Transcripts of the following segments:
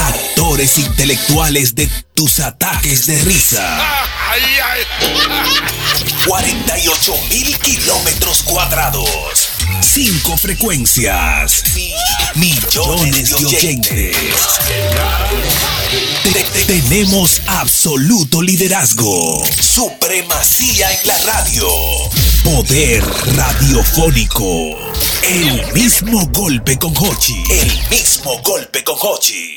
autores intelectuales de tus ataques de risa. Ay, ay. 48 mil kilómetros cuadrados. Cinco frecuencias. Millones de oyentes. Te- te- Tenemos absoluto liderazgo. Supremacía en la radio. Poder radiofónico. El mismo golpe con Hochi. El mismo golpe con Hochi.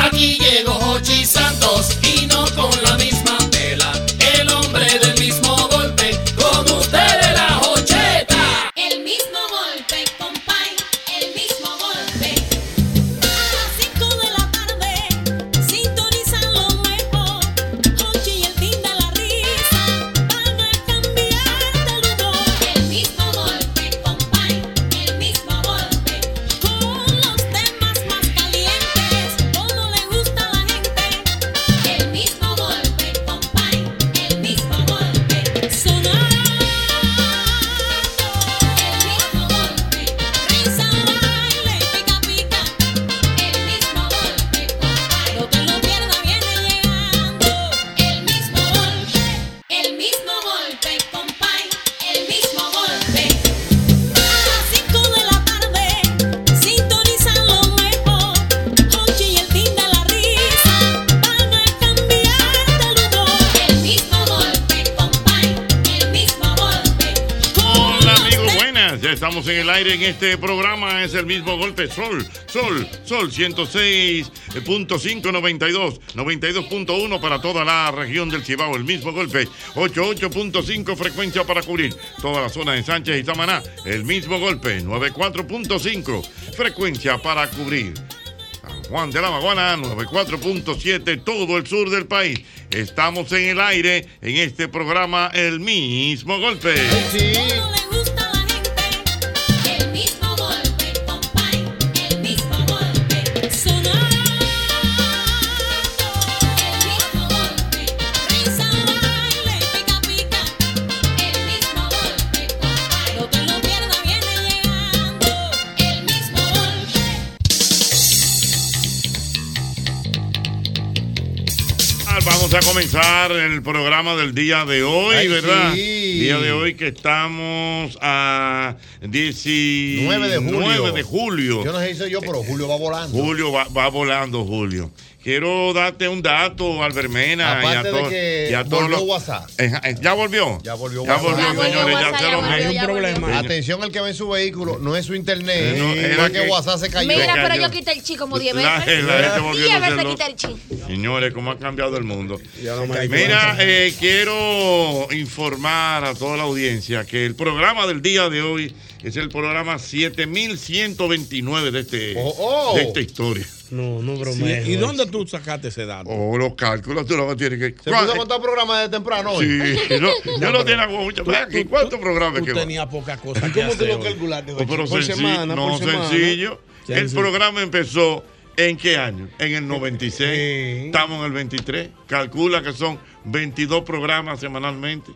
Aquí llegó Hochi Santos y no con la misma tela. El hombre del mismo golpe, con ustedes la hocheta. El mismo golpe, compay, el mismo golpe. A las 5 de la tarde, sintonizan lo nuevo. Hochi y el fin de la risa van a cambiar de humor. El mismo golpe, compay, el mismo golpe. Con los temas más calientes, como le gusta a la gente. El mismo golpe, compay, el mismo golpe. Sonar. El mismo golpe, risa, baile, pica, pica. El mismo golpe, compay, no te lo pierdas, viene llegando. El mismo golpe, el mismo golpe, compay, el mismo golpe. A las 5 de la tarde, sintonizan lo nuevo. Hochi y el fin de la risa van a cambiar de humor. El mismo golpe, compay, el mismo golpe. Hola amigos, buenas. Ya estamos en el aire en este programa. Es el mismo golpe. Sol, sol, sol 106.592, 92.1 para toda la región del Cibao. El mismo golpe. 88.5 frecuencia para cubrir toda la zona de Sánchez y Samaná. El mismo golpe. 94.5 frecuencia para cubrir. San Juan de la Maguana, 94.7, todo el sur del país. Estamos en el aire en este programa El mismo golpe. El mismo golpe, compay, el mismo golpe, sonando. El mismo golpe, risa, baile, pica, pica. El mismo golpe, compay, no te lo pierdas, viene llegando. El mismo golpe. Ah, Vamos a comenzar el programa del día de hoy, Ay, ¿verdad? sí. Día de hoy que estamos a 19 9 de julio. de julio. Yo no sé si soy yo, pero Julio va volando. Julio va, va volando, Julio. Quiero darte un dato, Albermena, y a, Aparte todos- de y que a todos volvió los- WhatsApp. Ejá, eh, ¿Ya volvió? Ya volvió Ya WhatsApp. volvió, Ya volvió señores. Ya WhatsApp, se lo ya volvió, Hay un ya volvió. problema. Atención al que ve su vehículo, no es su internet, Eh, no, era era que que- WhatsApp se cayó. Mira, Cayó. pero yo quité el chi como 10 La- veces. la gente 10 volviéndose veces loca. quité el chi. Señores, cómo ha cambiado el mundo. Cayó. Mira, eh, quiero informar a toda la audiencia que el programa del día de hoy es el programa 7129 de, este, Oh, oh. de esta historia. No, no bromeo. ¿Y dónde tú sacaste ese dato? O los cálculos, tú lo tienes que. se puso a contar programas de temprano hoy. eh, Sí, no, yo no tenía mucho. ¿Y cuántos programas Tú que va? tenías pocas cosas que hacer. hoy. Oh, pero senci- no, sencillo. El Sencillo. programa empezó en qué año? En el 96. Sí. Estamos en el 23. Calcula que son 22 programas semanalmente.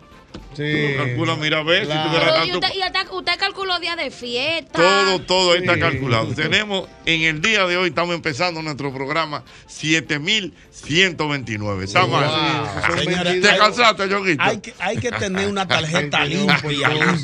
Sí. Calcula, mira, a ver si tú te la Pero, das y tu- usted, y hasta- usted calculó días de fiesta. Todo, todo ahí está Sí. calculado. Tenemos, en el día de hoy estamos empezando nuestro programa 7129. Estamos Wow. así. Son Señores, ¿Te hay- cansaste, Yoguito? Hay que, hay que tener una tarjeta limpia.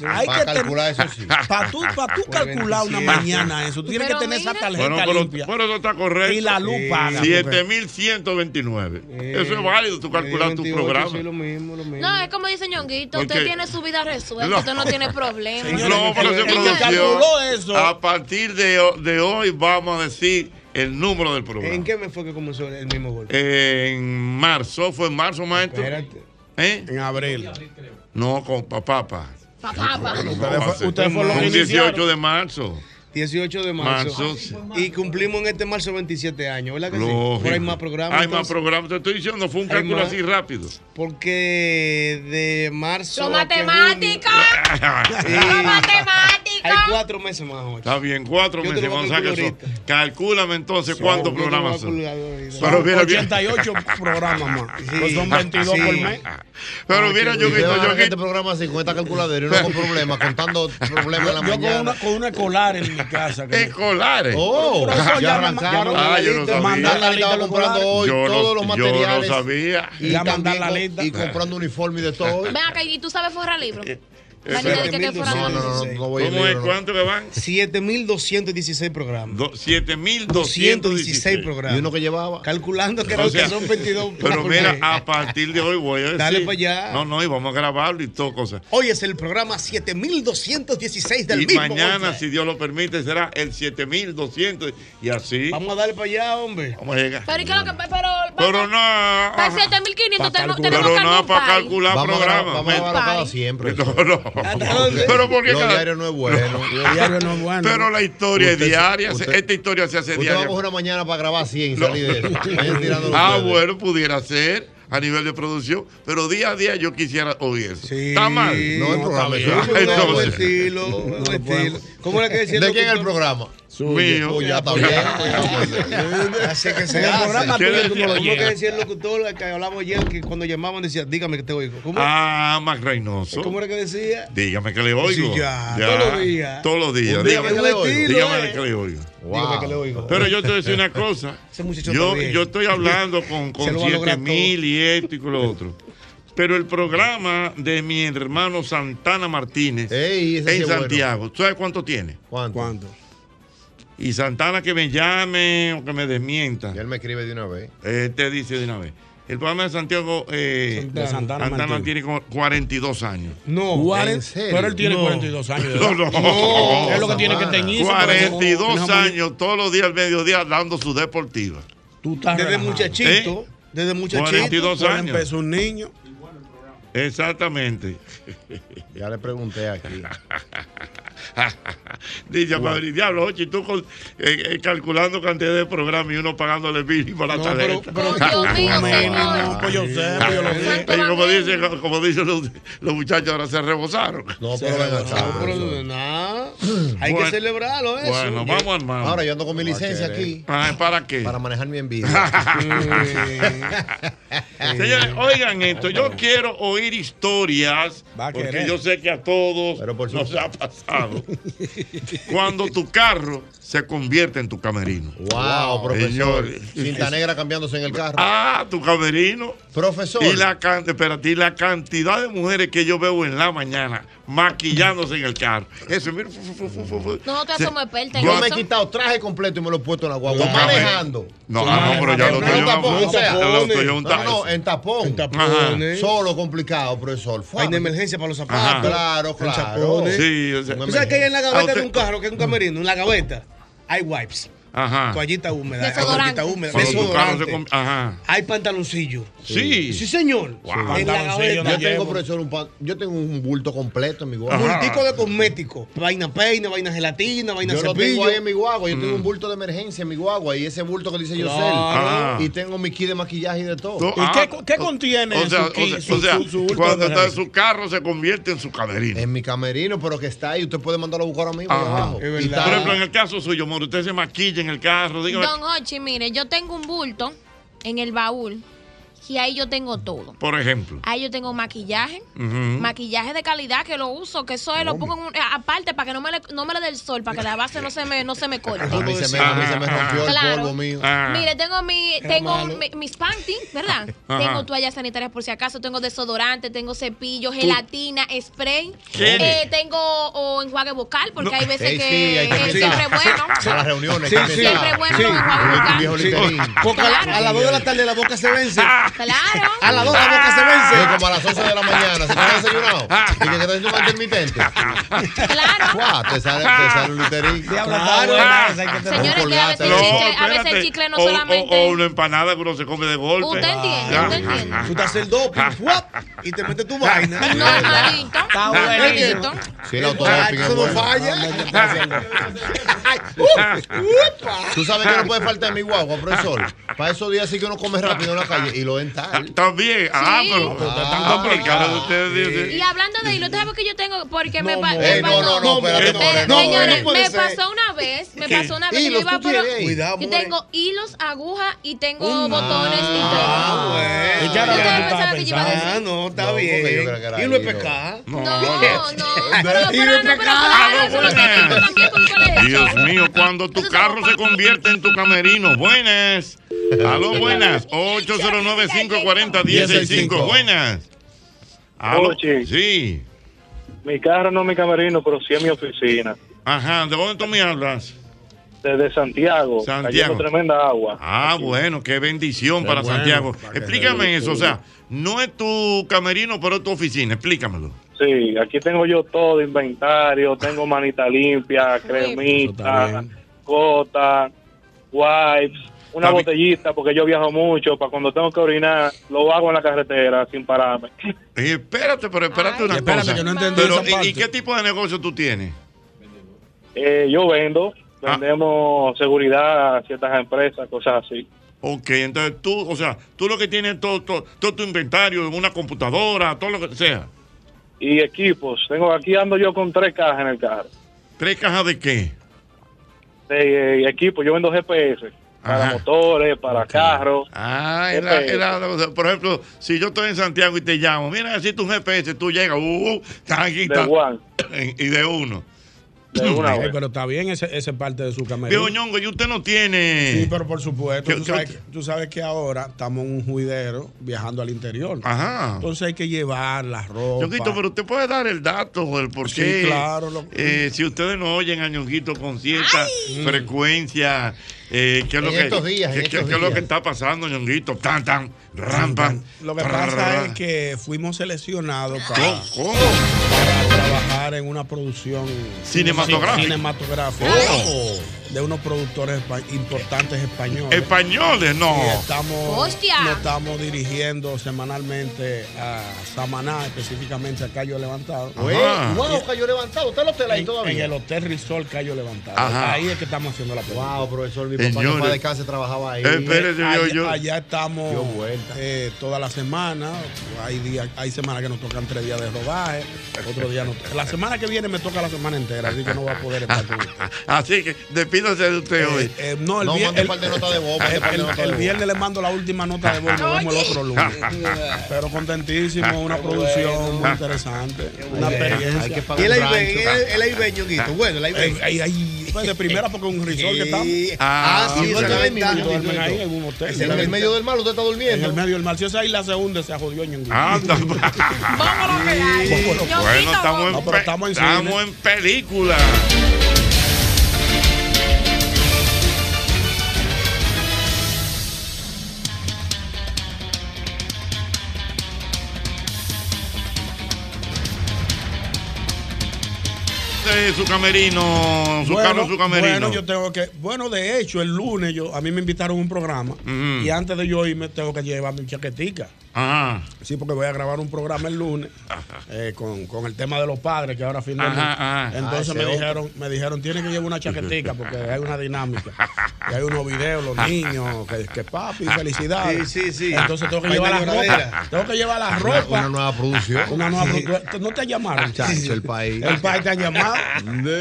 Hay Para que calcular eso sí. Pues Para tú, pa' tú calcular una mañana eso, tú tienes Pero que tener esa mira. tarjeta Bueno, pero, limpia. pero eso está correcto. y la luz paga. 7129. Eso Eh, es válido, tú calculas tu programa. No, es como dice Ñonguito, Porque- usted tiene su vida resuelta, No. usted no tiene problema. Señor, No, pero el se que produció. calculó eso. A partir de, ho- de hoy vamos a decir el número del programa. ¿En qué me fue que comenzó el mismo golpe? En marzo, fue en marzo, maestro. ¿Eh? En abril. No, con papá. papá. Papá, papá. No, hace- ustedes fueron los un que 18 iniciaron. de marzo. 18 de marzo. Ah, Marzo, sí. Y cumplimos en este marzo 27 años, ¿verdad que sí? Lógico. Por ahí más programas. Hay más entonces, programas. Te estoy diciendo, fue un Hay cálculo más. así rápido. Porque de marzo. Son a que matemáticas. junio- Son Sí, Hay matemáticas. cuatro meses más, Jorge. Está bien, cuatro Yo te meses. lo voy Vamos a a sacar calcular eso. Calcúlame entonces cuántos Yo te lo programas voy son. a colgar ahorita. Pero mira, mira. 88 programas más. Sí. Pues son 22 por Sí. mes. Pero mira, yo Usted va a yo ver este programa así con esta calculadora y no con problemas, contando problemas en la Yo con mañana. una, con una escolar en mi casa. que- escolares. Oh, Pero eso ya ya me- arrancaron. ya me- Ah, yo no sabía. Mandan la Mandan la lista lista comprando popular. hoy yo todos los no, materiales. Yo no sabía. Y, Ya también mandan la co- lista. y comprando uniforme de todo. Ven acá, ¿y tú sabes forrar libros? Eh, Vanina, ¿de qué te forras No, no, libros? no, no, no voy a ¿Cómo es? libro, no. ¿Cuánto que van? 7.216 programas. Do- 7.216 216 Y uno programas. que llevaba. Calculando creo O sea, que son 22 Pero por mira, mes. a partir de hoy voy a decir. Dale pa' allá. No, no, y vamos a grabarlo y todo cosas. Hoy es el programa 7216 del Y mismo. mañana, golpe. si Dios lo permite, será el 7200 y así vamos, Vamos a darle para allá, hombre. a llegar. Pero ¿y qué es lo que.? Pero. Pero no. Para ajá. 7500 Pa' calcular. tenemos tenemos que Pero no armar para un pay. calcular Vamos a grabar- programa. vamos a grabar cada Pai. siempre. No, no. Pero porque Los cada- diarios no es bueno. El diario no es bueno. Pero la historia Usted- es diaria. usted- esta historia se hace Usted va a diaria. coger una mañana para grabar 100 y No. salir de eso. Vayan tirándolo Ah, ustedes. bueno, pudiera ser a nivel de producción, pero día a día yo quisiera oír eso. Sí. Está mal. No, el No, programa es está bien. pues. suyo. Nuevo entonces. estilo, nuevo este, estilo. ¿Cómo le que decía? ¿De quién es el doctor? programa? Mío. Oh, ya está bien. pues, Así que se En el hace. programa ¿Qué tuyo tú decía? no lo ¿Cómo que llegas. decía el locutor al que hablamos ayer que cuando llamaban decía, dígame que te oigo? ¿Cómo, Ah, Max Reynoso. ¿Cómo era que decía? Dígame que le oigo. ya, todos los días. Todos los días. Un día Dígame, que le oigo. dígame que le oigo. Dígame que le oigo. Pero yo te voy a decir una cosa. Ese muchacho Yo, está bien. yo estoy hablando con, con Se lo va a lograr 7 mil y esto y con lo otro. Pero el programa de mi hermano Santana Martínez Ey, ese sí en es bueno. Santiago, ¿tú sabes cuánto tiene? ¿Cuánto? ¿Cuándo? Y Santana que me llame o que me desmienta, Y él me escribe de una vez. eh, te dice de una vez. El programa de Santiago eh, Santana. De Santana, Santana Martín. tiene como 42 años. No. Cuaren- ¿En serio? Pero él tiene No. 42 años. de edad. No, no. Es lo que tiene que Samara. teñirse. por eso- 42 Dejamos- años todos los días al mediodía dando su deportiva. Tú estás Desde relajado. muchachito. Desde muchachito. 42 Cuando años. empezó un niño. Exactamente. Ya le pregunté aquí. Dice Madrid, diablo, oye, y tú con- eh, eh, calculando cantidad de programas y uno pagándole mil y para la No, tarjeta. Oh, Dios mío, Menos, señor. pues yo sé, pues yo lo sé. pero- Y como dicen, como dicen los, los muchachos, ahora se rebosaron. No, pero ven acá. No, pero de nada. Ah, Hay Bueno. que celebrarlo eso. Bueno, vamos armado. Ahora yo ando con mi licencia aquí Ay, Ah, ¿Para qué? para manejar mi envidia. Señores, oigan esto, yo quiero oír historias, Va a porque querer. yo sé que a todos Pero por nos supuesto. ha pasado. Cuando tu carro se convierte en tu camerino. wow, profesor. Señores. Cinta negra cambiándose en el carro. Ah, tu camerino. Profesor. Y la, can- espérate, y la cantidad de mujeres que yo veo en la mañana maquillándose en el carro. Eso, mira. fu- fu- fu- fu- fu- Nosotros Se- somos expertos en Yo me he eso. quitado traje completo y me lo he puesto en la guagua. Wow. Manejando. No, ah, no, pero ya lo No, tuyo tampoco, es o sea, un- lo tuyo es un No, no, no, taxi. en tapón. En tapones. Solo complicado, profesor. Fua. Hay una emergencia para los zapatos. Ajá. Claro, En claro. chapones. Sí, o sea, ¿Tú sabes que hay en la Ah, gaveta usted- de un carro, que es un camerino, en la gaveta, hay wipes, Ajá. toallita húmeda, hay Desodorante. toallita húmeda, Cuando tu carro desodorante, se conv- Ajá. hay pantaloncillo. Sí. Sí, señor. En Pantaloncillo, la gaveta. Yo no tengo, llevo. profesor, un pan- yo tengo un bulto completo en mi guagua. Ajá. Multico de cosmético. Vaina peina, vaina gelatina, vaina Yo lo cepillo. tengo ahí en mi guagua. Yo tengo Mm. un bulto de emergencia en mi guagua. Y ese bulto que dice Yosel. Ajá. Y tengo mi kit de maquillaje y de todo. No, ¿Y ah, qué- qué contiene O sea, su ki- o sea, su- o sea, su- su bulto cuando de está en regreso? su carro se convierte en su camerino. En mi camerino, pero que está ahí. Usted puede mandarlo a buscar ahora mismo. Ajá. ahí abajo. Es Y verdad. está- Por ejemplo, en el caso suyo, amor, usted se maquilla en el carro, dígame. Don Hochi, mire, yo tengo un bulto en el baúl y ahí yo tengo todo. Por Mm. ejemplo. Ahí yo tengo maquillaje, Ujú. maquillaje de calidad que lo uso, que eso es, lo pongo en un- eh, aparte para que no me, le, no me le dé el sol, para que la base no se me, no se me corte. A mí se me, a mí se me rompió el Claro. polvo mío. Ah, Mire, este tengo mi, tengo mi- mis panties, ¿verdad? Ajá. Tengo toallas sanitarias por si acaso, tengo desodorante, tengo cepillo, gelatina, spray. ¿Qué? Eh, tengo oh, enjuague vocal, porque hay veces Ey, que, sí, hay que es pensar. siempre bueno. Son las reuniones. Sí, que me sí. da. Siempre bueno Sí. un enjuague Un vocal. viejo literín. Ah, Porque a, la- a las 2 de la tarde la boca se vence Claro. A las 2 la boca se vence. como a las 11 de la mañana. Si no has desayunado. Y que estás haciendo un intermitente. Claro. Guau, te sale, te sale un Ah, literito. Diablo, está buena esa, hay que tener- Señores, que a veces el chicle, a veces el chicle no o, o- solamente. O, una empanada que uno se come de golpe. Usted entiende, usted entiende. Tú te haces el doping, ¡fuap! y te metes tu vaina. Normalito. Está Normalito. Sí, el autodoping es Eso no bueno. falla. Tú sabes que no puede faltar en mi guagua, profesor. Para esos días sí que uno come rápido en la calle y lo dental. También. Ah, Sí. pero pero está tan complicado ustedes dicen. Y hablando de hilo, ¿tú sabes que yo tengo? Porque me, pa- no, me Eh, no, no, no, espérate, Eh, more, no, señores, eh. no me puede ser. pasó una vez, me pasó una vez que yo Hilos, iba tú por- tienes ahí. Cuidado, Yo more. tengo hilos, agujas y tengo botones y todo. Ah, bueno. ¿Y qué era lo que tú Ustedes no estabas saben que yo iba a decir. pensando? Ah, no, está No, porque bien. yo creo que era Y lo es hilo. pescado. No, no, pero, Y pero, no, pero claro, eso lo sé tú también, porque ¿cuál es? Dios mío, cuando tu carro se convierte en tu camerino. Buenas. Aló, buenas. 809-540-165. Buenas. Aló. Oye. Sí. Mi carro no es mi camerino, pero sí es mi oficina. Ajá, ¿de dónde tú me hablas? Desde Santiago, Santiago. cayendo tremenda agua. Ah, bueno, qué bendición para bueno, Santiago. para que Explícame eso, o sea, no es tu camerino, pero es tu oficina, explícamelo. Sí, aquí tengo yo todo, inventario, tengo manita limpia, cremita, gota, wipes, una Está bien. botellita, porque yo viajo mucho, para cuando tengo que orinar, lo hago en la carretera sin pararme. Eh, espérate, pero espérate Ay, una Espérate, cosa. que no entendí pero, esa ¿y- ¿y, parte. qué tipo de negocio tú tienes? Eh, yo vendo, Ah. vendemos seguridad a ciertas empresas, cosas así. Ok, entonces tú, o sea, tú lo que tienes todo, todo, todo tu inventario, una computadora, todo lo que sea. Y equipos, tengo aquí ando yo con tres cajas en el carro. ¿Tres cajas de qué? De eh, equipo, yo vendo GPS para Ajá. motores, para carros. Ah, era, Ok. era, o sea, por ejemplo, si yo estoy en Santiago y te llamo, mira, necesito un GPS, tú llegas, uh, tan aquí, De tan- Juan, y de uno. de una Eh, vez. pero está bien, ese ese es parte de su camerino. Viejo Ñongo, y usted no tiene... Sí, pero por supuesto, ¿Qué- tú qué sabes, usted- que, tú sabes que ahora estamos en un juidero viajando al interior. Ajá. Entonces hay que llevar la ropa. Ñonguito, pero usted puede dar el dato, el por Sí, qué. claro, lo- eh, si ustedes no oyen a Ñonguito con cierta frecuencia, eh, ¿qué es lo En que, estos días, qué- en qué- estos qué es lo días. que está pasando, Ñonguito? Tan, tan, ram, pam. Lo que Ra, pasa ra, es ra. que fuimos seleccionados para, ¿Cómo? ¿Cómo? para trabajar en una producción Cinematográfica. cinematográfica Oh. de unos productores espa- importantes españoles. Españoles, no. Y estamos, Hostia. nos estamos dirigiendo semanalmente a Samaná, específicamente a Cayo Levantado. Ajá. Ey, Guau, cayó levantado. Usted lo tela ahí En, en todavía. el Hotel Resort Cayo Levantado. Ajá. Ahí es que estamos haciendo la película. Wow, profesor, mi papá Señores. que para descanse trabajaba ahí. Espere. Pero Eh, yo- eh, Allá, yo- allá Dio estamos vuelta. eh, toda la semana. Hay días, hay semanas que nos tocan tres días de rodaje, otro día no. La semana que viene me toca la semana entera, así que no voy a poder estar con usted. Así que despídase de usted hoy. Eh, eh, no, el, No, vier- mande el- un par de notas de voz, mande un par de el- notas el de voz. viernes le mando la última nota de voz, nos vemos el otro lunes. Ah, Pero contentísimo, una producción muy interesante, una Hay que experiencia. pagar un rancho. Ah. El Aibe, Ñonguito. Bueno, el Eh, Aibe. ay, ay, pues de primera porque es un resort que estamos. Ah, Ah, sí, igual esa es que la ahí mismo, ventaja. Ñonguito. Duermen ahí en un hotel. En el medio del mar, usted está En durmiendo. el medio del mar. Si esa isla se hunde, se jodió Ñonguito. Anda. Vámonos que hay. Bueno, Ñonguito, bueno, estamos en, vamos. No, pero pe- estamos en estamos cine. en película. Este es su camerino, su carro, su camerino. bueno, yo tengo que. Bueno, de hecho, el lunes yo, a mí me invitaron a un programa Ujú. y antes de yo irme tengo que llevar mi chaquetica. Ajá, Sí, porque voy a grabar un programa el lunes eh, con, con el tema de los padres, que ahora a fin de Ajá, mes. ajá. Entonces Ah, me ese dijeron, me dijeron, tiene que llevar una chaquetica porque hay una dinámica. Y hay unos videos, los niños, que, que papi, felicidades. Sí, sí, sí. Entonces tengo que Hay llevar una la lloradera. ropa. Tengo que llevar la Una, ropa. una nueva producción. Una nueva produ- No te llamaron, Chacho, el país. El país te ha llamado.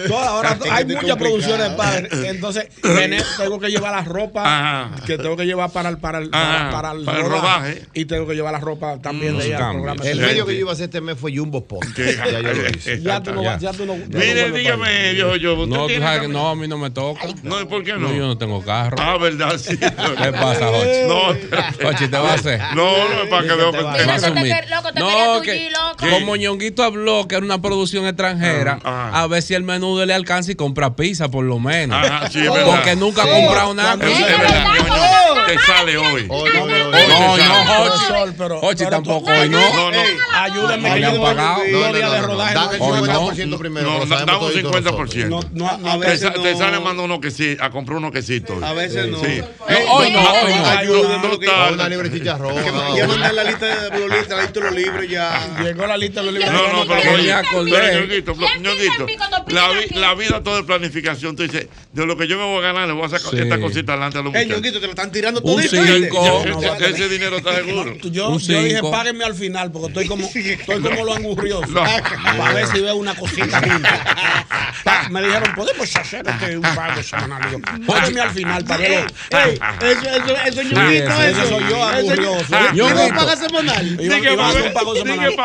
Todas, ahora Gente hay complicada. muchas producciones de padres. Entonces, tené- tengo que llevar la ropa Ajá. que tengo que llevar para el, para el, Ajá, para, para el, para el rodaje. Y tengo que llevar la ropa también de ella al programa. Mm. El Gente. medio que yo iba a hacer este mes fue Jumbo Post. ¿Qué? Ya yo lo hice. Ya tú no vas, ya tú no. ya tú Mire, no vuelves para allá. dígame, viejo yo. ¿usted No, tú tiene sabes que cam- no, a mí no me toca. No, ¿y por qué No, yo no? no tengo carro. Ah, verdad, sí. ¿Qué pasa, Jochi? No, espérate. Jochi, ¿te va a hacer? No, no, es para que veo que ¿Te va a Loco, te asumir? quer- loco, te quería No, tu que G, loco. como Ñonguito habló que era una producción extranjera, Ah, ajá. a ver si el menudo le alcanza y compra pizza por lo menos. Ajá, Ah, sí, es verdad. Porque nunca ha comprado nada. Eso Es es verdad, verdad, porque Ñonguito. no te sale hoy. No, no, Hochi. Profesor, pero- Hochi pero tú- tampoco hoy, ¿no? No, no. Ey, No Ayúdame, que le yo han no voy a pagado. cumplir No, dos no, días no, de no. rodaje. Dame el no. 50% primero, No, que lo da- sabemos damos todito 50%. nosotros. No, no, a Te veces sa- te, no. sale mandando uno que sí, a comprar uno que sí. estoy. A veces no. Sí. No, hoy no, hoy no. Ay, tú- Ayúdame, tú lo que- estás- Una libre chicharrón. Ya mandé la lista de los libros, la lista de los libros ya. Llegó la lista de los libros. No, no, pero oye, pero, Ñonguito, pero, ¿Quién Ñonguito, pica el pico, no pica la, vi- aquí? la vida todo es planificación. Tú dices, de lo que yo me voy a ganar, le voy a sacar Sí. esta cosita adelante a los Ey, muchachos. Ñonguito, te lo están tirando Un todo cinco. Ese- ese dinero está seguro. Yo, Un yo dije, cinco. páguenme al final, porque estoy como, estoy como lo angurrioso. No. Para ver si veo una cosita junta. Pa- Me dijeron, podemos hacer este un pago semanal. Digo, Páguenme al final para ver. Ey, eso, eso, eso, Sí, Ñonguito, sí, eso. ese soy yo, Ese- angurrioso. Ah, ¿Y vos Ñonguito. pagas semanal? Iba- iba a hacer un pago semanal.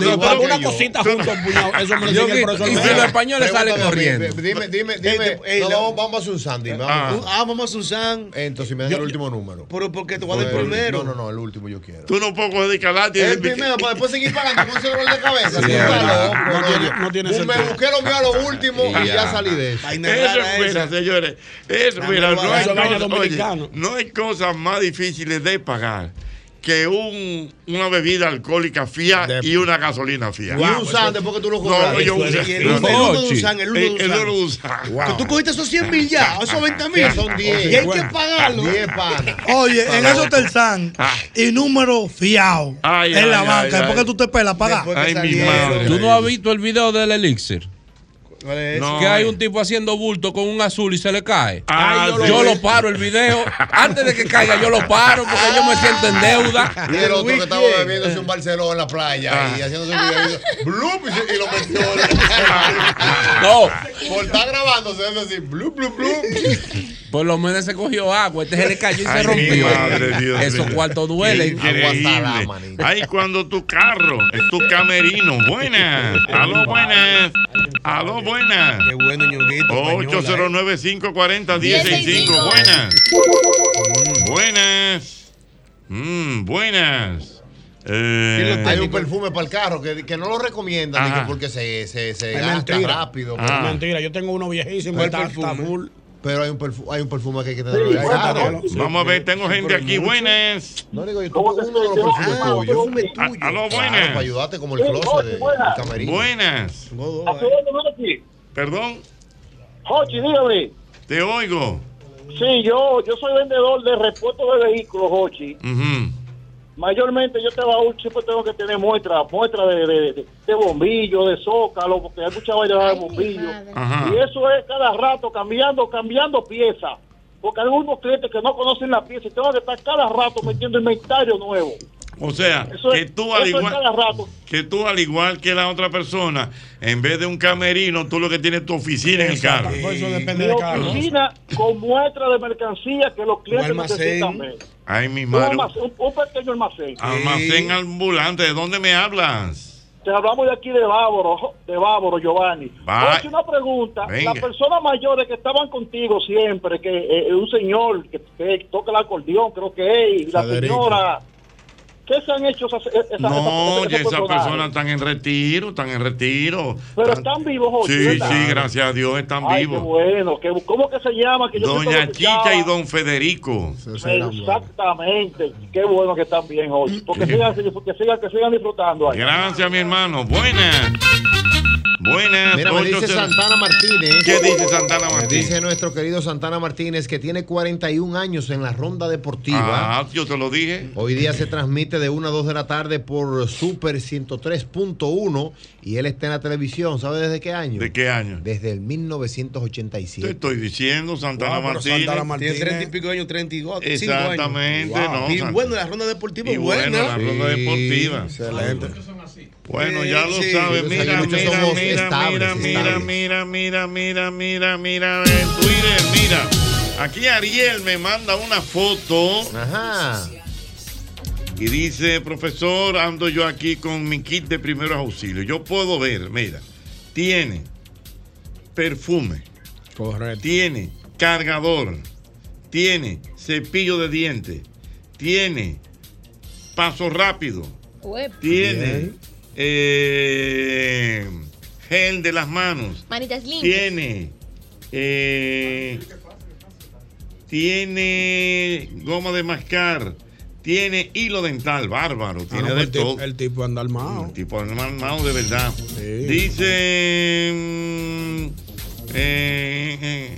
Digo, pago una cosita junto, puñado. Eso me lo Yo enseñó el vi- profesor. y si Mejía. los españoles salen Pregúntame a mí, corriendo. ve- Dime, dime, dime. no, vamos, vamos a Susan, dime. Ah. Vamos. vamos a Susan. Entonces, me dan el último número. Pero porque te voy a dar el primero. No, no, no, el último yo quiero. Tú no puedes coger calate. El primero, para después seguir pagando con ese dolor de cabeza. Sí, tú es estás verdad. loco, No no, tiene- yo- no tiene un- Me sentido. busqué lo mío a lo último y ya salí de eso. Eso es buena, señores. Eso es Dame buena. la No hay, vaina cosa- dominicana. oye, no hay cosas más difíciles de pagar que un, una bebida alcohólica fía y una gasolina fía. Y un Susan, después que tú No, lo compraste. yo un Y el uno- el uno de Susan, el uno de El Susan. uno de Susan. Wow. Tú cogiste esos 100 mil ya, esos 20 mil. Ya son 10. Y hay que Bueno. pagarlo. 10 panas. Oye, en Para- eso Terzán Ah, y número fiado Ay, en la ay, banca. ay, ¿Por qué ay. tú te pelas pagar? Ay, mi madre. ¿Tú no has visto el video del elixir? No. eh. que hay un tipo haciendo bulto con un azul y se le cae. Ah, yo sí. lo paro el video. Antes de que caiga, yo lo paro porque yo me siento en deuda. Ah. Y el otro que estaba bebiéndose un Barcelona en la playa y haciéndose un video. Bloop, y se- y lo metió. No, Por estar grabando, se debe decir bloop, bloop, bloop. por lo menos se cogió agua. Este se le cayó y se Ay, mi rompió. madre, Dios Esos mío. cuartos duelen. Increíble. Ay, cuando tu carro es tu camerino. Buenas. Aló, buenas. Aló, buenas. Qué bueno, ñonguito. 809-540-165. Buenas. Buenas. Mm, buenas. Eh, Hay un perfume para el carro que, que no lo recomiendan Ajá. dije, porque se, se, se Es gasta mentira. rápido. Ah. Es mentira, yo tengo uno viejísimo. ¿Cuál está- está perfume? full. Pero hay un, perfu- hay un perfume que hay que tener. Sí, Hay cuéntalo. carro. Vamos a ver, tengo gente aquí. Buenas. No digo, yo tengo uno de los perfumes Ah, tuyos. A- Aló, Claro, para buenas. ayudarte como el closet de, del camerino. Buenas. Perdón. Jochi, dígame. Te oigo. Sí, yo, yo soy vendedor de repuesto de vehículos, Jochi. Ujú. Mayormente yo te baúl siempre pues tengo que tener muestra, muestra de, de, de- de bombillo, de zócalo, porque hay mucha variedad de bombillo. Ajá. Y eso es cada rato cambiando, cambiando piezas. Porque hay algunos clientes que no conocen la pieza y tengo que estar cada rato metiendo inventario nuevo. O sea, Eso que es, tú al eso es igual. cada rato. que tú al igual que la otra persona, en vez de un camerino, tú lo que tienes es tu oficina en el carro. Mi oficina con muestra de mercancía que los clientes necesitan ver. Ay, mi Un madre. almacén, un, un pequeño almacén. Almacén ambulante, ¿de dónde me hablas? Te hablamos de aquí de Bávaro, de Bávaro, Giovanni. Va- Oye, una pregunta. Ah, Venga. Las personas mayores que estaban contigo siempre, que eh, un señor que, que toca el acordeón, creo que es, y la Federico. señora, ¿qué se han hecho esas, esas, esas- No, esas- oye, esas esas personas? personas están en retiro, están en retiro. Pero están vivos hoy, Sí, ¿verdad? sí, gracias a Dios están Ay, qué vivos. bueno. qué- ¿Cómo que se llama? Que yo siempre Doña lo Chicha y escuchaba. Don Federico. Exactamente. Qué bueno que están bien hoy. Porque sigan, que sigan, que sigan disfrutando ahí. Gracias, mi hermano. Buenas. Buenas. Mira, me dice 809. Santana Martínez. ¿Qué dice Santana Me Martínez? Dice nuestro querido Santana Martínez que tiene 41 años en la ronda deportiva. Ah, yo te lo dije. Hoy día se transmite de 1 a 2 de la tarde por Super 103.1 y él está en la televisión. ¿Sabe desde qué año? ¿De qué año? Desde el 1987. Te estoy diciendo, Santana Martínez. Tiene treinta y pico años, treinta y go- cinco años. Exactamente, no, Y San- bueno, la ronda deportiva Y es bueno, buena. la ronda deportiva. Excelente. Bueno, ya lo Sí, sabes. sí. Mira, Muchos mira, somos mira, estables, mira, mira, mira, mira, mira, mira, mira, en Twitter, mira. Aquí Ariel me manda una foto. Ajá. Y dice, profesor, ando yo aquí con mi kit de primeros auxilios. Yo puedo ver, mira, tiene perfume. Correcto. Tiene cargador. Tiene cepillo de dientes. Tiene paso rápido. Tiene eh, gel de las manos. Manitas lindas. Tiene eh, tiene goma de mascar, tiene hilo dental, bárbaro, Ah, no, tiene pues de el, tipo, todo. el tipo anda armado. Tipo armado de verdad. Dice. mm, eh, eh,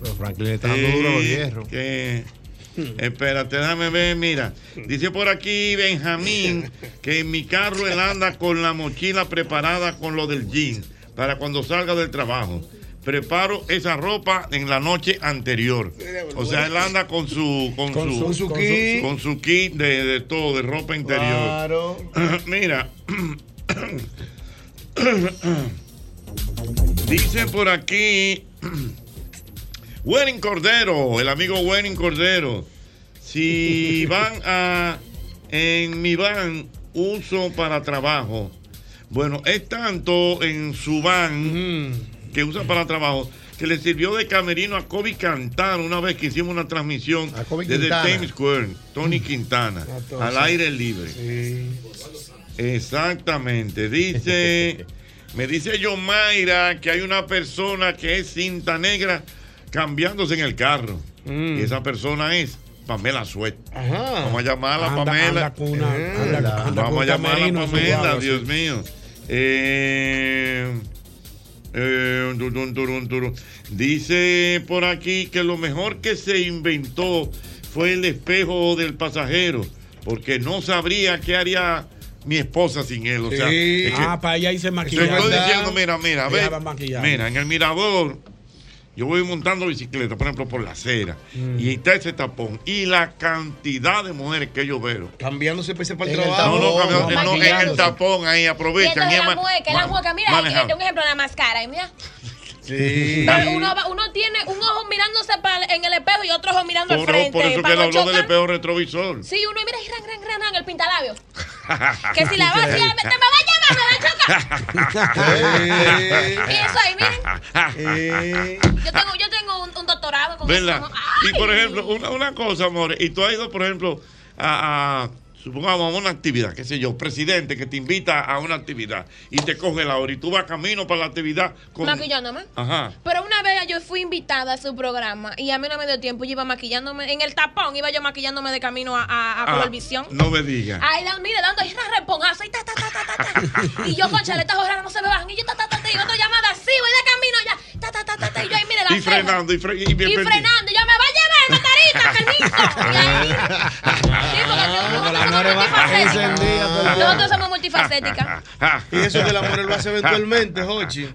Pero Franklin está dando duro a los eh, hierros. que- espérate, déjame ver, mira. Dice por aquí Benjamín que en mi carro él anda con la mochila preparada con lo del jean para cuando salga del trabajo. Preparo esa ropa en la noche anterior. O sea, él anda con su con, Con su, su- con su kit. con su kit de, de todo, de ropa interior. Claro. Mira. Dice por aquí. Wenin Cordero, el amigo Wenin Cordero. Si van a. En mi van, uso para trabajo. Bueno, es tanto en su van que usa para trabajo que le sirvió de camerino a Kobe Cantana una vez que hicimos una transmisión desde Quintana. Times Square, Tony Quintana, al aire libre. Exactamente. Dice, me dice yo Mayra que hay una persona que es cinta negra cambiándose en el carro. Mm. Y esa persona es Pamela Suet. Vamos a llamarla Anda- Pamela. anda con una- Eh, anda- anda con Vamos a un llamarla camerino en su Pamela, guagua, Dios mío. Eh, eh, turun, turun, turun. Dice por aquí que lo mejor que se inventó fue el espejo del pasajero, porque no sabría qué haría mi esposa sin él. O sea, es que- ah, para ella hice yo maquillaje. estoy diciendo, mira, mira, ve, Ella va maquillada. mira, en el mirador, yo voy montando bicicleta, por ejemplo, por la acera, Mm. y está ese tapón, y la cantidad de mujeres que yo veo. Cambiándose para ese para En el el trabajo. tapón, No, no, cambiando- no, en el Maquillándose. tapón ahí, Y aprovechan. esto de y es la ma- mujer, que es la ma- mujer que mira, aquí manejando. un ejemplo, la máscara, y mira. Sí. Pero uno, va- uno tiene un ojo mirándose para en el espejo y otro ojo mirando Por, al frente. por eso que para él no habló del chocar. espejo retrovisor. Sí, uno y mira, y ran, ran, ran, ran, el pintalabio. Ah, Que si la vas, te me va a llamar, me va a chocar. Y eso ahí, miren. Yo tengo, yo tengo un, un doctorado con ¿Verdad? eso, ¿no? Y por ejemplo, una, una cosa, amores, y tú has ido, por ejemplo, a, a- supongamos a una actividad, qué sé yo, presidente que te invita a una actividad y te coge la hora y tú vas camino para la actividad con. Maquillándome. Ajá. Pero una vez yo fui invitada a su programa y a mí no me dio tiempo. Yo iba maquillándome en el tapón, iba yo maquillándome de camino a, a, a Ah, Colorvisión. No me digas. Ahí, da- mire, dando ahí una repongazo y ta, ta, ta, ta, ta, ta. Y yo con chaletas horas no se me bajan. Y yo, ta, ta, ta, ta, y otra llamada así, voy de camino ya. Ta, ta, ta, ta, ta. Y yo ahí, mire, la Y frenando, y, fre y, Y bien perdido. frenando. Y yo, me va a llevar, Matarita, Ah. Ah. permiso. Nosotros somos multifacéticas. Y eso del amor él lo hace Ah. eventualmente, Jochi.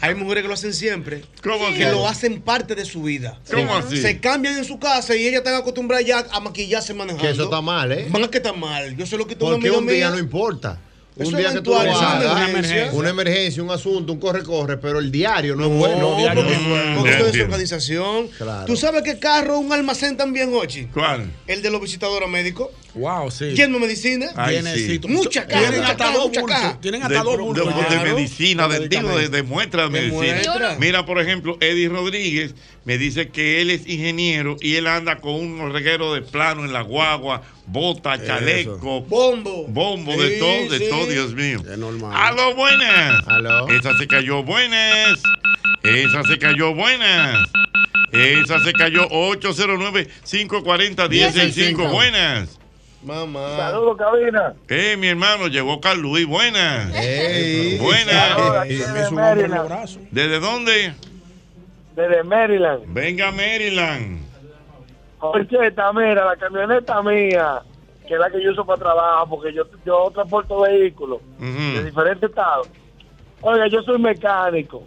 Hay mujeres que lo hacen siempre. ¿Cómo que así? lo hacen parte de su vida. ¿Cómo así? Se cambian en su casa y ellas están acostumbradas ya a maquillarse manejando. Que eso está mal, ¿eh? Van a que está mal. Yo sé lo que tú Porque un día no importa. Eso Un es día que tú lo eventual, eso es hagas, una una emergencia. emergencia. un asunto, un corre-corre, pero el diario no es No, bueno. porque, porque Ya esto es entiendo. organización. Claro. ¿Tú sabes qué carro es un almacén también, Jochi? ¿Cuál? El de los visitadores médicos. Wow, sí. Lleno de medicina. Ay, Lleno de- sí. Mucha caja, Tienen mucha hasta caja, dos mucha bultos, caja. tienen de, hasta dos de- bultos. de medicina, de, digo, de, de muestras de De medicina. muestras. Mira, por ejemplo, Eddie Rodríguez me dice que él es ingeniero y él anda con un reguero de plano en la guagua, bota, chaleco, bombo, bombo, de Sí, todo, de sí. todo, Dios mío. Aló, buenas. Esa se cayó, buenas. Esa se cayó, buenas. Esa se cayó 809-540-165. Buenas. Mamá. Saludos, cabina. Eh, mi hermano, llegó Carl Luis. Buenas. Saludos, Buenas. aquí desde Maryland. ¿Desde dónde? Desde Maryland. Venga, Maryland. Concheta, mira, la camioneta mía, que es la que yo uso para trabajo, porque yo, yo transporto vehículos Mm. de diferentes estados. Oiga, yo soy mecánico.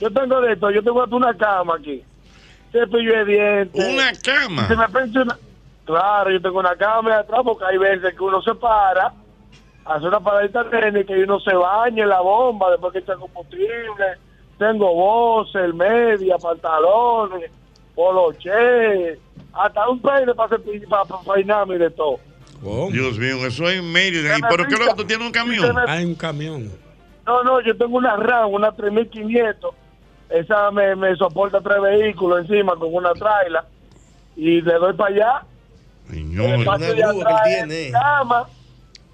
Yo tengo de esto, yo tengo hasta una cama aquí. Cepillo de dientes. ¿Una cama? Se me prende una- Claro, yo tengo una cama de atrás porque hay veces que uno se para, hace una paradita técnica y uno se baña en la bomba después que echa combustible. Tengo voces, media, pantalones, poloche, hasta un peine para, cepi- para, para peinarme y de todo. Dios mío, eso es en Maryland. Se ¿Y me por qué pica. lo tú tienes un camión? Se me- Hay Ah, un camión. No, no, yo tengo una RAM, una 3500. Esa me, me soporta tres vehículos encima con una traila. Y le doy para allá. Señor. Paso de atrás en cama.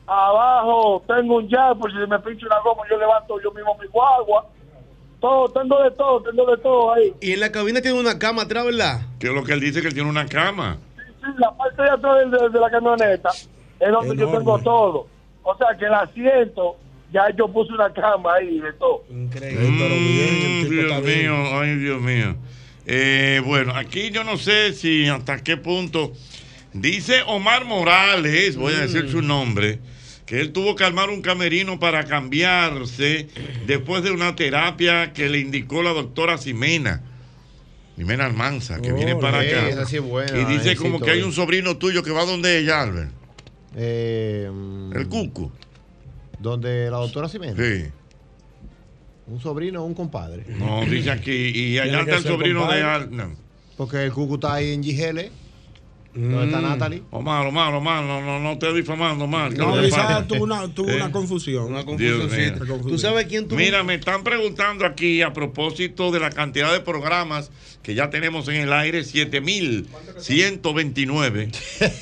Abajo tengo un jack, por si se me pincha una goma, yo levanto yo mismo mi guagua. Todo, tengo de todo, tengo de todo ahí. Y en la cabina tiene una cama atrás, ¿verdad? Que es lo que él dice que él tiene una cama. Sí, la parte de atrás de, de la camioneta es donde yo tengo todo. O sea que el asiento, ya yo puse una cama ahí de todo. Mm, Dios mío, ay Dios mío. Eh, bueno, aquí yo no sé si hasta qué punto. Dice Omar Morales, voy a decir Mm. su nombre, que él tuvo que armar un camerino para cambiarse después de una terapia que le indicó la doctora Ximena. Ximena Almanza, que viene para eh, acá. esa sí es buena, y dice eh, sí, como que hay estoy. un sobrino tuyo que va donde ella, Albert. el Cuco. Em, Donde la doctora Simena. Sí. Un sobrino o un compadre. No, dice aquí. Y allá Tiene que está el ser sobrino de compadre. Alman. Porque el Cuco está ahí en GGL. ¿Dónde está Mm. Natalie? Omar, Omar, Omar, no, no, no te difamando, Omar. ¿Qué No, te quizás pasa? tuvo una, tuvo Eh. una confusión. Una Dios mío. ¿Tú sabes quién tuvo? Mira, me están preguntando aquí a propósito de la cantidad de programas que ya tenemos en el aire, 7129.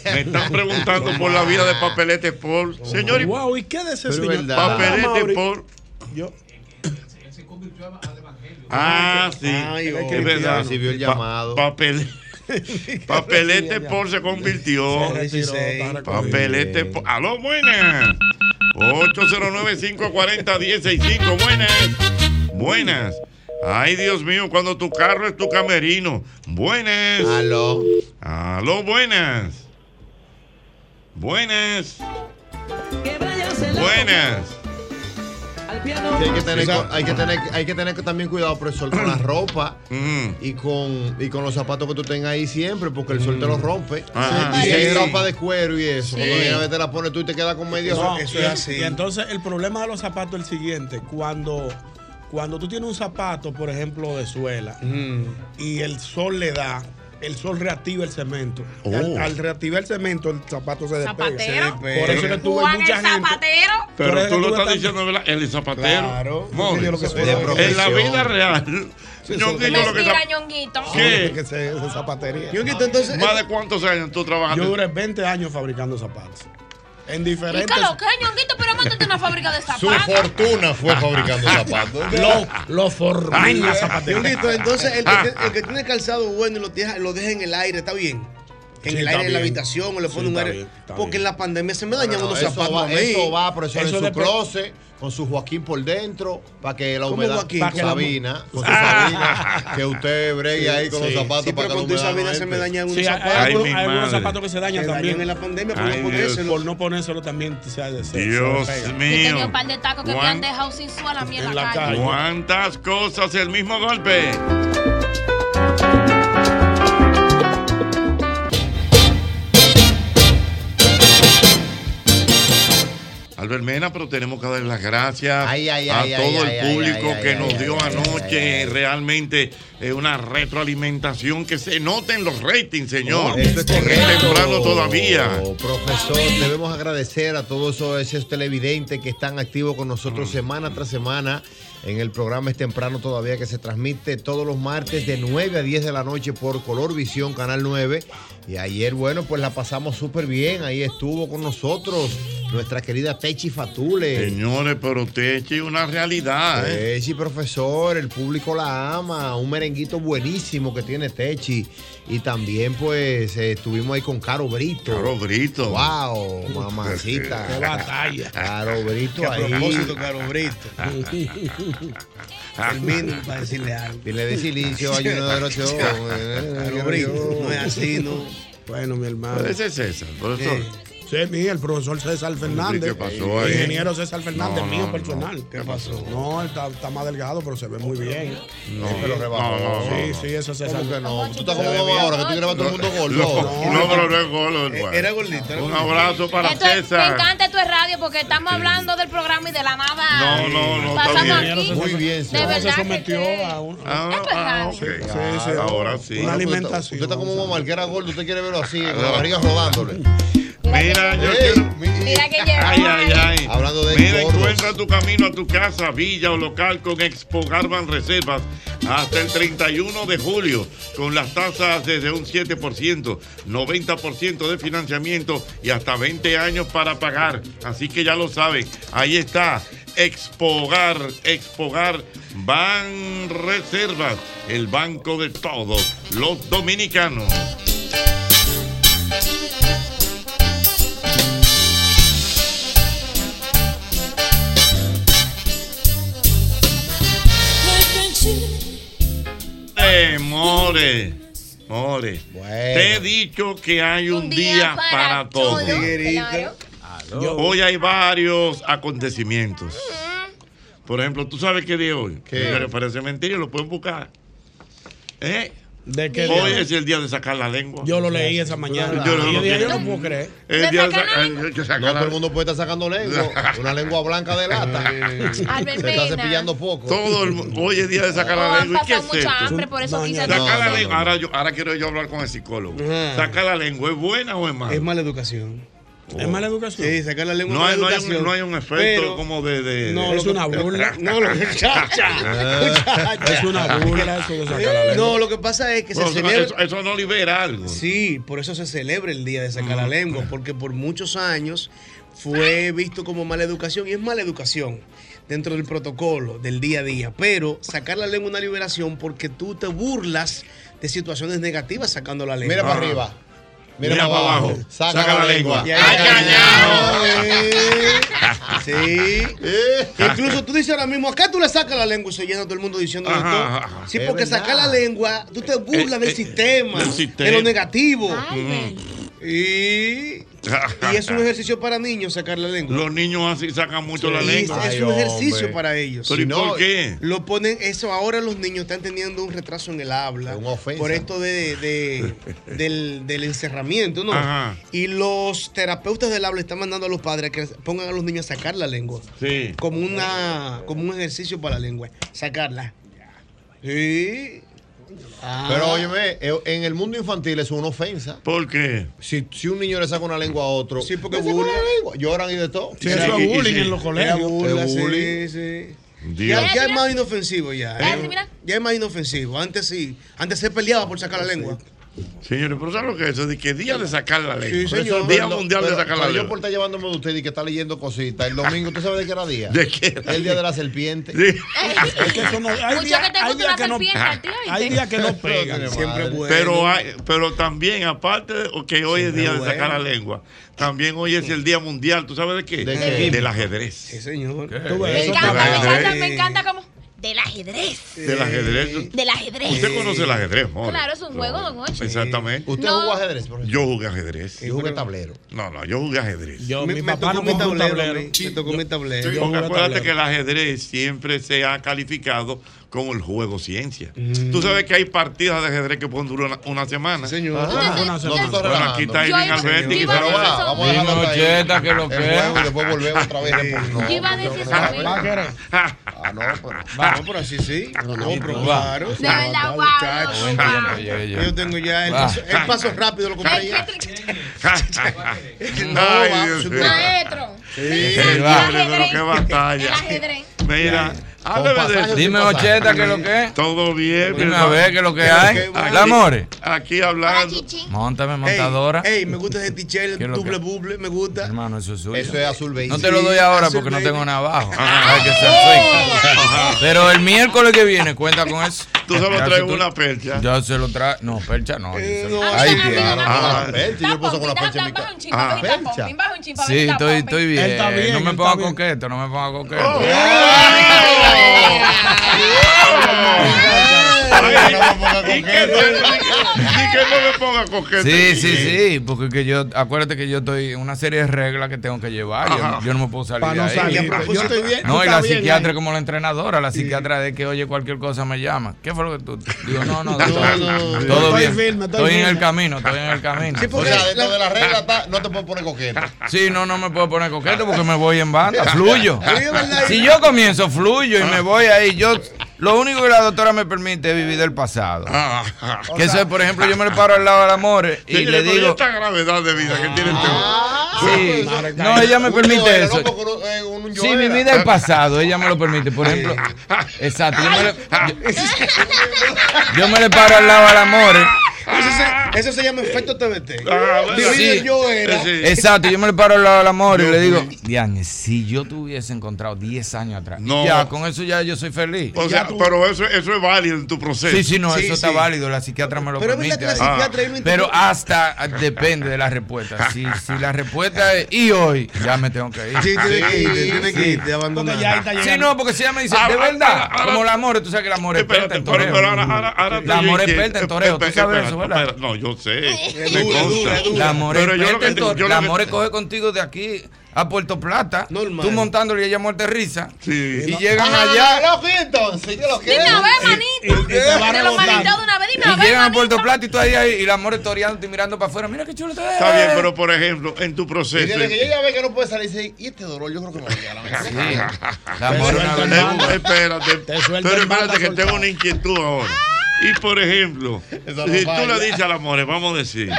Me están preguntando por la vida de Papelete Paul. Señor, Wow, ¿y qué de ese Pero señor? verdad. Nada, Papelete Mauri. por- Yo. Ah, sí. Ay, oh, es verdad. Recibió el Pa- llamado. papel- papelete por se convirtió. Papelete por. ¡Aló, buenas! 809-540-165. Buenas. Buenas. Ay, Dios mío, cuando tu carro es tu camerino. Buenas. Aló. Aló, buenas. Buenas. Buenas. Sí, hay, que tener, Esa- hay, que tener, hay que tener también cuidado, profesor, con la Mm. ropa y, con, y con los zapatos que tú tengas ahí siempre, porque el sol te Mm. los rompe. Ah. Y si Sí. hay ropa de cuero y eso, Sí. cuando viene a ver te la pones tú y te quedas con medio No, y- Y entonces el problema de los zapatos es el siguiente. Cuando, cuando tú tienes un zapato, por ejemplo, de suela, Mm. y el sol le da, el sol reactiva el cemento. Y al, Oh. al reactivar el cemento, el zapato se despega. ¿Zapatero? Se despega. Por eso que tú ves Juan mucha el gente. zapatero. Pero Pero tú tú lo estás estás- diciendo, ¿verdad? El zapatero. Claro. Mori. Yo lo que soy de en la profesión. vida real. Ñonguito, lo que Mentira, está- ñonguito. ¿Qué? Que se, se zapatería. este ¿Más de cuántos años tú trabajas? Yo duré 20 años fabricando zapatos. En ¿Y diferentes. qué lo que, ñonguito? Pero mándate una fábrica de zapatos. fortuna fue fabricando zapatos. Lo, lo formé en la zapatería. Yunguito, entonces el que, el que tiene calzado bueno y lo deja, lo deja en el aire, está bien. En Sí, el está aire de la bien. habitación, o le Sí, pone un está aire. bien, está porque en la pandemia se me dañan unos eso zapatos. Va, a mí. eso va, profesor, Eso en su depende- closet, con su Joaquín por dentro, para que la ¿Cómo humedad. Joaquín? Para que Ah. Sabina, con su Sabina, que usted bregue Sí, ahí con sí. los zapatos Sí, pero para que la con tu humedad. Sabina no se me entre. dañan Sí, hay, hay Ay, algunos, mi hay algunos madre. zapatos que se dañan Se también. dañan en la pandemia por no Ay, Dios. ponérselo. Por no ponérselo también se ha de se- se Dios pega. Yo he tenido mío. un par de tacos que me Juan. han dejado sin suela a mí en, la, calle. ¿Cuántas cosas el mismo golpe? Albert Mena, pero tenemos que dar las gracias ay, a ay, todo ay, ay, el público ay, que ay, nos ay, dio ay, anoche realmente eh, una retroalimentación que se nota en los ratings, señor. Oh, esto es correcto. temprano todavía. Profesor, debemos agradecer a todos esos, esos televidentes que están activos con Mm. nosotros semana tras semana en el programa Es Temprano Todavía que se transmite todos los martes de 9 a 10 de la noche por Color Visión, Canal 9. Y ayer, bueno, pues la pasamos súper bien. Ahí estuvo con nosotros nuestra querida Techi Fatule. Señores, pero Techi es una realidad. ¿eh? Techi, profesor, el público la ama. Un merenguito buenísimo que tiene Techi. Y también, pues, eh, estuvimos ahí con Caro Brito. Caro Brito. ¡Wow! Mamacita. Qué batalla. Caro Brito Que a ahí. propósito, Caro Brito. Ah, El mínimo para decirle algo. Ah. Dile de silicio, ayuno de oración. eh, Caro Brito, no es así, ¿no? Bueno, mi hermano. Pero ese es César, profesor. Sí, mira, el profesor César Fernández. ¿Qué pasó ahí? Ingeniero César Fernández, No, mío no, personal. no. ¿Qué pasó? No, él está, está más delgado, pero se ve muy bien. No, Sí, pero rebajó. no, no, no, sí, no. sí, ese es César. ¿Cómo que no? Tú estás Se como ve bobo bien. ahora, que tú quieres ver a todo el mundo No, gordo. no, Eh, pero no es gordo. hermano. Era gordito. Un abrazo para Esto es- me César. encanta esto es radio porque estamos hablando del programa y de la nada. No, no, no, está Pasamos bien. aquí. Muy bien, De señor. verdad. Se sometió a un. Ah, Esto es radio. ok. Ahora sí. Ah, Una alimentación. Usted está como mamá, el que era gordo, usted quiere verlo así, con la No. barriga rodándole. Mira, yo Ey, quiero- Mira que llegó. Ay, ay, ay. Hablando de Mira, gordos. encuentra tu camino a tu casa, villa o local con Expo Garban Reservas hasta el 31 de julio con las tasas desde un 7%, 90% de financiamiento y hasta 20 años para pagar. Así que ya lo saben, ahí está. Expogar, Expogar, Ban Reservas, el banco de todos los dominicanos. Eh, more, more. Te he dicho que hay un, día, para, todo. Yo- Hoy hay varios acontecimientos. Por ejemplo, ¿tú sabes qué día es hoy? Pero parece mentira, lo pueden buscar. ¿Eh? qué día? hoy es el día de sacar la lengua. Yo lo leí esa mañana. Yo no lo Y yo dije, yo quiero. Eh, no puedo creer. El día de sacar- No todo el mundo puede estar sacando lengua. Una lengua blanca de lata. Se está Albermena. cepillando poco. Todo el mu- hoy es día de sacar Oh, la han lengua. ¿Y qué es pasado mucha esto? hambre, por eso quizás Sacar no- la No, no, lengua. Ahora, yo- ahora quiero yo hablar con el psicólogo. ¿Sacar la lengua es buena o es mala? Es mala educación. ¿Es mala educación? Sí, sacar la lengua No es hay, no mala hay un, educación. no hay un efecto Pero- como de. de- No, de- Ah. lo que- No, lo que. Muchacha. Es una burla eso de sacar la lengua. No, lo que pasa es que Bueno, se eso- celebra. eso- no libera algo. Sí, por eso se celebra el Día de Sacar Mm, la Lengua, porque por muchos años fue visto como mala educación y es mala educación dentro del protocolo del día a día. Pero sacar la lengua es una liberación porque tú te burlas de situaciones negativas sacando la lengua. Ah. Mira para arriba. Mira, para abajo. Saca, la, lengua. Y ahí- Sí. Eh. Incluso tú dices ahora mismo, acá tú le sacas la lengua y se llena todo el mundo diciendo Ajá, esto. ajá, ajá. Sí, Es porque verdad. sacar la lengua, tú te burlas del, eh, sistema, del sistema. de lo negativo. Ay, Mm. Y, y es un ejercicio para niños sacar la lengua. Mm. Los niños así sacan mucho la Y lengua. Es, es un ejercicio para ellos. ¿Pero y Si no, por qué? Lo ponen, eso ahora los niños están teniendo un retraso en el habla. Por esto de, de- del, del encerramiento, ¿no? Ajá. Y los terapeutas del habla están mandando a los padres que pongan a los niños a sacar la lengua. Sí. Como una, como un ejercicio para la lengua. Sacarla. Sí. Pero óyeme, eh, en el mundo infantil es una ofensa. ¿Por qué? Si, si un niño le saca una lengua a otro, sí, porque burla. lloran y de todo. Sí, eso es bullying en los colegios. Es Era bullying. bullying. Dios. Ya, ya es más inofensivo ya. Ya, ¿eh? sí, mira. Ya es más inofensivo. Antes sí. Antes se peleaba por sacar la lengua. Señores, pero ¿sabes lo que es eso? De que día de sacar la lengua. Sí, señor. Día Pero- mundial pero- de sacar la pero Yo lengua. por estar llevándome de usted y que está leyendo cositas. El domingo, ¿tú sabes de qué era día? ¿De qué? El día de la serpiente. Es que eso no- hay Mucho días- que te hay gusta días una que no- Ah, serpiente, al tío, ¿oíste? Hay días que no pegan. Pero tiene madre. Pero, hay- pero también, aparte de que hoy es día de sacar la lengua, también hoy es el día mundial, ¿tú sabes de qué? ¿De qué? Del ajedrez. Sí, señor. Me Del encanta, me encanta, ajedrez. me encanta como. Del ajedrez. Del ajedrez. Del ajedrez. Usted conoce el ajedrez, more. Claro, es un juego, don Ocho. Exactamente. ¿Usted No. jugó ajedrez, Yo jugué ajedrez. Yo jugué tablero. No, no, yo jugué ajedrez. Yo, Me- mi me papá tocó no mi compró un tablero, tablero. me- me tocó mi tablero. Yo Porque jugué acuérdate tablero. que el ajedrez siempre se ha calificado como el juego ciencia. Tú sabes que hay partidas de ajedrez que pueden durar una, una semana. Señor. Ah, Una semana. una semana. Bueno, aquí está Yo Irving iba- Alberti. yo que iba se lo a va. decir eso. Vamos a dejarlo hasta ahí. Ochenta, que lo El que. juego y después volvemos otra vez. Yo iba a decir eso Ah, mismo. ¿va a querer? Ah, no, pero. Vamos, pero así sí. No, pero claro. De verdad, guau, Muchacho. loco, Ah, guau. Yo tengo ya el Va. paso, el paso rápido, lo compré Ay, ya. no, Ay, va, Dios su- mío. Maestro. Sí, Sí, señores, va. pero qué El batalla. ajedrez. Mira, Con hábleme de pasajes eso. y Dime, pasajes. Ocheta, ¿qué es lo que es? Todo bien, Dime ¿verdad? a ver, ¿qué es lo que hay? Aquí- La More. Aquí hablando. Montame, Ey, montadora. Ey, me gusta ese tichel, ¿Qué es lo doble buble, me gusta. Hermano, eso es suyo. Eso es azul beige. No te lo Sí, doy ahora azul porque no beige. tengo nada abajo. Hay que Oh. ser swing. Pero el miércoles que viene, cuenta con eso. Tú solo Ya traes si tú- una percha. Eh, Yo se lo traigo. No, percha no. yo se lo- no, Ahí no, tiene. no, no, Ah. Ah, no, percha. Yo puse con la percha en mi Baja un chin, baja un chin, percha. baja un chin, baja un Sí, chin, estoy, baja un estoy chin. bien. Él está bien, No me él ponga está bien. coqueto, no me ponga coqueto. Oh, Y que no y que no me ponga coquete. Sí, sí, sí, porque que yo, acuérdate que yo estoy en una serie de reglas que tengo que llevar, yo, Ajá. no- yo no me puedo salir Pa' no de ahí. salir, Ya, pero yo estoy bien, tú no, y estás la bien psiquiatra ahí. como la entrenadora, la psiquiatra de que oye cualquier cosa me llama. ¿Qué fue lo que tú? Digo, no, no, No, doctora, no, todo estoy bien. firme, estoy estoy en el firme. camino, estoy en el camino. Sí, porque dentro de la regla está, no te puedes poner coqueto. Sí, no, no me puedo poner coqueto porque me voy en banda, fluyo. Sí, es verdad. Si yo comienzo, fluyo y me voy ahí. Yo, lo único que la doctora me permite es vivir del pasado. Que eso es, por ejemplo, yo me le paro al lado del amor y le Señores, pero digo. Ah, esta gravedad de vida que tiene este Sí, no, ella me permite eso. Sí, mi vida del pasado, ella me lo permite. Por ejemplo, exacto, yo me le, yo- yo me le paro al lado al amor eh. Eso se, eso se llama efecto TBT. Digo, Ah, Sí. yo era. Sí. Exacto, yo me le paro al lado del amor y le digo, Diane, si yo te hubiese encontrado 10 años atrás, No. ya, con eso ya yo soy feliz. O sea, pero eso, eso es válido en tu proceso. Sí, sí, no, eso está válido, la psiquiatra me lo Pero es permite. verdad que la ahí. psiquiatra ahí no pero interrumpe. hasta ah, depende de la respuesta. Si, si la respuesta es y hoy, ya me tengo que ir. Sí, tienes que irte, Sí, tienes que sí. irte, abandonar. Porque ya ahí está Sí, llegando. no, porque si ella me dice, Ah, de ah, verdad, ah, ah, como el amor, tú sabes que el amor es experta en toreo. El amor es experta en toreo, tú sabes eso, ¿verdad? No, yo sé. Me consta. La amor es Pero yo lo experta que- en yo toreo. lo La que- more coge contigo de aquí a Puerto Plata. Tú montándole y ella muerte de risa. Y llegan Ajá, allá. no fui entonces, yo lo Dime a ver, manito. y te van De los rebotando. manitos de una vez, dime a Y ver. llegan a Puerto Plata y tú ahí, ahí, y la more toreando y mirando para afuera. Mira qué chulo está. Está bien, pero por ejemplo, en tu Y proceso. eh, desde que yo ya ve que no puede salir, dice, y este dolor yo creo que me voy a la mesa. La morona Espérate, espérate. eh, pero espérate que tengo una inquietud ahora. Y por ejemplo, Eso no si tú falla. le dices a la more, vamos a decir,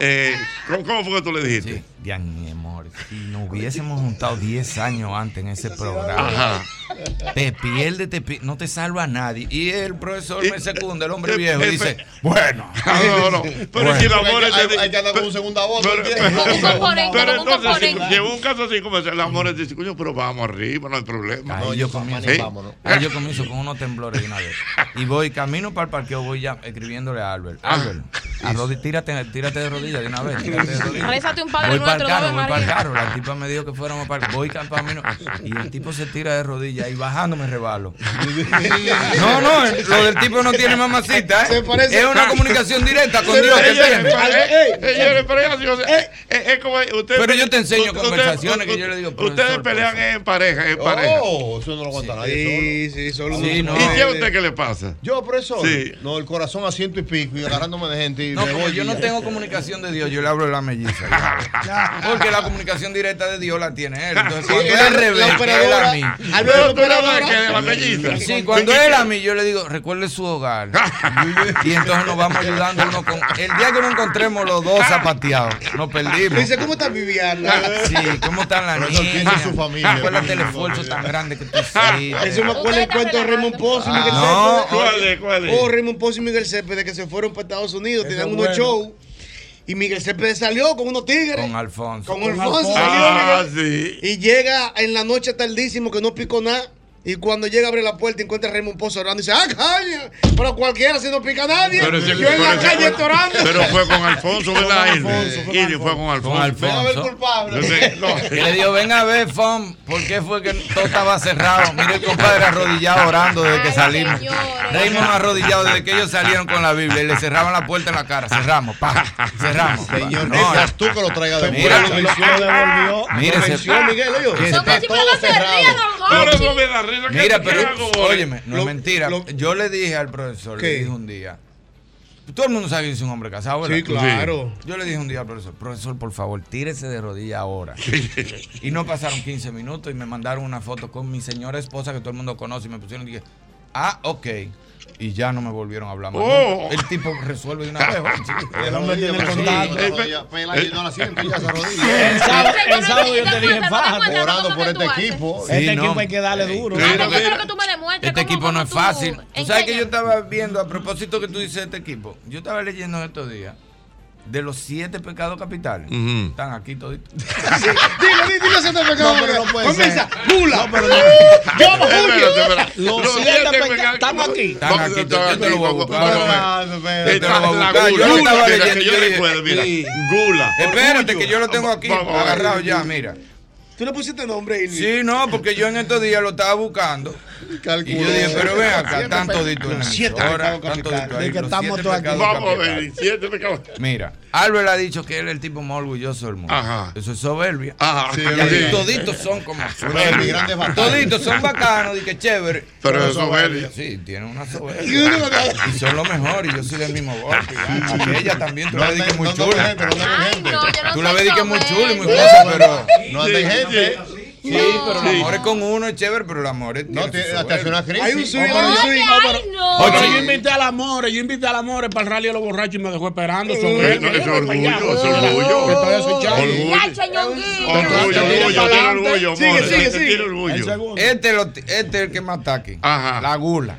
eh, ¿cómo, cómo fue que tú le dijiste? Diane, mi amor, si nos hubiésemos juntado 10 años antes en ese programa, Ajá. te pierde, te pi- no te salva a nadie. Y el profesor me secunda, el hombre eh, viejo, eh, dice, bueno. Ah, No, no, pero si la more hay, te- hay que andar con un segunda voz. ¿tú entiendes? Pero, Segunda voz. pero entonces, si, si en un caso así como ese, la more dice, coño, pero vamos arriba, no hay problema. Ahí yo comienzo, ¿Sí? ahí yo comienzo con unos temblores de una vez. Y voy camino para el parqueo, voy ya escribiéndole a Albert. Ah. Albert, arrodi- tírate, tírate de rodillas de una vez. Tírate de rodillas. Rézate un Padre voy para el Nuestro, carro, Ave voy para el María. carro. La tipa me dijo que fuéramos para el Voy al camino y el tipo se tira de rodillas y bajando me rebalo. No, no, lo del tipo no tiene mamacita. ¿eh? Se parece- Es una comunicación directa con Se Dios. que parece- tiene. Eh, eh, señores, pero es así, o sea, es- es como- ustedes- Pero yo te enseño ustedes- conversaciones que yo le digo, Ustedes profesor, pelean en pareja, en pareja. Oh, eso no lo aguanta Sí, nadie. sí, solo. Sí, no. ¿Y qué a usted qué le pasa? Yo, profesor. Sí. No, el corazón a ciento y pico y agarrándome de gente. Y No, me como voy yo y no ya. tengo comunicación de Dios, yo le hablo a la melliza. ya. Porque la comunicación directa de Dios la tiene él. Entonces, Sí, cuando la- es al revés, la operadora- él a mí. Ah, no, la operadora que de la melliza. Sí, cuando él a mí, yo le digo, recuerde su hogar. y entonces nos vamos ayudando uno con. El día que nos encontremos los dos zapateados, nos perdimos. Dice, ¿cómo estás, Viviana? Ah, Sí, ¿cómo están las Profesor, niñas? ¿quién es su familia? Acuérdate el esfuerzo tan grande que tú hiciste. Eso me acuerda el cuento de Raymond Pozo y Ah, Miguel no. Céspedes. ¿Cuál es, cuál es? Oh, Raymond Pozo y Miguel Céspedes que se fueron para Estados Unidos, tenían es unos bueno. shows. Y Miguel Céspedes salió con unos tigres. Con Alfonso. Con Alfonso salió Ah, Miguel. sí. Y llega en la noche tardísimo que no picó nada. Y cuando llega abre la puerta y encuentra a Raymond Pozo orando y dice, ¡ah, caña! Pero cualquiera si no pica a nadie. Pero ese- Yo en pero la ese calle fue- orando. Pero fue con Alfonso, ¿verdad? Irving? Irving fue con Alfonso. Con Alfonso. Yo sé, no. Y le digo, ven a ver, Fon, ¿por qué fue que todo estaba cerrado? Mira el compadre arrodillado orando desde que salimos. Raymond arrodillado desde que ellos salieron con la Biblia y le cerraban la puerta en la cara. Cerramos, pa, cerramos. pa. Señor, No, quizás tú que lo traigas de Mira, vuelta. Mira, Lo se- venció Miguel, oye. ¿Qué Son se- casi Todo cerrado. Pero eso me da risa, ¿qué Mira, te pero hago, boy? óyeme, no es mentira. Yo le dije al profesor, le dije un día. Todo el mundo sabe que yo soy un hombre casado, ¿verdad? Sí, claro. Yo le dije un día al profesor, profesor, por favor, tírese de rodillas ahora. y no pasaron 15 minutos y me mandaron una foto con mi señora esposa que todo el mundo conoce y me pusieron y dije, ah, ok. Y ya no me volvieron a hablar más. Oh. nunca. El tipo resuelve de una vez. El hombre tiene el contacto. La rodilla, pela y no la siento, ya se arrodilla. El sábado- el sábado yo te dije, fájate. Orando por este equipo. Sí, Este no. equipo hay que darle duro. Ah, Este equipo no es fácil. Tú sabes que yo estaba viendo, a propósito que tú dices de este equipo, yo estaba leyendo en estos días de los siete pecados capitales. Ujú. Están aquí toditos. Dilo, dilo, dilo, siete pecados. No, pero no puede Comienza, ser. bula. No, pero no. Yo Espérate, julio. espérate. Los siete pecados- Estamos aquí. Están aquí toditos. Yo te lo voy a buscar. Yo te lo voy a La buscar. Yo lo gula, estaba mira, que leyendo. yo y dije, recuerdo, mira, sí. gula. Espérate, Orgullo. que yo lo tengo aquí Vamos a ver. agarrado ya, mira. ¿Tú le pusiste nombre, Irving? Sí, no, porque yo en estos días lo estaba buscando. Y yo dije, pero ven acá, Siete tanto pecados. dito en la Los siete emisora, pecados tanto capitales. dito ahí, De que los estamos siete todos aquí. pecados Vamos a capitales. ver, siete pecados. Mira, Albert ha dicho que él es el tipo más orgulloso del mundo. Eso es soberbia. Ajá. Sí, Y aquí sí. toditos son como mi grande soberbios. batalla. Toditos son bacanos, y que chévere. Pero son es soberbia. soberbios. Sí, tienen una soberbia. y son los mejores. y Yo soy del mismo golpe. ya. Ella también, tú la ves di que es muy chula. Tú la ves di que es muy chula y muy cosa, pero. No anden gente. Sí, pero el amor es con uno, es chévere, pero el amor es. No, tiene- hasta hace una crisis. Hay un Oye, Ay, oye, no. oye, Oye. yo invité al amor, yo invité al amor para el rally de los borrachos y me dejó esperando. Eh, no, es orgullo, es orgullo. Estoy escuchando. Ya, cheñonguito. Orgullo, orgullo, tiene orgullo, Sigue, amor. sigue, Este sigue. tiene orgullo. El segundo. Este, lo- este es el que más ataque. Ajá. La gula.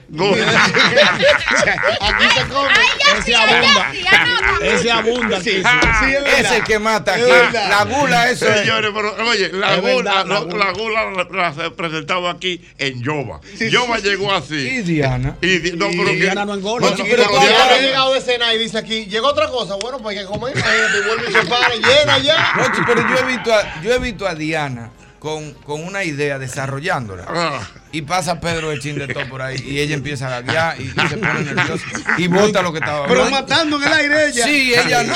Aquí se come. Ese abunda. Ese abunda. Ah, es el que mata aquí. La gula, eso es. Señores, pero, oye, la Es gula, verdad, la la, gula. la gula la, la presentaba aquí en Yoba. Yoba llegó así. Y Diana. Y, Di- no, pero que- No, No, chiquito, pero cuando Diana- ha llegado de cena y dice aquí, llegó otra cosa, bueno, pues hay que comer, imagínate, y vuelve y se para, llena ya. Rochi, pero yo he visto a, yo he visto a Diana con, con una idea desarrollándola. Y pasa Pedro el chin de todo por ahí y ella empieza a gaguear y, y se pone nerviosa y bota lo que estaba Pero hablando. matando en el aire ella. Sí, ella no.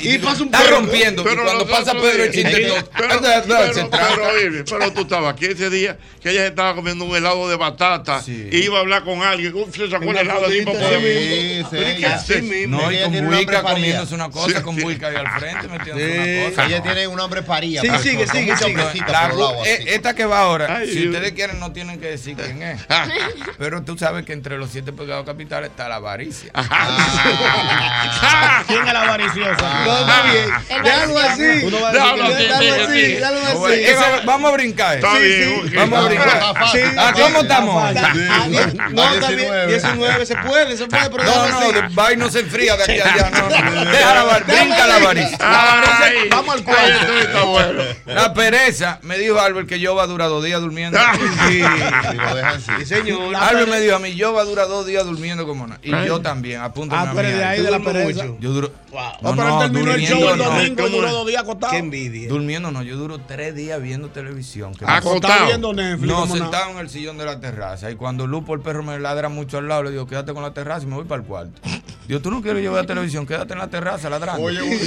Y pasa un Está perro. rompiendo. y cuando pasa Pedro el chin de todo. Pero, pero, pero, oye, pero tú estabas aquí ese día que ella se estaba comiendo un helado de batata y iba a hablar con alguien. Uf, se sacó el Una helado de fotito, tipo por sí, el- sí, Pero es que ella- así mismo. No, y Ella con tiene un Buica hambre comiéndose una cosa, Sí, con sí. Buica ahí al frente metiéndose Sí. una cosa. Ella tiene un hambre paría, Sí, pero sigue, con sigue, mucha sigue. hambrecita La por los gu- lados eh, así. Esta que va ahora, Ay, si Dios. ustedes quieren, no tienen que decir quién es. Ah. Pero tú sabes que entre los siete pecados capitales está la avaricia. Ah. ¿Quién es la avariciosa? No, está bien. El Déjalo avaricioso. así. Ah. Uno va a Déjalo decir que- así, déjalo así, déjalo así. Esa- vamos a brincar. Está Sí, bien, sí. ok. Vamos a brincar. Está fácil, Sí, está ¿Ah, ¿Cómo fácil. estamos? Está fácil. Ah, bien. No, está bien. 19 se puede, se puede, pero No, déjalo Ah, no, así. de- va y no se enfría de aquí a allá. No, no. Deja la var- brinca la avaricia. La avaricia- Vamos al cuarto. La pereza, me dijo Albert que yo va a durar dos días durmiendo. Ah. Sí, lo dejan así. Sí, señor. Albert me dijo a mí, yo va a durar dos días durmiendo como nada. Y Ay. yo también, apúntame Ah, a pero mí, de Albert. ahí de la Yo durmo pereza. mucho. Yo duro. No, pero él terminó el show el durmiendo no. domingo y duró dos días acostado. Qué envidia. Durmiendo no, yo duro tres días viendo televisión. que Acostado. no- Acostado viendo Netflix, Ah, No, como nada. sentado en el sillón de la terraza. Y cuando Lupo, el perro, me ladra mucho al lado, le digo, quédate con la terraza y me voy para el cuarto. Digo, tú no quieres llevar la televisión, quédate en la terraza ladrando. Oye, un,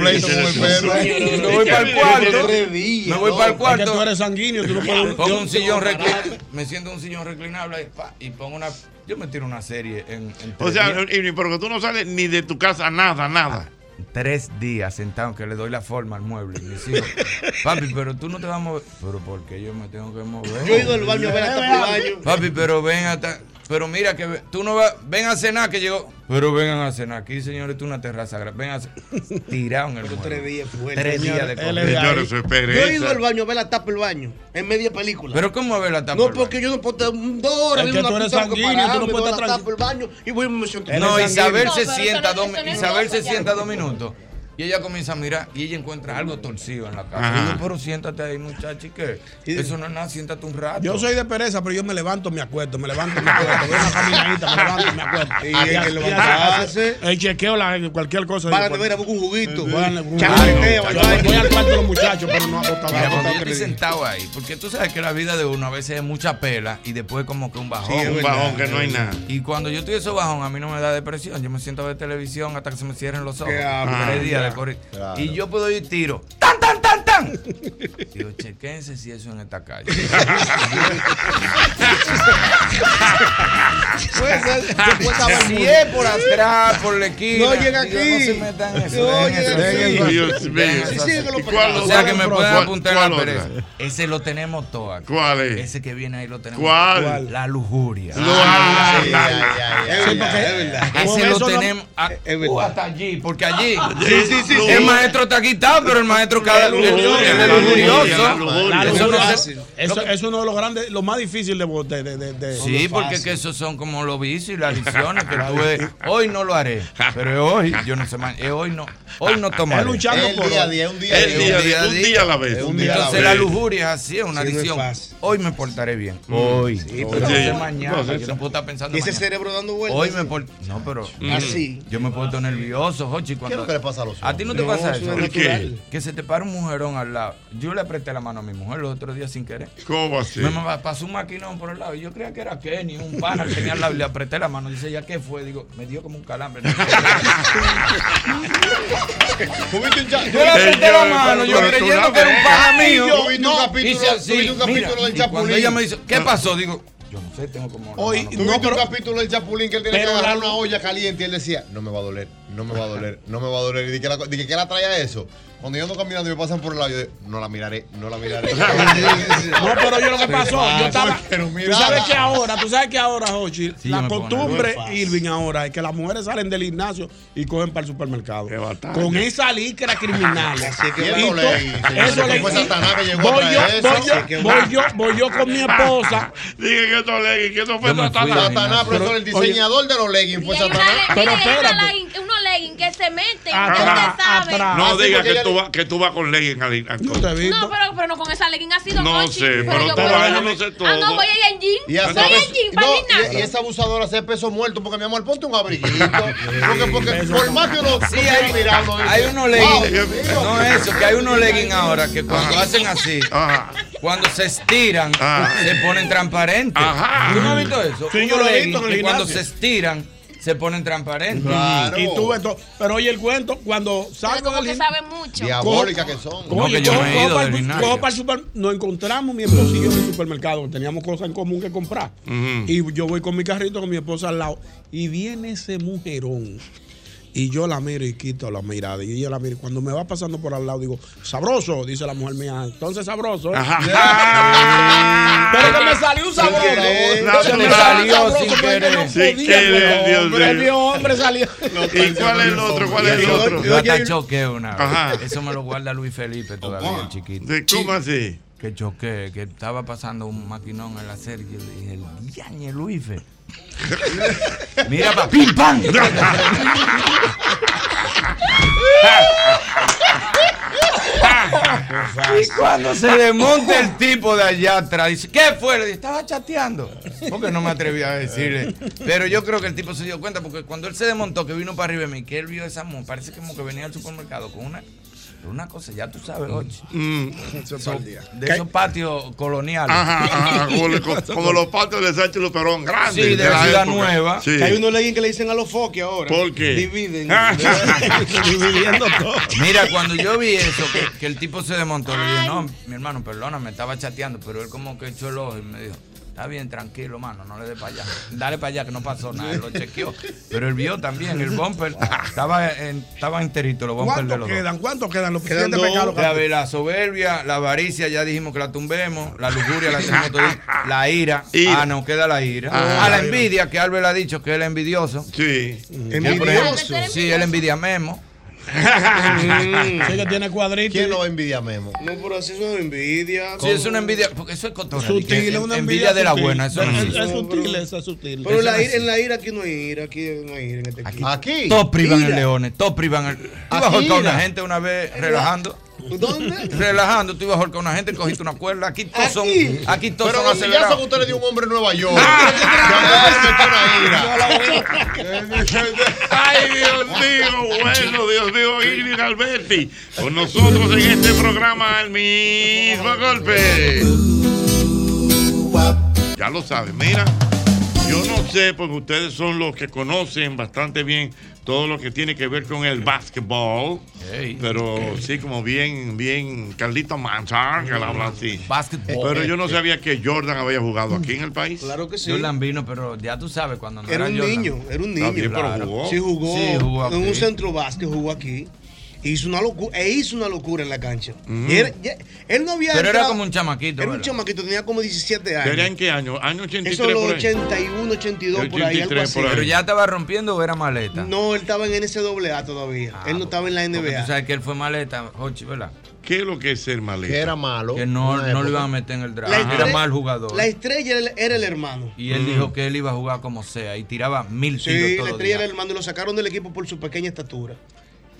pleito con el perro. Me voy para el cuarto. Me voy para el cuarto. Es que tú eres sanguíneo, tú no puedes. Pongo un sillón reclinable. Me siento en un sillón reclinable ahí, pa, y pongo una. Yo me tiro una serie en. en O tres sea, días. y- pero que tú no sales ni de tu casa, nada, nada. Tres días sentado que le doy la forma al mueble. Mis hijos, papi, pero tú no te vas a mover. Pero porque yo me tengo que mover. Yo he ido al baño a ver hasta por el baño. Papi, pero ven hasta. Pero mira que ve- tú no vas. Ven a cenar que llegó. Pero vengan a cenar aquí, señores, tú una terraza. gra- Ven a cenar. Tirado en el mueble. tres días fue. Tres días de comida. Yo he ido al baño a ver la tapa del baño. En media película. Pero ¿cómo ver la tapa? No, porque yo no puedo estar un- dos Es horas que viendo tú una eres puta boca sanguíneo, parada, tú no me puedes voy a la estar tapa del baño y voy y me siento. No, Isabel se sienta, dos dos mi- Isabel se sienta dos minutos. Y ella comienza a mirar y ella encuentra algo torcido en la Ajá. casa. Y yo, pero siéntate ahí, muchacho, ¿y ¿qué? Eso no es nada, siéntate un rato. Yo soy de pereza, pero yo me levanto, me acuesto, me levanto, me acuesto. Voy a una caminadita, me levanto, me acuesto. Y hay que levantarse. El chequeo, la, cualquier cosa. pues. Para de ver a buscar un juguito. Chacaleteo, Yo voy al cuarto de los muchachos, pero no acostado. Mira, cuando yo acostado estoy sentado ahí, porque tú sabes que la vida de uno a veces es mucha pela y después como que un bajón. Sí, es Un verdad. bajón que no hay nada. Y cuando yo estoy en ese bajón, a mí no me da depresión. Yo me siento a ver televisión hasta que se me cierren los ojos. Qué hambre. Tres días de Ah, corri- claro. Y yo puedo ir tiro. ¡Tan, tan, tan, tan! Digo, chequense si eso en esta calle. Pues, Después estaba el si muro. es por atrás, por la esquina. No llega digo, aquí. No se metan en eso. No dejen eso, llega dejen aquí. eso así, dejen Dios mío. eso Sí, así. sigue con los O sea que me pueden ¿Cuál- apuntar en la cuál otra? pereza. Ese lo tenemos todo aquí. ¿Cuál es? Ese que viene ahí lo tenemos. ¿Cuál? todo. La lujuria. Lo- ay, ay, ay, ay, Sí, ay, porque es verdad. Con Ese lo eso no- tenemos a- uh, hasta allí, porque allí Ah, Sí, sí, sí, el sí. maestro está quitado, pero el maestro cada lujuria, el- el- la el lujuria, lujurioso. la lujuria. Eso no se- Eso es uno de los grandes, lo más difícil de. de, de, de Sí, porque que esos son como los vicios y las adicciones que tú ves. Hoy no lo haré, pero es hoy yo no sé más. es hoy no, hoy no tomaré. Es luchar El por día a hoy. día, un día a Es día. Un día a a día, un día a la vez. Un día a la Entonces vez. la lujuria es así, es una Sí, no es adicción. fácil. Hoy me portaré bien. Mm. Hoy. Sí, No, pero- no sé Sí. mañana. No, yo sí, no sí. puedo estar pensando Y ese mañana. cerebro dando vueltas, Hoy sí. me por- No, pero. Así. Yo me he puesto nervioso, Jochi. cuando- Mm. es lo que le pasa a los ¿A ti no te hombres? pasa No, eso? eso es ¿Qué? natural. Que se te para un mujerón al lado. Yo le apreté la mano a mi mujer los otros días sin querer. ¿Cómo así? Me ma- pasó un maquinón por el lado. y Yo creía que era Kenny, un pana que tenía al lado. y Le apreté la mano. Dice, ¿ya qué fue? Digo, me dio como un calambre. Yo le apreté la mano, yo creyendo que era un pana Ay, mío. yo vi tu capítulo- hice así, yo vi tu capítulo mira, del y cuando Chapulín. Ah. ella me dice, ¿qué pasó? Digo, yo no sé, tengo como. Hoy, mano- no, pero, un capítulo del Chapulín que él tenía que Pero la- agarrar una olla caliente y él decía, no me va a doler. No me va a doler, no me va a doler. Y dije, la, di que, ¿qué la traía eso? Cuando yo ando caminando y me pasan por el lado, yo digo, no la miraré, no la miraré. No, pero yo lo que pasó, yo estaba. Pero Tú sabes que ahora, tú sabes que ahora, Jochi, Sí, yo la me pongo costumbre, nervioso. Irving, ahora es que las mujeres salen del gimnasio y cogen para el supermercado. Con batalla. esa licra criminal. Así es que Y va a doler, to- señores, eso que le fue Satanás que llegó a Voy yo, traer eso. voy yo, Así que voy va. yo, voy yo con mi esposa. Dije que esto le, que eso fue Satanás. Satanás, profesor, el diseñador de los leggings fue Satanás. Pero Pero espérate. espérate. unos leggings que se meten, que Atrás, usted sabe. No digas que, ella tú vas- que tú vas con ley en al- al- No, pero, pero no con esa legging así, don No Hochi. sé, pero yo tú puedo- vas, yo no sé todo. Ah, no, voy a ir en jean. Y, hasta Voy ves- en jean, para el no, y, gimnasio. y esa abusadora hace peso muerto, porque mi amor, ponte un abriguito. Porque, porque por más que uno Sí, hay, hay unos leggings. No eso, que hay unos leggings ahora que cuando hacen así, cuando se estiran, se ponen transparentes. ¿Tú no has visto eso? Sí, Unos yo lo he visto leggings en el que cuando se gimnasio. estiran, se ponen transparentes. Y tú, esto, pero oye el cuento, cuando salgo del gimnasio. sabe mucho. Cojo- Diabólicas que son. cojo- No, que yo cojo- no he cojo ido para del el- gimnasio. cojo para el super- Nos encontramos mi esposa y yo en el supermercado. Teníamos cosas en común que comprar. Y yo voy con mi carrito con mi esposa al lado. Y viene ese mujerón. Y yo la miro y quito la mirada. Y ella la mira. Y Cuando me va pasando por al lado, digo, sabroso, dice la mujer mía. Entonces sabroso. ¿eh?" Pero que me salió un Sin sabroso. querer. Se me Natural. salió Sin sabroso porque querer. no Sin podía, querer, pero Dios hombre, mío. mi hombre salió. ¿Y cuál es el otro? ¿Cuál es el otro? Yo hasta choqué una vez. Ajá. Eso me lo guarda Luis Felipe todavía, el chiquito. ¿De cómo así? Que choqué, que estaba pasando un maquinón en la serie. Yo dije, el diañe Luis Fe. Mira, pa, pim, pam. Y cuando se desmonta el tipo de allá atrás, dice, ¿qué fue? Le dije, estaba chateando. Porque no me atreví a decirle. Pero yo creo que el tipo se dio cuenta, porque cuando él se desmontó, que vino para arriba de mí, que él vio esa mujer, parece como que venía al supermercado con una, con una cosa, ya tú sabes, oye. Eso es Son- pa'l día. de esos patios coloniales. Mm. Ajá, ajá, como, le- como- como los patios de Sánchez Luperón, grandes. Sí, de la Ciudad Nueva. Sí. Que hay unos leggings que le dicen a los foques ahora. ¿Por qué? Dividen. Dividiendo todo. Mira, cuando yo vi eso, que, que el tipo se desmontó, le dije, no, mi hermano, perdona, me estaba chateando, pero él como que echó el ojo y me dijo, está bien, tranquilo, mano, no le dé para allá. Dale para allá, que no pasó nada, él lo chequeó. Pero él vio también, el bumper estaba, en, estaba enterito, los bumpers de ¿Cuántos los dos. quedan? ¿Cuántos quedan? Los Quedan siete dos. pecados. la, la soberbia, la avaricia, ya dijimos que la tumbemos, la lujuria la tenemos todavía, la ira, Ira. ah, no, queda la ira, Ah. a la envidia, que Albert ha dicho que él es envidioso. Mm. Sí. Envidioso. Sí, él envidia Memo. Sí, que tiene cuadritos. ¿Quién lo envidia Memo? No, pero así eso es envidia. Sí, es una envidia, porque eso es cotorra. Sutil, que- es una envidia de la sutil. buena, eso no Es- existe. Es sutil, esa es sutil. Pero Eso la no ira, existe. en la ira aquí no hay ira, aquí no hay ira en este equipo. Aquí. Todos privan el Ira. leones, todos privan el. Tú ibas a Aquí, ahorcar a una mira. gente una vez relajando. ¿Dónde? Relajando, tú ibas a ahorcar a una gente, cogiste una cuerda. Aquí todos son. Aquí todos Pero son el sillazo acelerados. Ah. que usted le dio a un hombre en Nueva York. Ya le metió una ira. Ay, Dios mío, bueno, Dios mío, Irving Alberti, con nosotros en este programa el mismo golpe. Ya lo saben, mira, yo no sé, porque ustedes son los que conocen bastante bien todo lo que tiene que ver con el básquetbol, pero sí, como bien, bien, Carlito Manzar, que la habla así. Básquetbol. Eh, Pero yo no sabía que Jordan había jugado aquí en el país. Claro que sí. Jordan vino, pero ya tú sabes cuando no era Era un Jordan. niño, era un niño. Está bien, pero jugó. Sí, jugó. Sí, jugó En un aquí. centro básquet jugó aquí. Hizo una locura, e hizo una locura en la cancha. Y Él, ya- él no había. Mm. Pero era entrado- como un chamaquito. Era un ¿verdad? chamaquito, tenía como 17 años. ¿Sería en qué año? ¿Año 83 Eso los por ahí? 81, 82, por ahí, algo 83 así. por ahí. Pero ya estaba rompiendo o era maleta. No, él estaba en NCAA todavía. él no estaba en la Ah, Porque NBA. tú sabes que él fue maleta, Jochi, ¿verdad? ¿Qué es lo que es el maleta? Que era malo. Que no, Una no lo época. iban a meter en el draft. La Era estrella- mal jugador. La estrella era el- era el hermano. Y él Mm. dijo que él iba a jugar como sea y tiraba mil tiros Sí, la todo estrella día. era el hermano y lo sacaron del equipo por su pequeña estatura.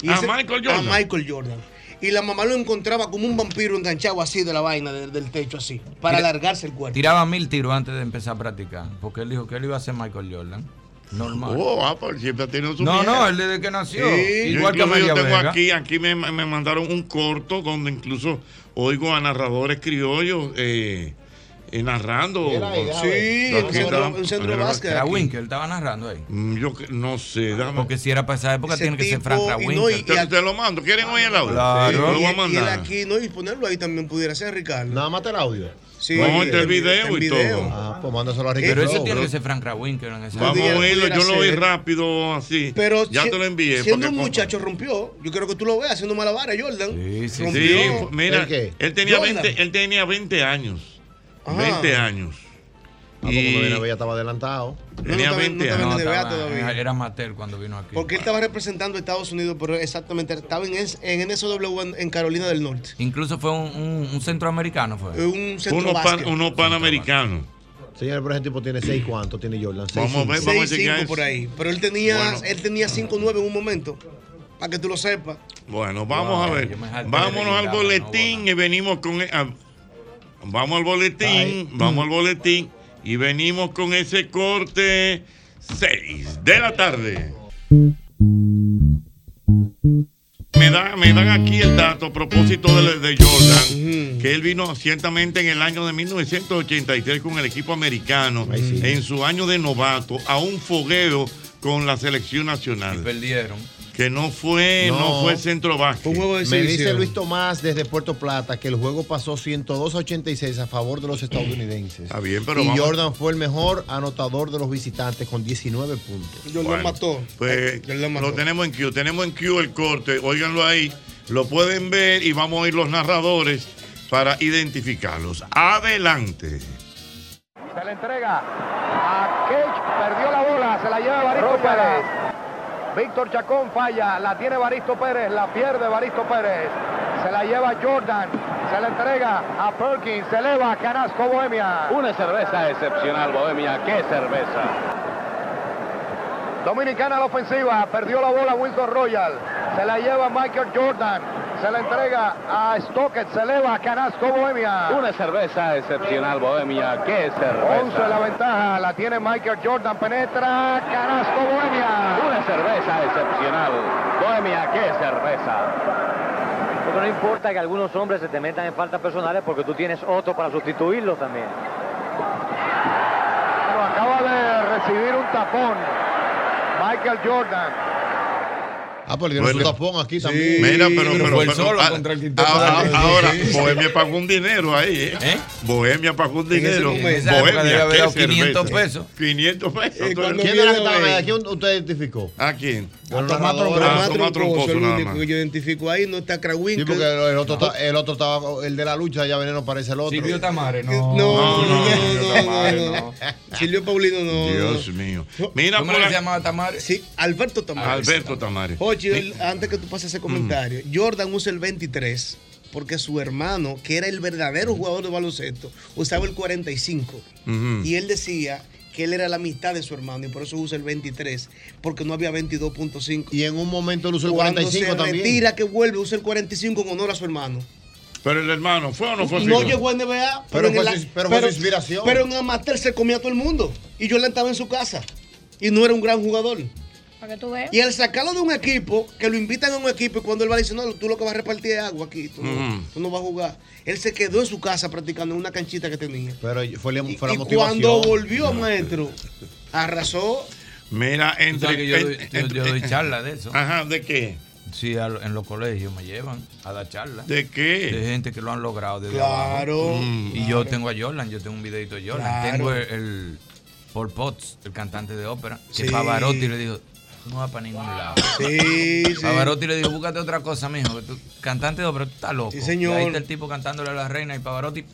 ¿A ese- Michael Jordan? A Michael Jordan. Y la mamá lo encontraba como un vampiro enganchado así de la vaina, de- del techo así, para Tira- alargarse el cuerpo. Tiraba mil tiros antes de empezar a practicar. Porque él dijo que él iba a ser Michael Jordan. Normal. Oh, ah, pues siempre ha tenido su No, vida. no, él desde que nació. Sí. Igual que yo, incluso yo Amelia tengo Vega. aquí, aquí me, me mandaron un corto donde incluso oigo a narradores criollos eh, eh, narrando. Sí, Aquí un centro, estaba- un centro de Era- básquet. Era Winkel, estaba narrando ahí. Mm, Yo que- no sé, dame. Porque si era para esa época, Ese tiene que ser tipo, Frank y Rawinkel. no, y- te, y- te lo mando, ¿quieren oír el audio? Claro. Sí, te lo Y, voy a y él mandar. aquí, no, y ponerlo ahí también pudiera ser, Ricardo. Nada más el audio. Sí, Vamos a oír el video y video. todo. Ah, pues mándaselo a Ricky Pero Flow, eso tiene bro. que ser Frank Rawinkel en ese Vamos a momento. oírlo, yo lo oí Pudiera ser. rápido, así. Pero ya si- te lo envié. Siendo porque un como- muchacho rompió. Yo quiero que tú lo veas haciendo malabares, Jordan. Sí, Sí, fu- mira, él tenía, 20, él tenía 20 años. Ajá. 20 años. Ah, porque cuando vino a ver ya estaba adelantado. Tenía 20 estaba en años. el NBA todavía. Era Matel cuando vino aquí. Porque él estaba representando a Estados Unidos, pero exactamente estaba en, es- en NSW en, en Carolina del Norte. Incluso fue un, un- un centroamericano. Fue. Un Unos pan- unos panamericanos. Señor, pero ese tipo tiene 6 cuántos, tiene Jordan. Vamos a ver, vamos a chequear 6'5 eso. por ahí. Pero él tenía, Bueno. él tenía 5'9 en un momento. Para que tú lo sepas. Bueno, vamos Wow, a ver. yo me jalté Vámonos de al lado, boletín y venimos con. e- a- vamos al boletín, vamos al boletín y venimos con ese corte 6 de la tarde. Me, da- me dan aquí el dato a propósito de, de Jordan, que él vino ciertamente en el año de 1983 con el equipo americano, en su año de novato, a un fogueo con la selección nacional. Perdieron. Que no fue, no, No. fue centro básquet. Me dice Luis Tomás desde Puerto Plata que el juego pasó 102 a 86 a favor de los estadounidenses. Está bien, pero y vamos. Jordan fue el mejor anotador de los visitantes con 19 puntos. Bueno, Pues lo tenemos en Q, tenemos en Q el corte, óiganlo ahí, lo pueden ver y vamos a ir los narradores para identificarlos. Adelante. Se le entrega a Cage, perdió la bola, se la lleva Baristo Pérez. Víctor Chacón falla, la tiene Baristo Pérez, la pierde Baristo Pérez. Se la lleva Jordan, se la entrega a Perkins, se eleva Canasco Bohemia. Una cerveza excepcional, Bohemia. ¡Qué cerveza! Dominicana a la ofensiva, perdió la bola Winston Royal, se la lleva Michael Jordan, se la entrega a Stockett, se eleva Canasco Bohemia. Una cerveza excepcional, Bohemia. 11 ¡Qué la cerveza! ventaja, la tiene Michael Jordan, penetra Canasco Bohemia. Una cerveza excepcional. Bohemia, qué cerveza. Porque no importa que algunos hombres se te metan en faltas personales porque tú tienes otro para sustituirlo también. Pero acaba de recibir un tapón Michael Jordan. Ah, pero dieron Bueno. su tapón aquí también. Mira, pero, pero, fue el pero- solo ah, contra el quinteto ahora, de- ahora, Sí. Bohemia pagó un dinero ahí, ¿eh? Bohemia pagó un En ese dinero. momento. En esa época debe haber qué dado 500 cerveza. pesos. 500 pesos. ¿Quién tú eres- era que estaba ahí? ¿A quién usted identificó? ¿A quién? Bueno, Tomás narrador. Troncoso, Ah, Tomás Tomás Troncoso, Troncoso, el nada único más. que yo identifico ahí, no está Sí, Krawinkel. porque el otro, está- el otro estaba, el de la lucha, ya veneno parece el otro. Silvio Tamare, no. No, no, Silvio Tamare, no, no, no. Silvio Paulino, no. Dios mío. Mira, ¿Cómo por le ahí- llamaba Tamar? Sí, Alberto Tamar. Alberto Tamari. Oye, el- antes que tú pases ese comentario, Jordan usa el 23 porque su hermano, que era el verdadero jugador de baloncesto, usaba el 45. Ujú. Y él decía que él era la mitad de su hermano y por eso usa el 23, porque no había 22.5. Y en un momento él usó el 45 Cuando se también. retira, que vuelve, usa el 45 en honor a su hermano. Pero el hermano, ¿fue o no fue? No figura? llegó a NBA, Pero en fue el- su- pero fue su inspiración. Pero en Amateur se comía a todo el mundo. Y Jordan estaba en su casa. Y no era un gran jugador. Para que tú veas. Y al sacarlo de un equipo, que lo invitan a un equipo, y cuando él va diciendo, no, tú lo que vas a repartir es agua aquí, tú, no- Ujú. Mm. tú no vas a jugar. Él se quedó en su casa practicando en una canchita que tenía. Pero fue, la- fue la y motivación. cuando volvió, maestro, arrasó. Mira, entre. que yo, doy, en- yo- yo doy charla de eso. Ajá, ¿de qué? Sí, a lo- en los colegios me llevan a dar charlas. ¿De qué? Mm. De gente que lo han logrado. desde Claro, abajo. Y claro. yo tengo a Jordan, yo tengo un videito de Jordan. Claro. Tengo el, el Paul Potts, el cantante de ópera, que Sí. Pavarotti le dijo, no va para ningún lado. Sí, sí. Pavarotti le dijo, búscate otra cosa, mijo. que tú- cantante de ópera, tú estás loco. Sí, señor. Y ahí está el tipo cantándole a la reina y Pavarotti...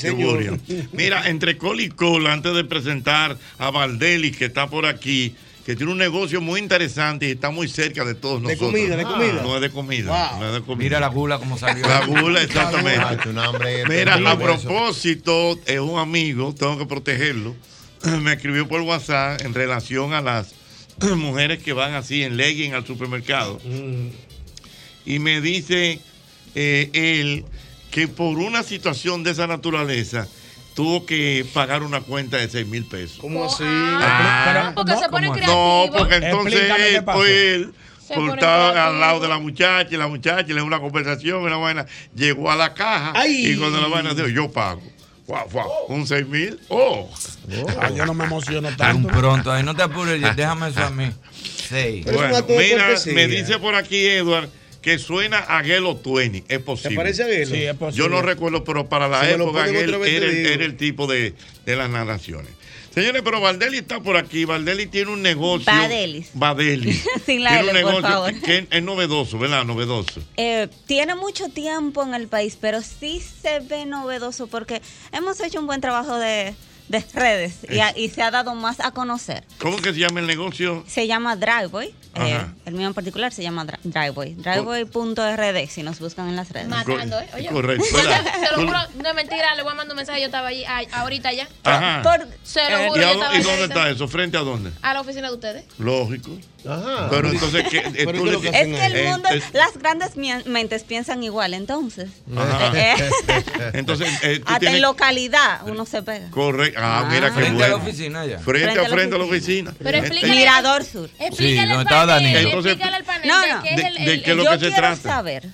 Qué gloria. Mira, entre col y col, antes de presentar a Valdelis, que está por aquí, que tiene un negocio muy interesante y está muy cerca de todos nosotros. comida, de Ah. comida. No es de comida. Wow. no es de comida. Mira la gula como salió. La gula, Ah, exactamente. tu nombre, Mira, tu nombre, a eso. propósito, es un amigo, tengo que protegerlo. Me escribió por WhatsApp en relación a las mujeres que van así en legging al supermercado. Y me dice eh, él que por una situación de esa naturaleza tuvo que pagar una cuenta de 6 mil pesos. ¿Cómo así? Ah. Porque se ponen No, creativos. porque entonces Explícame qué él, pasó. pues, él Se pues, ponen estaba al creativos. lado de la muchacha y la muchacha le dio una conversación, una vaina, llegó a la caja y cuando la vaina dijo, yo pago. Guau, guau. Un 6 mil. Oh. Ah, yo no me emociono Tan tanto. pronto, ahí no te apures, déjame eso a mí. Seis. Bueno, mira, me dice por aquí Edward que suena a Gelo Twenty. Es posible. parece a Gelo? Sí, es Yo posible. no recuerdo, pero para la Si me lo época ponen otra Gelo vez te era, el- digo. era el tipo de, de las narraciones. Señores, pero Valdelli está por aquí. Valdelli tiene un negocio. Badelis. Valdelli. Oh, Sin la tiene L, un por negocio favor. que es novedoso, ¿verdad? Novedoso. Eh, tiene mucho tiempo en el país, pero sí se ve novedoso porque hemos hecho un buen trabajo de, de redes y, a- y se ha dado más a conocer. ¿Cómo que se llama el negocio? Se llama Driveway, eh, Ajá. el mío en particular se llama Dri- Driveway, driveway.rd si nos buscan en las redes. Matando, ¿eh? Oye. Correcto. Se lo Tú- juro, no es mentira, le voy a mandar un mensaje, yo estaba allí, ay, ahorita ya. Ajá. Por- se lo Eh, ¿Y, juro, yo a- estaba y dónde allí. está eso? ¿Frente a dónde? A la oficina de ustedes. Lógico. Pero entonces, ¿qué, Pero tú es le- que el Eh, mundo, es- las grandes mien- mentes piensan igual, entonces. Ajá. Eh, eh, Entonces, eh, tú hasta en tienes- localidad uno se pega. Correcto. Ah, mira qué Frente a la bueno. oficina ya. Frente, a frente a la oficina. Pero Este- explícale- Mirador Sur. Sí, donde estaba Daniel. Entonces, al panel no, no. qué es el- ¿De- de el- qué es lo Yo que se quiero trata? saber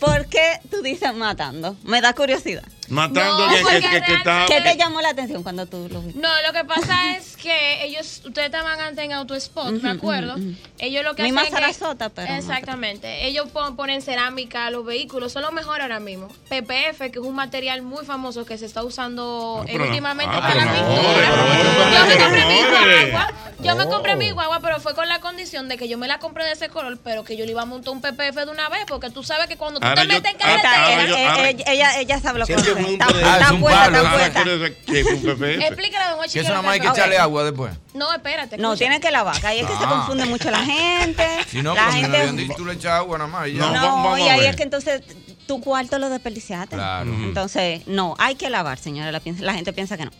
por qué tú dices matando. Me da curiosidad. matando que, que, que, que está. ¿Qué te llamó la atención cuando tú lo viste? No, lo que pasa es que ellos, ustedes estaban antes en AutoSpot, Ujú, me acuerdo. ujú, ujú. Ellos lo que Mi hacen es que- Mazarazota, pero no, Exactamente. Ellos pon- ponen cerámica a los vehículos, son los mejores ahora mismo. PPF, que es un material muy famoso que se está usando eh, pero no. últimamente Ah, para pero la no, pintura. pero Oh. Yo no, me compré mi pero no, guagua, yo me compré mi guagua, pero fue con la condición de que yo me la compré de ese color, pero que yo le iba a montar un PPF de una vez, porque tú sabes que cuando tú Ahora te yo- metes en ahora- carretera... ahora yo- ahora- Eh, Ella, ella, ella sabe lo que Siempre fue hace. un Está- poder. está Ah, es un puesta, palo, está ahora puesta. quiere decir- que es un PPF. Explícale a Don Hochi Que qué eso es lo nada más hay que pasa. echarle agua después. No, espérate. No, escucha. tiene que lavar. que Ahí es que se Ah. confunde mucho la gente. Si no, la como me lo gente. habían dicho, tú le echas agua nada más. Y ya. No, y ahí es que entonces tu cuarto lo desperdiciaste. Claro. Entonces, no, hay que lavar, señora. La, piensa- la gente piensa que no.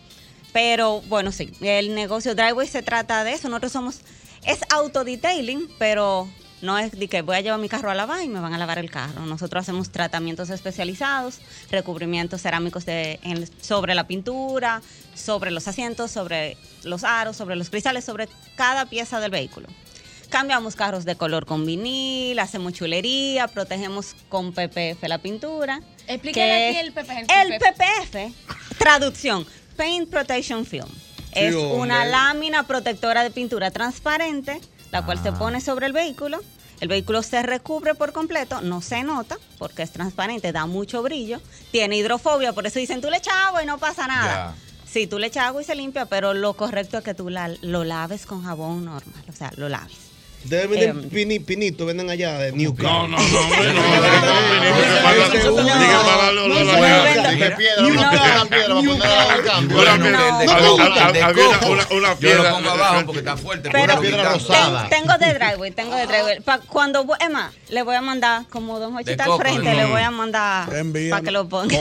Pero bueno, sí, el negocio Driveway se trata de eso. Nosotros somos, es autodetailing, pero no es de que voy a llevar mi carro a lavar y me van a lavar el carro. Nosotros hacemos tratamientos especializados, recubrimientos cerámicos de, en- sobre la pintura, sobre los asientos, sobre los aros, sobre los cristales, sobre cada pieza del vehículo. Cambiamos carros de color con vinil, hacemos chulería, protegemos con PPF la pintura. Explícale que aquí es- el PPF. el PPF, traducción, Paint Protection Film. Es hombre. una lámina protectora de pintura transparente, la cual Ah. se pone sobre el vehículo. El vehículo se recubre por completo, no se nota porque es transparente, da mucho brillo, tiene hidrofobia, por eso dicen tú le echas agua y no pasa nada. Sí, tú le echas agua y se limpia, pero lo correcto es que tú la- lo laves con jabón normal, o sea, lo laves. Ustedes venden pini- pinito, venden allá de New No, no, no, hombre, no. Yo lo pongo abajo porque está fuerte. Pero porque está Ah, ten- tengo de driveway, tengo de driveway. Pa- cuando, vu- Emma, le voy a mandar, como Don Jochi De está al coco, frente, ¿no? le voy a mandar para que lo ponga.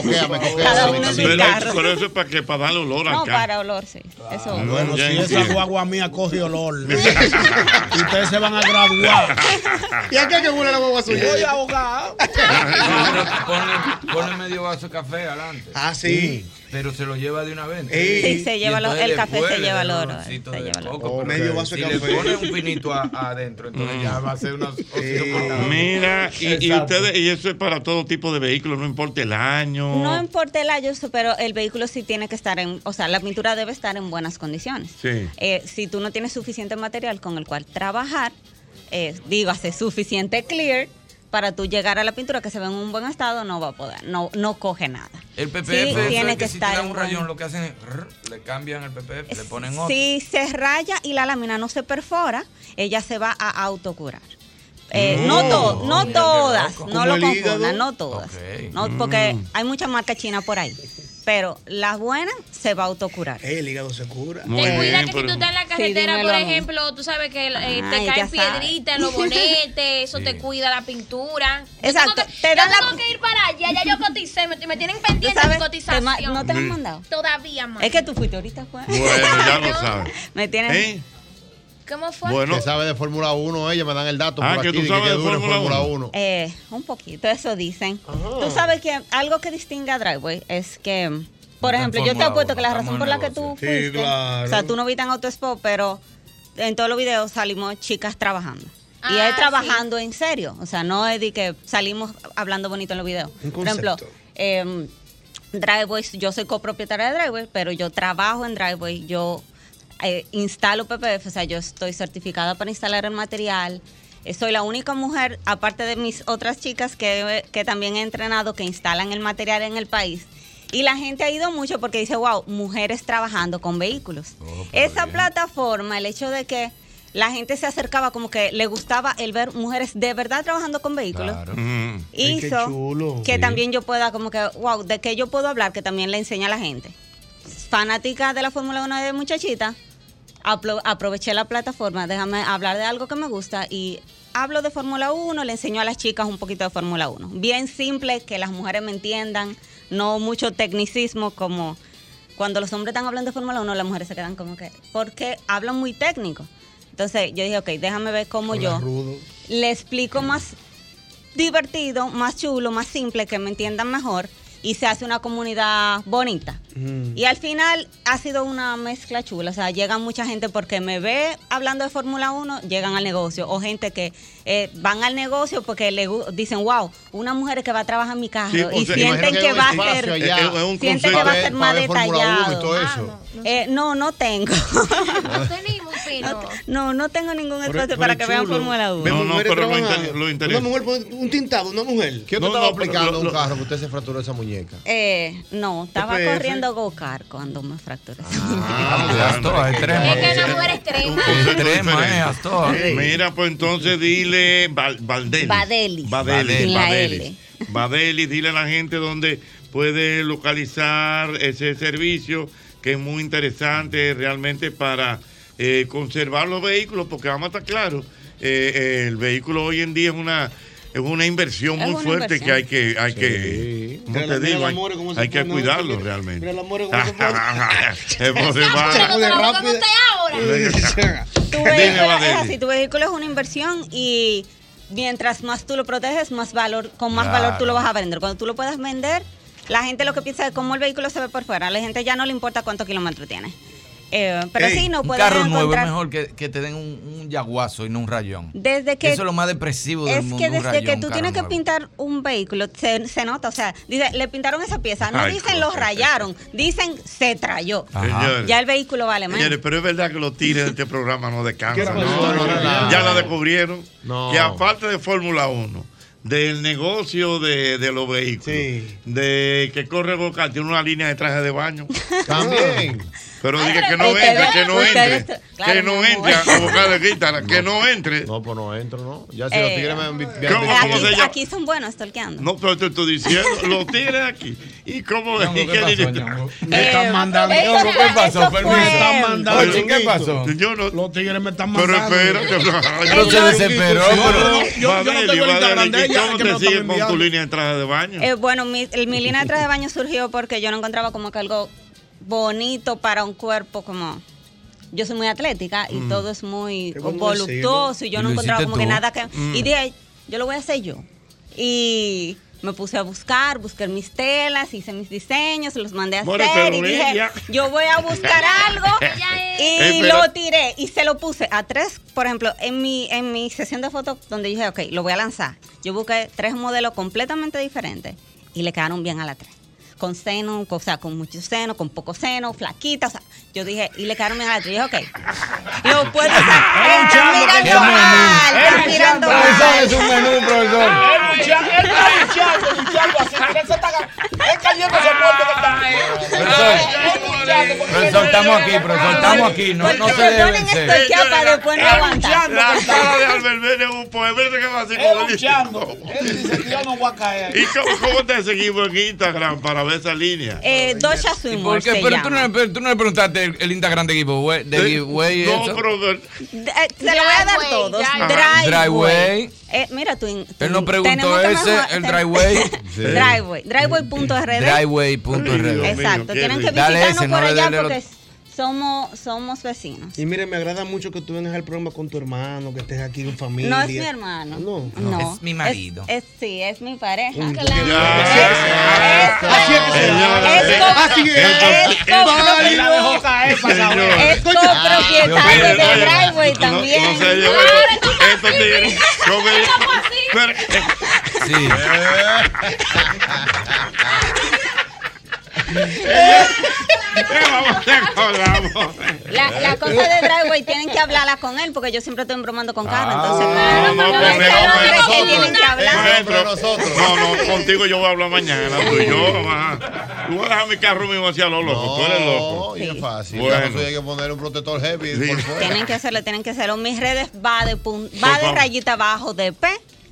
Cada uno en su Pero, carro. pero eso es para que para darle olor al No, carro. para olor, sí. Eso. Ah, Bueno, Ya si entiendo. esa guagua mía coge olor, ustedes se van a graduar. ¿Y a qué que huele la guagua suya? Voy a ahogar. Ponle, ponle medio vaso de café adelante. Ah, sí. Pero se lo lleva de una vez. Ey. Sí, se Y lleva lo- entonces el café después se le lleva dan lo- un lo- roncito se de lleva lo- coco, Ok. pero Medio vaso si de le café. pone un pinito a- adentro, entonces ya va a ser unos Mira, y, y ustedes, y eso es para todo tipo de vehículos, no importa el año. No importa el año, pero el vehículo sí tiene que estar en, o sea, la pintura debe estar en buenas condiciones. Sí. Eh, si tú no tienes suficiente material con el cual trabajar, eh, dígase suficiente clear, para tú llegar a la pintura que se ve en un buen estado, no va a poder, no, no coge nada. El PPF Sí, eso es tiene que si estar te dan en un buen- rayón, lo que hacen es rrr, le cambian el PPF, le ponen otro. Si se raya y la lámina no se perfora, ella se va a autocurar. Eh, Mm. no to- no Mira, qué todas, loco. no Como lo el hígado. confundan, no todas. Ok. Mm. No, porque hay mucha marca china por ahí. Pero la buena se va a autocurar. El hígado se cura. Ten cuidado que si tú estás en la carretera, por ejemplo, tú sabes que eh, Ay, te ya sabes. caen piedritas en los bonetes, eso te cuida la pintura. Yo Exacto, tengo que- te yo dan la- tengo que ir para allá, ya yo coticé, me, me tienen pendiente ¿Tú sabes? mi Te ma- cotización. ¿no te la han Mm. mandado? Todavía, más. Es que tú fuiste ahorita, fue. Bueno, ya lo sabes. Me tienen. ¿Eh? ¿Cómo fue? Que sabe de Fórmula 1, ellos me dan el dato. Ah, por que aquí, tú de sabes que de dura en Fórmula Fórmula 1. 1. Eh, un poquito, eso dicen. Tú sabes que algo que distingue a Driveway es que, por Está ejemplo, yo te Fórmula apuesto uno, que la estamos razón en por la que tú negocio. Sí, fuiste, claro. o sea, tú no viste en AutoSpot, pero en todos los videos salimos chicas trabajando. Y Ah, es trabajando en serio, o sea, no es de que salimos hablando bonito en los videos. Un Por ejemplo, concepto. eh, Driveway, yo soy copropietaria de Driveway, pero yo trabajo en Driveway, yo eh, instalo PPF, o sea, yo estoy certificada para instalar el material. Eh, Soy la única mujer, aparte de mis otras chicas que, que también he entrenado, que instalan el material en el país. Y la gente ha ido mucho porque dice, wow, mujeres trabajando con vehículos. Esa plataforma, el hecho de que la gente se acercaba como que le gustaba el ver mujeres de verdad trabajando con vehículos Ay, qué hizo chulo. que Sí. también yo pueda como que, wow, de qué yo puedo hablar, que también le enseña a la gente. Fanática de la Fórmula 1 de muchachita, apro- aproveché la plataforma, déjame hablar de algo que me gusta y hablo de Fórmula 1, le enseño a las chicas un poquito de Fórmula 1. Bien simple, que las mujeres me entiendan, no mucho tecnicismo como cuando los hombres están hablando de Fórmula 1, las mujeres se quedan como que, porque hablan muy técnico. Entonces yo dije, ok, déjame ver cómo yo le explico más divertido, más chulo, más simple, que me entiendan mejor y se hace una comunidad bonita. Y al final ha sido una mezcla chula, o sea, llega mucha gente porque me ve hablando de Fórmula 1, llegan al negocio, o gente que eh, van al negocio porque le gu- dicen, wow, una mujer que va a trabajar en mi carro, Sí, y o sea, sienten imagino que que va a es un ser, espacio allá. Es- es un sienten que concepto. va a ser Pa' más ver Fórmula 1 y detallado. todo eso. Eh, no, no tengo. no No, no tengo ningún Pero- e, espacio pero para es que vean chulo. Fórmula 1. Ve No, no, mujeres pero lo trabajando. interi- lo Una mujer, pone un tintado, una mujer. ¿Qué usted estaba aplicando a un carro que usted se fracturó esa muñeca? Eh, no, estaba EPF. corriendo go-kart cuando me fracturé. extrema. Ah, Es que la mujer extrema. Extrema, eh, Diferente. Astor. Eh, Mira, pues entonces dile Val- Valdelis. Vadelis. Vadelis. Vadelis. La Vadelis. Vadelis, dile a la gente dónde puede localizar ese servicio que es muy interesante realmente para eh, conservar los vehículos, porque vamos a estar claros, eh, eh, el vehículo hoy en día es una... Es una inversión Es muy una fuerte inversión. que hay que, hay que, ¿cómo Mira te la- mira digo? la Hay, more cómo se hay que pone. cuidarlo realmente. Mira la more Ah, cómo se Es por demás. Tu Dime, vehículo es Valeria. así, tu vehículo es una inversión y mientras más tú lo proteges, más valor, con más Claro. valor tú lo vas a vender. Cuando tú lo puedas vender, la gente lo que piensa es cómo el vehículo se ve por fuera. A la gente ya no le importa cuántos kilómetros tiene. Eh, pero Ey, sí, no un puedes carro nuevo es encontrar. mejor que, que te den un, un yaguazo y no un rayón. Desde que Eso es lo más depresivo del es mundo. que un desde rayón, que un tú carro tienes que nuevo. pintar un vehículo, se, se nota, o sea, dice, le pintaron esa pieza, no Ay, dicen lo rayaron, dicen se trayó. Ajá. Señores. Ya el vehículo vale más. Señores, pero es verdad que los tigres de este programa no descansan. ¿Qué pasó? No, no, no, no. ya la descubrieron. No. Que aparte de Fórmula 1, del negocio de, de los vehículos, de que corre Boca, tiene una línea de traje de baño. También. Pero dije que no Ah, Ustedes- entre, que no ustedes- entre. claro, que mi no amor. entre a Boca de Guítara, que no entre. No, pues no entro, ¿no? Ya si Eh, los tigres me han visto. ¿Cómo, cómo se aquí, llama? aquí son buenos stalkeando. No, pero te estoy diciendo, los tigres aquí. ¿Y cómo es? Ñongo, ¿qué pasó, Ñongo? Me Eh, están mandando. eso Ñongo, fue- eso Permiso. fue- Me están mandando. Oye, ¿qué Ñonguito. pasó? Los tigres me están Pero mandando. espérate, Pero se desesperó, No, pero- no, no, yo- yo no Babeli, tengo el Instagram Babeli, de ella, ¿Cómo es que me te lo sigues están con tu enviando. línea de traje de baño? Eh, bueno, mi, el- mi línea de traje de baño surgió porque yo no encontraba como que algo bonito para un cuerpo como... Yo soy muy atlética y Mm. todo es muy bueno voluptuoso decirlo. y yo Y no lo encontraba hiciste como que tú. nada que... Mm. Y dije, yo lo voy a hacer yo. Y me puse a buscar, busqué mis telas, hice mis diseños, los mandé a More, hacer pero y dije, ella- yo voy a buscar algo y Eh, pero- lo tiré y se lo puse a tres, por ejemplo, en mi, en mi sesión de fotos donde yo dije, ok, lo voy a lanzar. Yo busqué tres modelos completamente diferentes y le quedaron bien a las tres. Con seno, con- o sea, con mucho seno, con poco seno, flaquita, o sea, yo dije, y le quedaron bien a las tres. Yo dije, ok, lo puedo sacar. Está mirando mal, está mirando mal. es un menú, profesor. Profesor, estamos aquí, profesor, estamos aquí. No, no se debe vencer. para después no aguantar. La sala de Albervene es un poema que va así como dice. Yo no voy a caer. ¿Y cómo, cómo te seguimos en Instagram para ver esa línea? Eh, Docha Swimmer ¿Por qué? se Pero llama. tú, no, pero tú no le preguntaste el, el Instagram de giveaway. De giveaway no, eso. pero- D- eh, se lo voy a dar Driveway, todos. driveway. Driveway. Eh, mira, tú. in- Él no preguntó tenemos que ese, mejorar- el ten- driveway. Driveway. Driveway.rd. Driveway.rd. Exacto. Tienen que Dale visitarnos ese, no por le allá dele el porque somos, somos vecinos. Y mire, me agrada mucho que tú vengas al programa con tu hermano, que estés aquí en familia. No es mi hermano. No, Es mi marido. Es, sí, es mi pareja. Ah, Es copropietario de Driveway también. No se lleva estos tigres. Yo me- Pero- Sí. eh. La, la cosa de driveway tienen que hablarla con él porque yo siempre estoy bromando con Carlos. Entonces, No, claro, no, pero con- es el no, Ah, hombre con que tienen que hablar. Maestro, No, no, contigo yo voy a hablar mañana. Tú y yo, ajá. Tú vas a dejar mi carro mío hacia los locos. tú eres loco. y es fácil. Bueno. Claro, eso hay que poner un protector heavy por fuera. Tienen que hacerlo, tienen que hacerlo. Mis redes va de, pun- va de favor. rayita abajo de P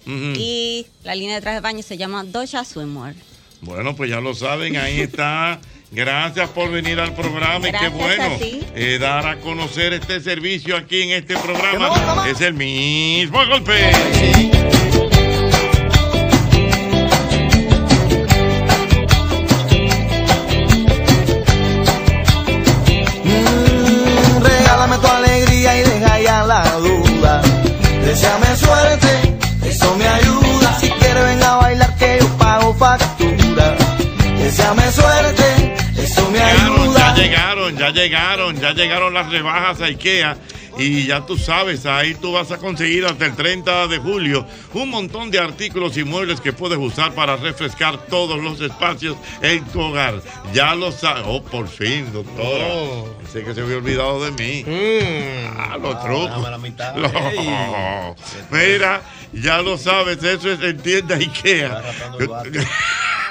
Ujú. y la línea de traje de baño se llama Docha Swimwear. Bueno, pues ya lo saben, ahí está. Gracias por venir al programa y Gracias qué bueno a ti. eh, dar a conocer este servicio aquí en este programa. Es el mismo pues. golpe. Regálame tu alegría y deja ya la duda. Deseame suerte, eso me ayuda. Si quieres venga a bailar que yo pago factura. Deseame suerte, eso me Llegaron, ya ayuda. llegaron, ya llegaron, ya llegaron las rebajas a IKEA. Y ya tú sabes, ahí tú vas a conseguir hasta el 30 de julio un montón de artículos y muebles que puedes usar para refrescar todos los espacios en tu hogar. Ya lo sabes. Oh, por fin, doctora. Oh. Sé que se había olvidado de mí. Ah, los Ah, trucos. dame la mitad. No. Ey. Mira, ya lo sabes, eso es en tienda IKEA.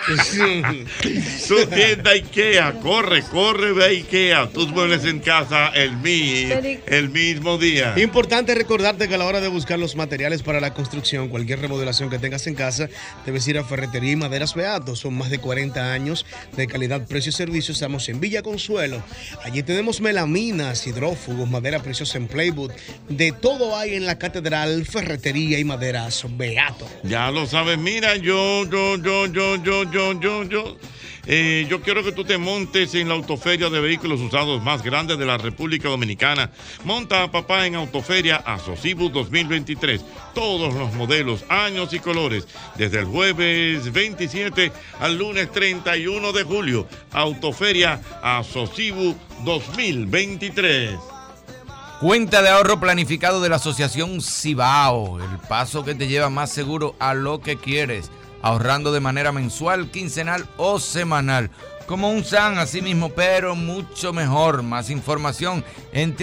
Tu tienda IKEA, corre, corre, ve a IKEA. Tus muebles en casa el, mi- el mismo día. Importante recordarte que a la hora de buscar los materiales para la construcción, cualquier remodelación que tengas en casa, debes ir a Ferretería y Maderas Beato. Son más de 40 años de calidad, precio y servicio. Estamos en Villa Consuelo. Allí tenemos melaminas, hidrófugos, madera preciosa en Playwood. De todo hay en la Catedral Ferretería y Maderas Beato. Ya lo sabes, mira, yo, yo, yo, yo, yo, yo, yo, yo. eh, yo quiero que tú te montes en la autoferia de vehículos usados más grande de la República Dominicana. Monta a papá en Autoferia Asocibu 2023. Todos los modelos, años y colores. Desde el jueves 27 al lunes 31 de julio. Autoferia Asocibu 2023. Cuenta de ahorro planificado de la Asociación Cibao, el paso que te lleva más seguro a lo que quieres, ahorrando de manera mensual, quincenal o semanal. Como un SAN, así mismo, pero mucho mejor. Más información en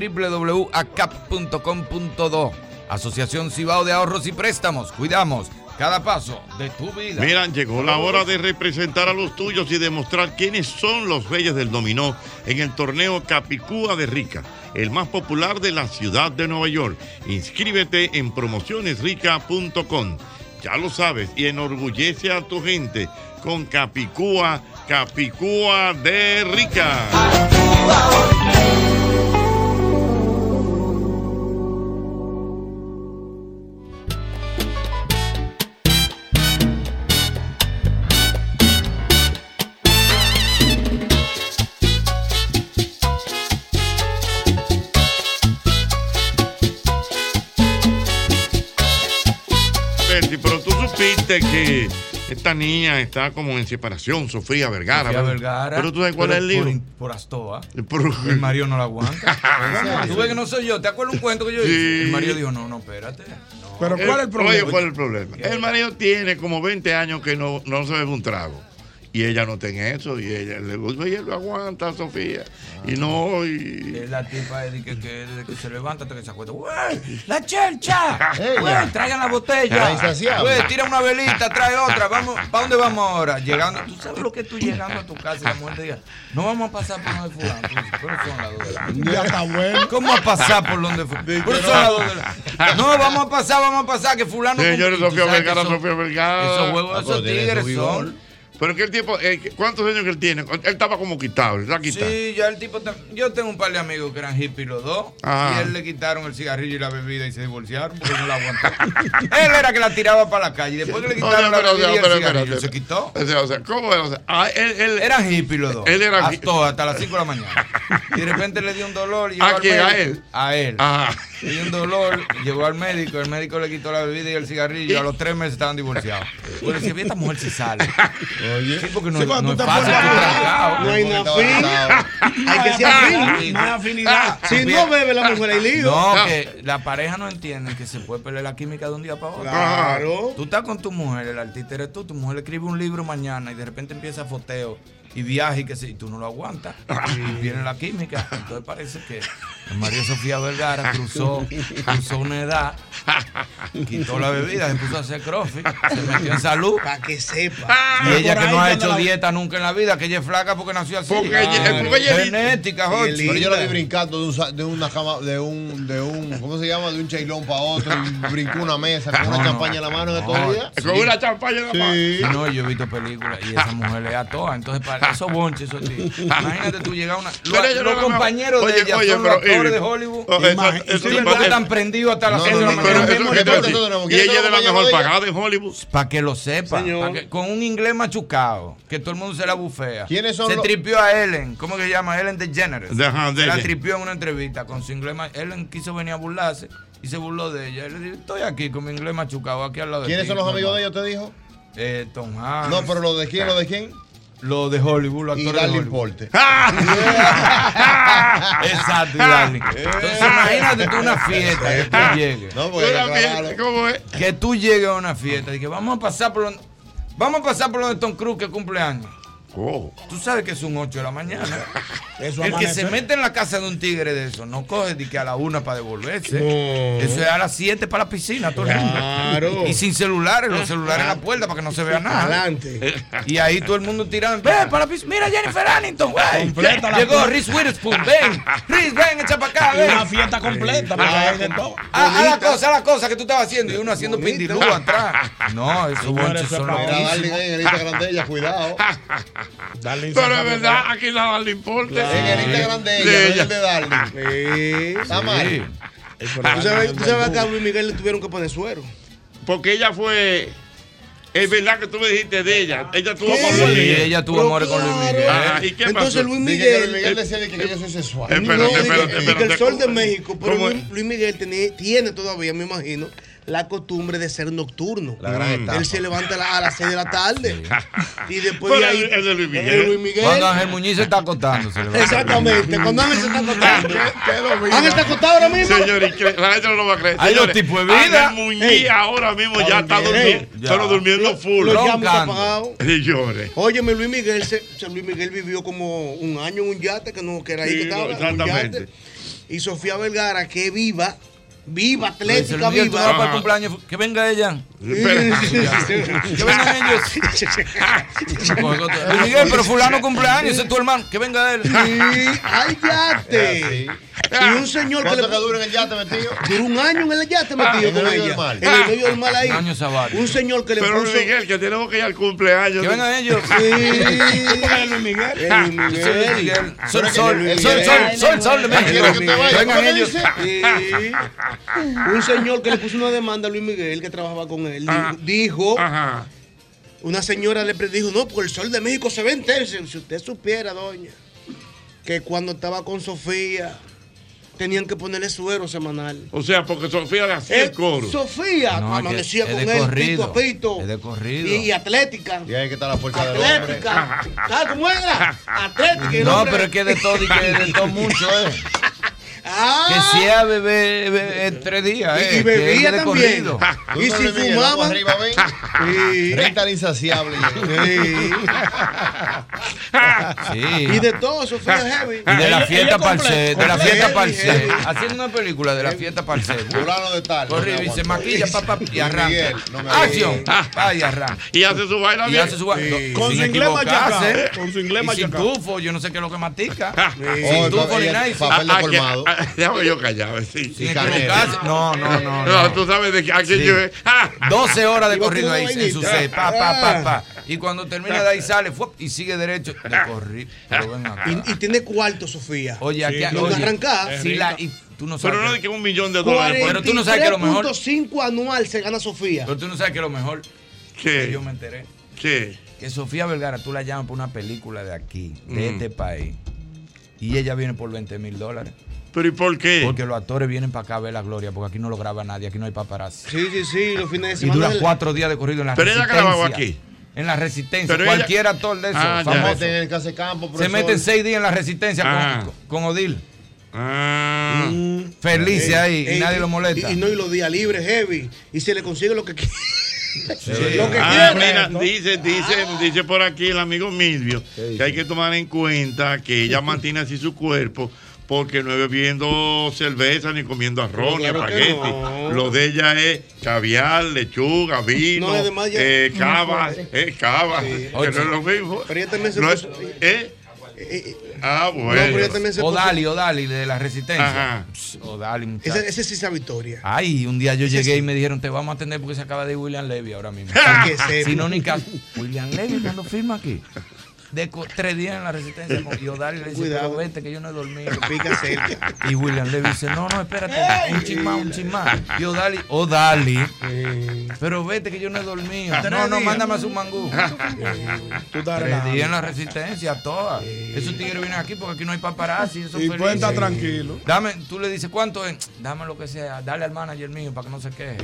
www.acap.com.do. Asociación Cibao de Ahorros y Préstamos. Cuidamos cada paso de tu vida. Mira, llegó la hora de representar a los tuyos y demostrar quiénes son los reyes del dominó en el torneo Capicúa de Rica, el más popular de la ciudad de Nueva York. Inscríbete en promocionesrica.com. Ya lo sabes y enorgullece a tu gente con Capicúa, Capicúa de Rica. Percy, pero tú supiste que esta niña está como en separación, Sofía Vergara. Sofía ¿verdad? Vergara. Pero tú sabes cuál pero es el libro. Por, por Astoa. El marido no la aguanta. Tú ves que no soy yo. ¿Te acuerdas un cuento que yo hice? El marido dijo, no, no, espérate. No. Eh, Oye, ¿cuál es el problema? El marido tiene como 20 años que no, no se bebe un trago. Y ella no tiene eso. Y ella le gusta y él lo aguanta, Sofía. Y no, y. Es la tipa de que, que, de que se levanta hasta que se acuesta. ¡Güey! ¡La chelcha! ¡Güey! ¡Traigan la La botella! insaciable. ¡Güey! ¡Tira una velita! ¡Trae otra! Vamos, ¿Para dónde vamos ahora? Llegando. ¿Tú sabes lo que tú llegando a tu casa y la mujer te diga? No vamos a pasar por donde fulano. Pero son las dos de la mañana. Ya está bueno. ¿Cómo a pasar por donde fulano? Pero son las dos de la No, vamos a pasar, vamos a pasar, que fulano. Señores, Y tú Sofía sabes que Vergara, son- Sofía Vergara. Esos huevos, pues, esos tigres son. Pero que el tiempo, eh, ¿cuántos años que él tiene? Él estaba como quitado, está quitado. Sí, ya el tipo. tam- Yo tengo un par de amigos que eran hippies los dos. Ajá. Y él le quitaron el cigarrillo y la bebida y se divorciaron porque no la aguantó. él era que la tiraba para la calle. Después que le No, quitaron no, la pero, bebida no, y el pero, cigarrillo, espérate. se quitó. O sea, o sea, ¿cómo era? O sea, ah, él, él, Eran hippies los dos. Él era Hasta, hasta las 5 de la mañana. Y de repente le dio un dolor. y ¿A llegó al quién? ¿A médico. él? A él. Le dio un dolor, llevó al médico, el médico le quitó la bebida y el cigarrillo. A los tres meses estaban divorciados. Yo le decía, "Ve, esta mujer si sale. Oye. Sí, porque no, Sí, no cuando es tú te fácil, pones tú a- trancado. No Porque hay nada estaba fin. atado. Hay que ser Ah, afín. Sí. No hay afinidad. Si no bebe la mujer, hay lío. No, que la pareja no entiende que se puede perder la química de un día para otro. Claro. Tú estás con tu mujer, el artista eres tú. Tu mujer escribe un libro mañana y de repente empieza foteo y viaje y que sí, y tú no lo aguantas. Y viene la química. Entonces parece que María Sofía Vergara cruzó, cruzó una edad, quitó la bebida, se puso a hacer crossfit, se metió en salud. Para que sepa. Y ella que no ha hecho dieta dieta nunca en la vida, que ella es flaca porque nació así. Porque ella- porque ella es- genética, Jorge. Pero yo la vi brincando de, un sa- de una cama, de un, de un, ¿cómo se llama? De un chailón para otro, y brincó una mesa con una champaña en la mano de todo el día. Con una champaña en la mano. No, yo he visto películas y esa mujer es a todas. Entonces, para esos bonches, esos tíos. Imagínate tú llegar a una. Pero los- ella no los la- compañeros oye, de ella oye, son pero, los actores Irving, de Hollywood. oh, eso- Imagínate, eso- y siempre eso- están prendidos hasta las No, 6 de no, la no, pero mañana. eso es lo que te voy a decir. Y ella es de la mejor pagada en Hollywood. Para que lo sepa. Señor. pa' que- con un inglés machucado, que todo el mundo se la bufea. ¿Quiénes son se los- tripió a Ellen. ¿Cómo que se llama? Ellen DeGeneres. De- ajá, se la de- tripió en una entrevista con su inglés machucado. Ellen quiso venir a burlarse y se burló de ella. Él le dijo, estoy aquí con mi inglés machucado, aquí al lado de ¿Quiénes ti, son los normal". amigos de ellos, te dijo? Eh, Tom Hanks. No, pero ¿los de quién, los de quién? Los de Hollywood, los Y actores de Darling Hollywood. Ah. Porte. Exacto, y Darling. Entonces imagínate tú una fiesta que tú llegues. No, porque Una fiesta, aclararon. ¿cómo es? Que tú llegues a una fiesta y que vamos a pasar por donde, vamos a pasar por donde Tom Cruise que cumple años. Tú sabes que es un 8 de la mañana. Eso El que amanece. se mete en la casa de un tigre de eso no coge ni que a la una para devolverse. No. Eso es a las 7 para la piscina, todo el mundo. Claro. Ah. Y sin celulares, los celulares en la puerta para que no se vea nada. Adelante. Y ahí todo el mundo tirando. Ven para la piscina. Mira Jennifer Aniston, güey. Completa la Llegó puerta. Reese Witherspoon. Ven. Reese, ven, echa para acá. Ven. Una fiesta completa, porque hay de todo. Ah, haz la cosa, haz la cosa que tú estabas haciendo y uno haciendo pindilú atrás. No, esos bonches son Mira, Darling loquísimos. ahí en el Instagram de ella, cuidado. Pero es verdad, aquí la Darling Porte. En el Instagram de ella, no es el de Ah. Darling. Está mal. Tú sabes, tú sabes que a Luis Miguel le tuvieron que poner suero. Porque ella fue. Es verdad que tú me dijiste de ella. Ella tuvo Sí, Ah, amor con Luis Miguel. ella tuvo amores con Luis Miguel. Ajá, ¿y qué pasó? Entonces Luis Dije que Miguel. Luis Miguel decía de que, que yo soy sexual. Espérate, No, espérate, dije- espérate. dije el sol de ¿Cómo- México, pero cómo Luis, Luis Miguel tiene, tiene todavía, me imagino, la costumbre de ser nocturno. Mm. La gran etapa. Él se levanta a la- a las 6 de la tarde. Y después Pero de ahí. el- el de Luis Miguel. el Eh, Luis Miguel. Cuando Ángel Muñiz se está acostando. se levanta. Exactamente, cuando Ángel se está acostando. Ángel está acostado ahora mismo. Señores, incre- la gente no lo va a creer. Hay dos Señores, tipos de vida. Ángel Muñiz Ey. ahora mismo ya está durmiendo. Ya. Pero durmiendo full. Los llamas apagados. Señores. Óyeme, Luis Miguel, se, se- Luis Miguel vivió como un año en un yate que no que era ahí Sí, que estaba. no, en un exactamente. yate. Y Sofía Vergara, que viva, viva, Le dice, atlética, Luis Miguel, tú vas viva. para el cumpleaños. Que venga ella. Espera. Que vengan ellos. Luis Miguel, pero fulano cumpleaños, ese es tu hermano. Que venga él. Sí, hay yate. Y un señor que le. ¿Cuánto que dura en el yate metido? Duró un año en el yate Ah, metido en el con medio ella. del mar. En el medio del mar ahí. Un año sabático. Un señor que le Pero Luis puso. Miguel, que tenemos que ir al cumpleaños. Que vengan ellos. Sí. Luis Miguel. El Luis Yo soy Luis Miguel. Miguel. Sol, sol, sol, sol, sol, sol de México. Que vengan ellos. Sí. Un señor que le puso una demanda a Luis Miguel que trabajaba con él. Dijo. Una señora le pre- dijo, no, porque el sol de México se ve entero. Si si usted supiera, doña, que cuando estaba con Sofía, tenían que ponerle suero semanal. O sea, porque Sofía le hacía Eh, el coro. Sofía No, es que amanecía es con de él, corrido, pito a pito. es de corrido. Y, y atlética. Y ahí que está la fuerza del hombre. Atlética. ¿Sabes cómo era? Atlética. y el No, hombre- pero es que de todo, y que de todo mucho, eh. Que Ah, sea bebé, bebé en tres días, eh. y que es bebía de también. corrido. Tú Y no si le mires, vamos fumaba. arriba, Sí. ven. Renta era insaciable. Sí. Sí. Y de todo, Sofía Heavy. Y de la fiesta parcel, de la fiesta Heavy, parcel. heavy. Haciendo una película de la fiesta parcel. Fulano de tal. Corrido y se maquilla, papá, y arranca. Miguel, no me aguanto. Acción. Ay, arranca. Y hace su baila Y bien. hace su ba- no, Con sin su inglés equivocarse. machacado, con su inglés Y sin machacado. tufo, yo no sé qué es lo que mastica. Oh, Sin tufo ni papel- nada. y sin- papel de Ah, que- colmado. ah, déjame yo callado. Sí. Sin equivocarse. No, no, no. No, tú sabes de qué- a quién Sí. yo. Ah, 12 horas de Iba corrido con ahí una en su vainita. set, pa, pa, pa, pa. Y cuando termina de ahí sale fuop, y sigue derecho de corrido. Pero ven acá. Y, y tiene cuarto, Sofía. Oye, aquí Lo que oye, arranca. si la- y tú no sabes. pero no que- de que un millón de dólares. Pero tú no sabes que lo mejor- 43.5 anual se gana Sofía. Pero tú no sabes que lo mejor ¿Qué? que yo me enteré. ¿Qué? Que Sofía Vergara, tú la llamas por una película de aquí, de Mm. este país. y ella viene por 20 mil dólares. ¿Pero y por qué? Porque los actores vienen para acá a ver la gloria, porque aquí no lo graba nadie, aquí no hay paparazzi. Sí, sí, sí, los fines de Y semana. dura del- cuatro días de corrido en la Pero ella resistencia. grababa aquí. En la resistencia. Pero ella- Cualquier actor de esos Ah, ya. famoso. Se meten en el casecampo, Se profesor. meten seis días en la resistencia Ah. con, con Odil. Ah. Mm. Feliz Ey, ahí ey, y nadie lo molesta. Y, y no, y los días libres, heavy. Y se le consigue lo que quiere. Lo que Ah, quiere. mira, dice, dice, dice por aquí el amigo Milvio que hay que tomar en cuenta que ella mantiene así su cuerpo porque no es bebiendo cerveza ni comiendo arroz ni claro que espagueti. no. Lo de ella es caviar, lechuga, vino, No, además ya- eh, Muy cava, fuerte. eh, cava, que no es lo mismo. Pero ella también se No es- puso- eh, ¿eh? Ah, bueno. Odali, Odali, de la resistencia. Ajá. Pss, Odali, muchacho. Ese, ese sí es a victoria. Ay, un día yo Ese llegué sí. y me dijeron, te vamos a atender porque se acaba de ir William Levy ahora mismo. Para que sepa. Si no, ni caso. William Levy, cuando firma aquí? De co- tres días en la resistencia con y Odali le dice, Cuidado. "Pero vete que yo no he dormido. Pica cerca. Y William Levy dice, no, no, espérate, un chin más, un chin más. Y Odali, Odali, pero vete que yo no he dormido. Tres No, no, días. mándame a su mangú. Tú estás Tres relajando. días en la resistencia, todas. Esos tigres vienen aquí porque aquí no hay paparazzi. Eso Y pueden estar tranquilos. Dame, tú le dices cuánto es. Dame lo que sea, dale al manager mío para que no se queje.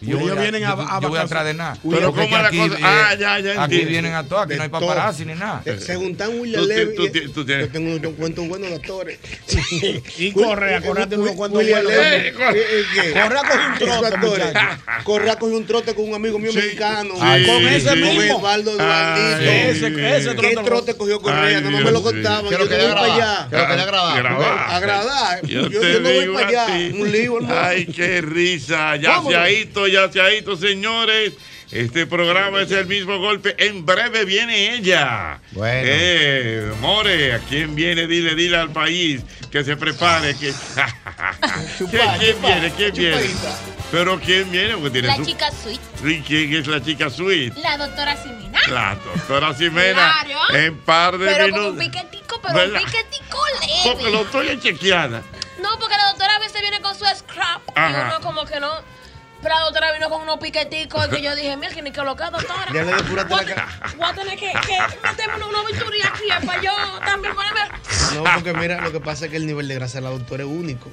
Y Ellos vienen yo- yo a- a voy vacaciones. atrás de nada. Pero Porque ¿cómo es la aquí, cosa? eh, Ah, ya, ya Aquí entiendo. vienen a todas, aquí no hay De paparazzi todo. ni nada. Eh, Según tan William Tú ti- Levy. tú eh, Yo tengo unos cuentos buenos de actores. Y Correa, Correa tiene unos cuentos buenos. Eh, Correa. Correa cogió un trote, muchacho. Correa cogió un trote con un amigo mío mexicano. Ah, sí, Con ese sí. mismo. Eduardo Ah, Dualdito. sí. Ese- ese trote ¿Qué lo- trote cogió Correa? Ay, no me Dios, lo sí. contaban. Que Yo lo no quería voy para grabar, allá. que lo quería grabar. Grabar. Agradar. Yo Yo, te yo no digo voy a para allá. ti. Un lío, hermano. Ay, qué risa. Ya Vámonos. se ha ido, ya se ha ido, señores. Este programa es el mismo golpe. En breve viene ella. Bueno. Eh, More, ¿a quién viene? Dile, dile al país que se prepare. Que... ¿Quién, quién chupa, viene? ¿Quién viene? chupadita. Pero ¿quién viene? Porque tiene La su- chica sweet, ¿Y ¿Quién es la chica sweet? la doctora Simina. La doctora Ximena. Claro. En par de Pero con un minutos. piquetico, pero ¿Verdad? un piquetico Porque lo leve. estoy chequeada. No, porque la doctora a veces viene con su scrap y Ajá. uno como que no. Pero la doctora vino con unos piqueticos que yo dije, mira, que ni que lo que doctora. Ya le depuraste la Voy a- cara. Voy a tener que, que meterme una- una bisturí aquí eh, para yo también ponerme. No, porque mira, lo que pasa es que el nivel de grasa de la doctora es único.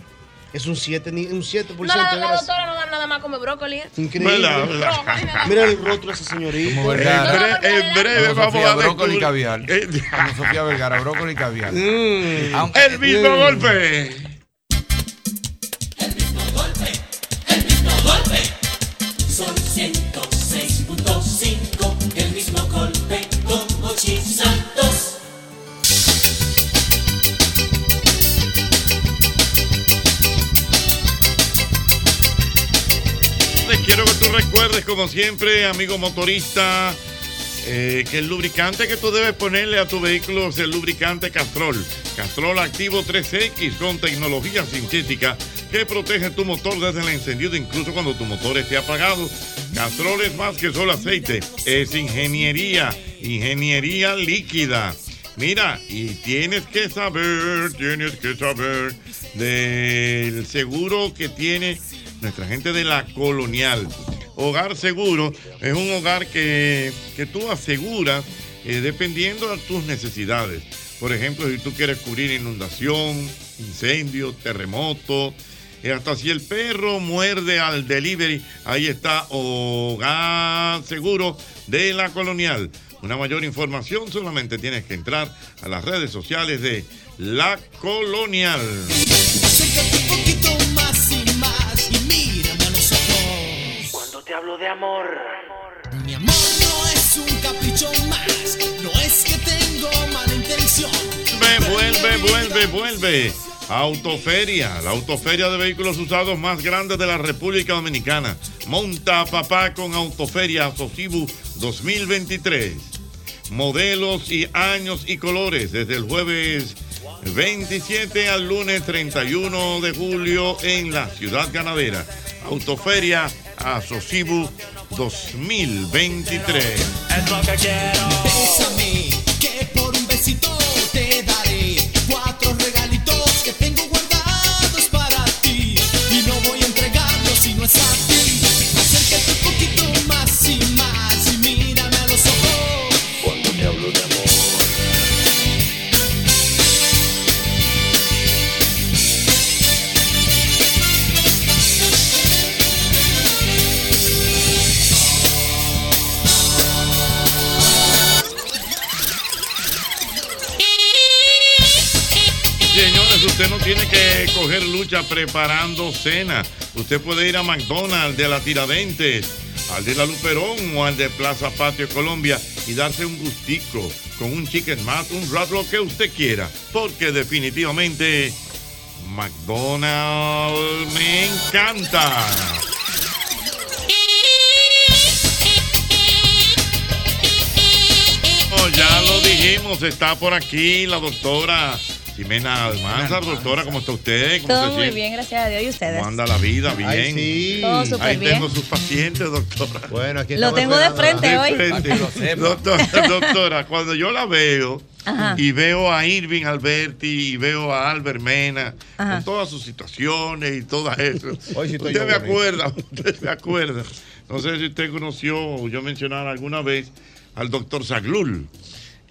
Es un 7%, ni- un 7 No, la, de la grasa. doctora no da nada más come brócoli. ¿eh? Increíble. ¿Verdad? ¿Verdad? Mira el rostro de esa señorita. Como Vergara. En bre- en breve Como vamos Sofía a Brócoli descubrir- Caviar. Como Sofía Vergara, Brócoli Caviar. Mm. Mm. Aunque- El mismo Mm. golpe. golpe. Son 106.5, el mismo golpe con Mochi Santos. Te quiero que tú recuerdes, como siempre, amigo motorista, eh, que el lubricante que tú debes ponerle a tu vehículo es el lubricante Castrol. Castrol Activo 3X con tecnología sintética que protege tu motor desde el encendido, incluso cuando tu motor esté apagado. Castrol es más que solo aceite, es ingeniería, ingeniería líquida. Mira, y tienes que saber, tienes que saber del seguro que tiene nuestra gente de la colonial. Hogar seguro es un hogar que, que tú aseguras eh, dependiendo de tus necesidades. Por ejemplo, si tú quieres cubrir inundación, incendio, terremoto, eh, hasta si el perro muerde al delivery, ahí está Hogar Seguro de la Colonial. Una mayor información solamente tienes que entrar a las redes sociales de La Colonial. Acércate un poquito más y más y mírame a los ojos. Cuando te hablo de amor, Mi amor no es un capricho más, no es que tengo mala intención. Vuelve, vuelve, vuelve, vuelve. Autoferia, la autoferia de vehículos usados más grande de la República Dominicana. Monta a papá con Autoferia Autocibu 2023. Modelos y años y colores desde el jueves 27 al lunes 31 de julio en la ciudad ganadera. Autoferia Asocibu 2023. Es lo que quiero. Bésame, que por un besito te daré cuatro regalitos que tengo guardados para ti. Y no voy a entregarlos si no es a ti. Acércate un poquito más y más y mírame a los ojos. cuando te hablo de amor. Usted no tiene que coger lucha preparando cena. Usted puede ir a McDonald's de la Tiradentes, al de la Luperón o al de Plaza Patio Colombia y darse un gustico con un chicken más, un rat, lo que usted quiera. Porque definitivamente McDonald's me encanta. Oh, ya lo dijimos, está por aquí la doctora Ximena Almanzar. Doctora, ¿cómo está usted? ¿Cómo Todo se muy siente? bien, gracias a Dios y ustedes. ¿Cómo anda la vida? Bien. Ay, sí. Todo súper Ahí tengo bien. sus pacientes, doctora. Bueno, aquí Lo tengo de frente hoy. Doctora, doctora, cuando yo la veo Ajá. y veo a Irving Alberti y veo a Albert Mena Ajá. con todas sus situaciones y todas eso. estoy usted yo me bonito. acuerda, usted me acuerda. No sé si usted conoció o yo mencionar alguna vez al doctor Zaglul.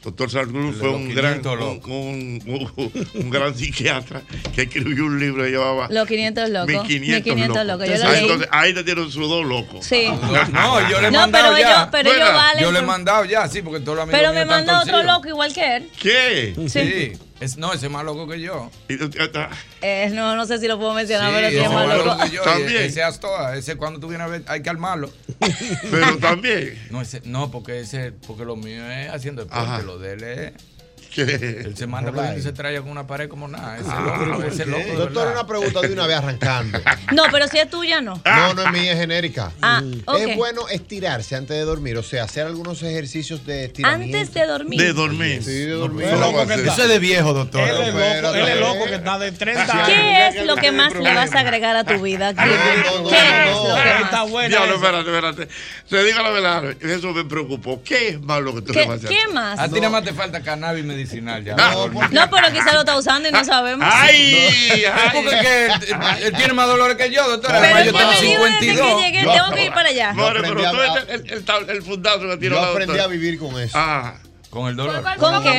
Doctor Sargul fue un gran, loquinito un, un- un- un gran psiquiatra que escribió un libro que llevaba Los 500 locos. 1500 1500 locos. locos. Yo lo Ah, leí. entonces, ahí te dieron sus dos locos. Sí. No, yo le he No, mandado pero ya. yo- pero yo valen Yo le he por- mandado ya, sí, porque todos los amigos Pero míos me están manda otro torcidos. loco igual que él. ¿Qué? Sí. Es, no, ese es más loco que yo. Eh, no, no sé si lo puedo mencionar, pero sí ese es más loco. que yo. También. También. Ese Astoa, ese cuando tú vienes a ver, hay que armarlo. Pero también. No, ese, no porque ese, porque lo mío es haciendo deporte, Ajá. lo de él es. ¿Qué? Él se manda por ahí y se trae con una pared como nada. Ese loco, ese loco. de Ah, Doctor, verdad. una pregunta de una vez arrancando. No, pero si es tuya, no. Ah. No, no es mía, es genérica. Ah, ok. Es bueno estirarse antes de dormir, o sea, hacer algunos ejercicios de estiramiento. Antes de dormir. De dormir. Sí, de dormir. Eso es loco que está. Eso es de viejo, doctor. Él es loco, él es loco que está de 30 años. ¿Qué es lo que más le vas a agregar a tu vida? ¿Qué, qué es lo que más? Está bueno. Diablo, espérate, espérate. Se diga la verdad, eso me preocupó. ¿Qué es más lo que tú ¿Qué- le vas a hacer? qué más? A ti nada más te falta cannabis medicinal ya. No, pero quizá lo está usando y no sabemos. ¡Ay! Es porque que él, él tiene más dolores que yo, doctora. Pero Además, yo es tengo que me dijo desde 52. que llegué, tengo que ir para allá. More, pero tú eres el, el, tab- el fundazo que tiró Yo la aprendí doctora. a vivir con eso. Ah. Con el dolor. cuál- ¿Con qué?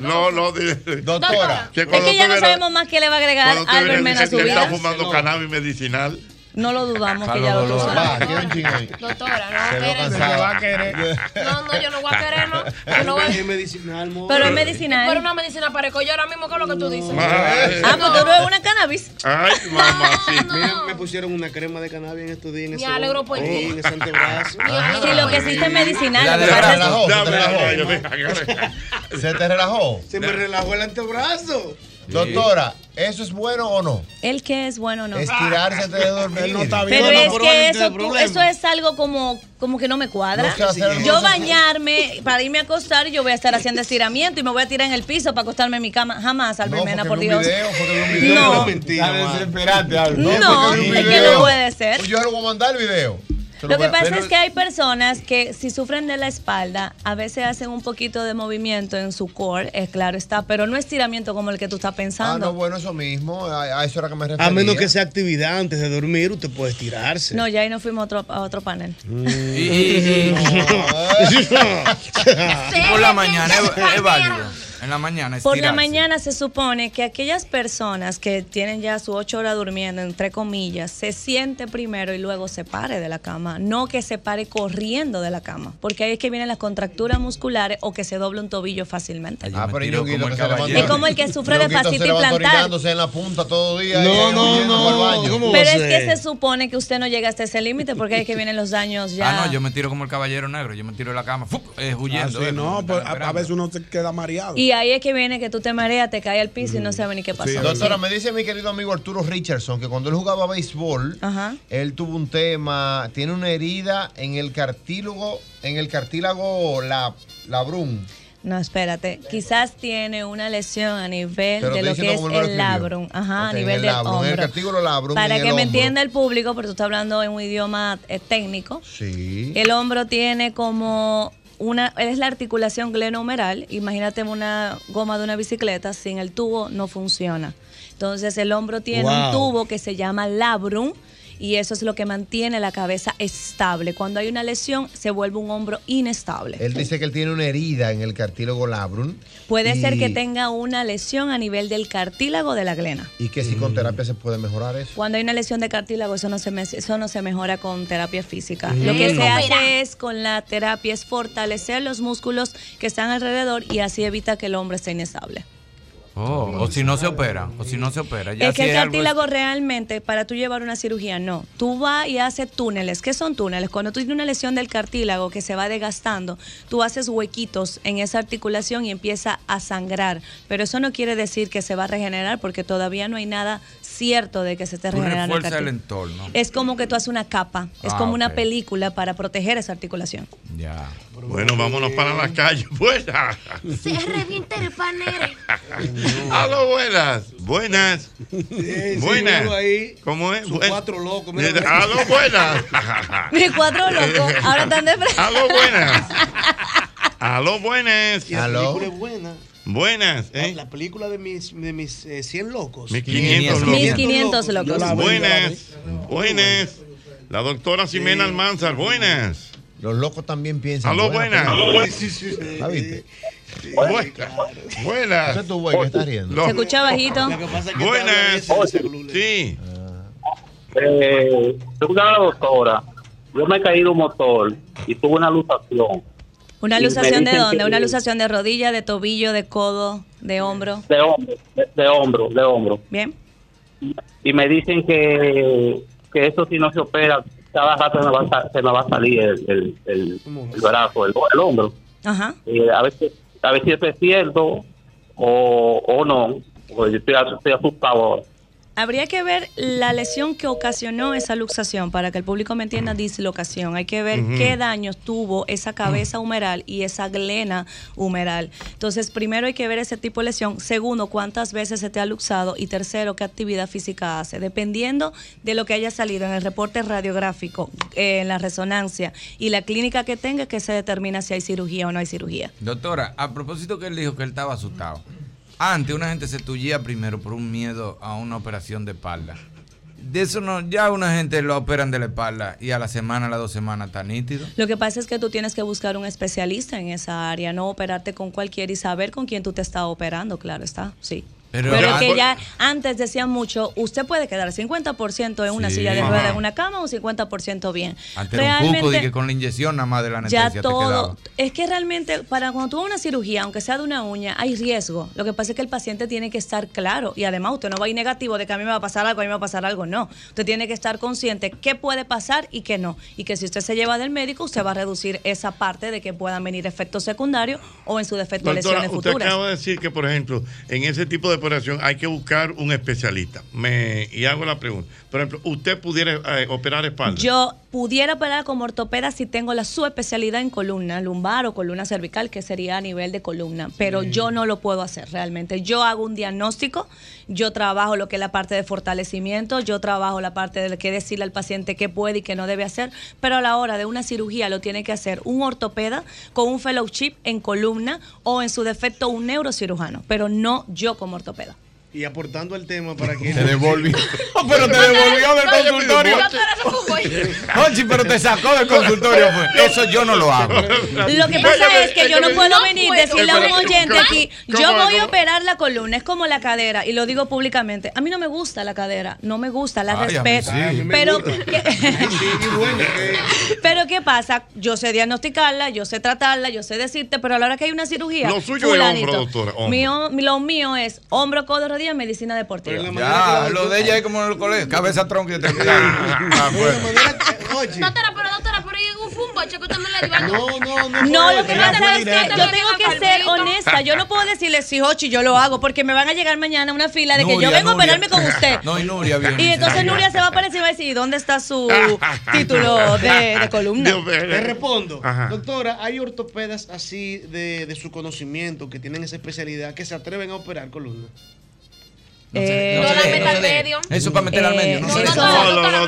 No, no. Doctora. Es que ya no sabemos más qué le va a agregar Cuando tú vienes Albert Mena a a su que está vida. fumando cannabis medicinal. No lo dudamos que ya lo usará. Doctora, no, veo espérense. cansado. No, no, yo no voy a querer, no. Yo no voy a- medicinal, mo. Pero es medicinal. Pero una medicina pareco. Yo ahora mismo con lo que tú dices. Ah, porque tú eres una cannabis. Ay, mamá, sí. Mira, me pusieron una crema de cannabis en estos días. En Me ese alegro ojo, por pues. ti. ahí, En ese antebrazo. Ah, Sí, lo que existe es medicinal. La lo que de pasa es- relajó, se te relajó. ¿Se te relajó? Se me relajó el antebrazo. Doctora, ¿eso es bueno o no? El que es bueno o no. Estirarse antes de dormir. Pero es que eso, tú- eso es algo como, como que no me cuadra. No sé hacer algunas yo cosas. bañarme para irme a acostar y yo voy a estar haciendo estiramiento y me voy a tirar en el piso para acostarme en mi cama. Jamás, Albert Mena, por Dios. No, mentira. desesperante, Aldo. No, porque vi un es que video. no puede ser. Pues Yo le voy a mandar el video. Se Lo voy que a- pasa Pero- Ah, es que hay personas que si sufren de la espalda, a veces hacen un poquito de movimiento en su core, es claro está, pero no estiramiento como el que tú estás Ah, pensando. no, bueno, eso mismo. A, a eso era que me refería. Ah, A menos que sea actividad antes de dormir, usted puede estirarse. Mm. No, ya ahí nos fuimos a otro, a otro panel. Y por la mañana es, es válido. En la mañana Por la estirarse. mañana se supone que aquellas personas que tienen ya su ocho horas durmiendo, entre comillas, se siente primero y luego se pare de la cama, no que se pare corriendo de la cama, porque ahí es que vienen las contracturas musculares o que se doble un tobillo fácilmente. Ah, pero tiró Ñonguito como que el se levantó. caballero. Es como el que sufre de Ñonguito se fascitis levantó plantar. orinándose en la punta todo el día. y No, no, huyendo no, por el baño. Pero es que se supone que usted no llega hasta ese límite porque ahí es que vienen los daños ya. Ah, no, yo me tiro como el caballero negro. Yo me tiro de la cama, ¡fup! eh, Ah, huyendo. Así eh, no, porque pues, me a, están a veces uno se queda mareado. Y ahí es que viene que tú te mareas, te caes al piso y Mm. no sabes ni qué pasó. Doctora, me dice mi querido amigo Arturo Richardson que cuando él jugaba béisbol, él tuvo un tema, tiene una herida en el cartílago, en el cartílago la, labrum. No, espérate. Quizás tiene una lesión a nivel Pero de te lo dicen que es cómo lo el escribió. labrum. Ajá, Ok, a en nivel el del labrum, en el hombro. cartílago labrum, Para en que el hombro. me entienda el público, porque tú estás hablando en un idioma eh, técnico. Sí. El hombro tiene como una, es la articulación glenohumeral. Imagínate una goma de una bicicleta, sin el tubo no funciona. Entonces el hombro tiene un Wow. tubo que se llama labrum y eso es lo que mantiene la cabeza estable. Cuando hay una lesión se vuelve un hombro inestable. Él dice que él tiene una herida en el cartílago labrum. Puede y- ser que tenga una lesión a nivel del cartílago de la glena. Y que si con terapia se puede mejorar eso. Cuando hay una lesión de cartílago, eso no se, me- eso no se mejora con terapia física. Mm. Lo que se Mira. hace es con la terapia es fortalecer los músculos que están alrededor y así evita que el hombro esté inestable. Oh, o si no se opera, o si no se opera. Ya Es que si el es algo- cartílago realmente, para tú llevar una cirugía, no. Tú vas y haces túneles. ¿Qué son túneles? Cuando tú tienes una lesión del cartílago que se va desgastando, tú haces huequitos en esa articulación y empieza a sangrar. Pero eso no quiere decir que se va a regenerar porque todavía no hay nada cierto de que se esté tú regenerando el refuerzas el cartílago. entorno. Es como que tú haces una capa, es Ah, como una ok. película para proteger esa articulación. Ya. Bueno, vámonos para las calles. Buenas. Se revienta el panel. Aló, buenas. Buenas. sí, buenas. luego ahí, ¿Cómo es? sus Buen- cuatro locos, mira. Eh, Aló, buenas. Mis cuatro locos, ahora están de frente. Aló, buenas. Aló, buenas. Y la película es buena. Buenas, La- ¿eh? La película de mis, de mis eh, 100 locos. 1500 locos. 1500 locos. Buenas, buenas. La doctora Ximena Almanzar, buenas. Los locos también piensan. Aló, buenas. Aló, buenas. Sí, sí, sí. ¿La Eh, viste? Buenas. Buenas. ¿Qué tú, güey, que estás riendo? Se escucha bajito. Buenas. Sí. Ah. Eh, según la doctora, yo me caí de un motor y tuve una luxación ¿Una Y me luxación de dicen dónde? que- ¿Una luxación de rodilla, de tobillo, de codo, de hombro? de hombro, de, de hombro, de hombro. Bien. Y me dicen que, que eso si no se opera, cada rato se me va a, sa- se me va a salir el, el, el- el brazo, el, el hombro. Ajá. Eh, a, ver, si- a ver si esto es cierto o, o no, porque yo estoy, as- estoy asustado ahora. Habría que ver la lesión que ocasionó esa luxación para que el público me entienda dislocación. Hay que ver Ujú. qué daños tuvo esa cabeza humeral y esa glena humeral. Entonces, primero hay que ver ese tipo de lesión. Segundo, cuántas veces se te ha luxado. Y tercero, qué actividad física hace. Dependiendo de lo que haya salido en el reporte radiográfico, eh, en la resonancia y la clínica que tenga, que se determina si hay cirugía o no hay cirugía. Doctora, a propósito que él dijo que él estaba asustado. Antes una gente se tullía primero por un miedo a una operación de espalda. De eso no, ya una gente lo operan de la espalda y a la semana, a las dos semanas está nítido. Lo que pasa es que tú tienes que buscar un especialista en esa área, no operarte con cualquiera y saber con quién tú te estás operando, claro está, sí. Pero, Pero que ya antes decían mucho, usted puede quedar 50% en una Sí. silla de ruedas, Ajá. en una cama, un 50% bien. Antes era un cuco de que con la inyección nada más de la anestesia ya te todo, quedaba. es que realmente para cuando tú vas a una cirugía, aunque sea de una uña, hay riesgo. Lo que pasa es que el paciente tiene que estar claro y además usted no va a ir negativo de que a mí me va a pasar algo, a mí me va a pasar algo, no. Usted tiene que estar consciente qué puede pasar y qué no. Y que si usted se lleva del médico, usted va a reducir esa parte de que puedan venir efectos secundarios o en su defecto Doctora, lesiones usted futuras. acaba de decir que, por ejemplo, en ese tipo de operación hay que buscar un especialista. Me, y hago la pregunta. Por ejemplo, ¿usted pudiera eh, operar espalda? Yo pudiera operar como ortopeda si tengo la subespecialidad en columna lumbar o columna cervical, que sería a nivel de columna, pero Sí. yo no lo puedo hacer realmente. Yo hago un diagnóstico, yo trabajo lo que es la parte de fortalecimiento, yo trabajo la parte de qué decirle al paciente qué puede y qué no debe hacer, pero a la hora de una cirugía lo tiene que hacer un ortopeda con un fellowship en columna o en su defecto un neurocirujano, pero no yo como ortopeda. Y aportando el tema para que. Te devolví. pero te devolvió del consultorio. Ochi, pero te sacó del consultorio. fue. Eso yo no lo hago. Lo que pasa es que yo no pues, puedo venir y decirle a un Espérate, oyente ¿cómo- aquí, yo cómo- voy a cómo? operar la columna, es como la cadera, y lo digo públicamente. A mí no me gusta la cadera, no me gusta, la Ay, a mí respeto. sí. Ay, a mí me Pero, gusta. eh, pero ¿qué pasa? Yo sé diagnosticarla, yo sé tratarla, yo sé decirte, pero a la hora que hay una cirugía. Lo suyo es fulanito. hombro, doctora, hombro. Mío- lo mío es hombro, codo, rodilla, medicina deportiva. Ya, lo de ella es como en el colegio. Cabeza tronca y te Ah, bueno. Doctora, pero doctora, pero hay un fumboche que usted me le dio. No, no, no. No, fue- lo que ella fue pasa es que directa. yo tengo que ser honesta. Yo no puedo decirle si Jochi yo lo hago porque me van a llegar mañana una fila de que yo Nuria, vengo a Nuria. operarme con usted. No, y Nuria viene. Y entonces Nuria se va a aparecer y va a decir, ¿dónde está su título de, de columna? Te respondo. Doctora, hay ortopedas así de, de su conocimiento que tienen esa especialidad que se atreven a operar columna. Eh, No se deje, no se deje. Eso para meterla al medio. Eh, no se eso-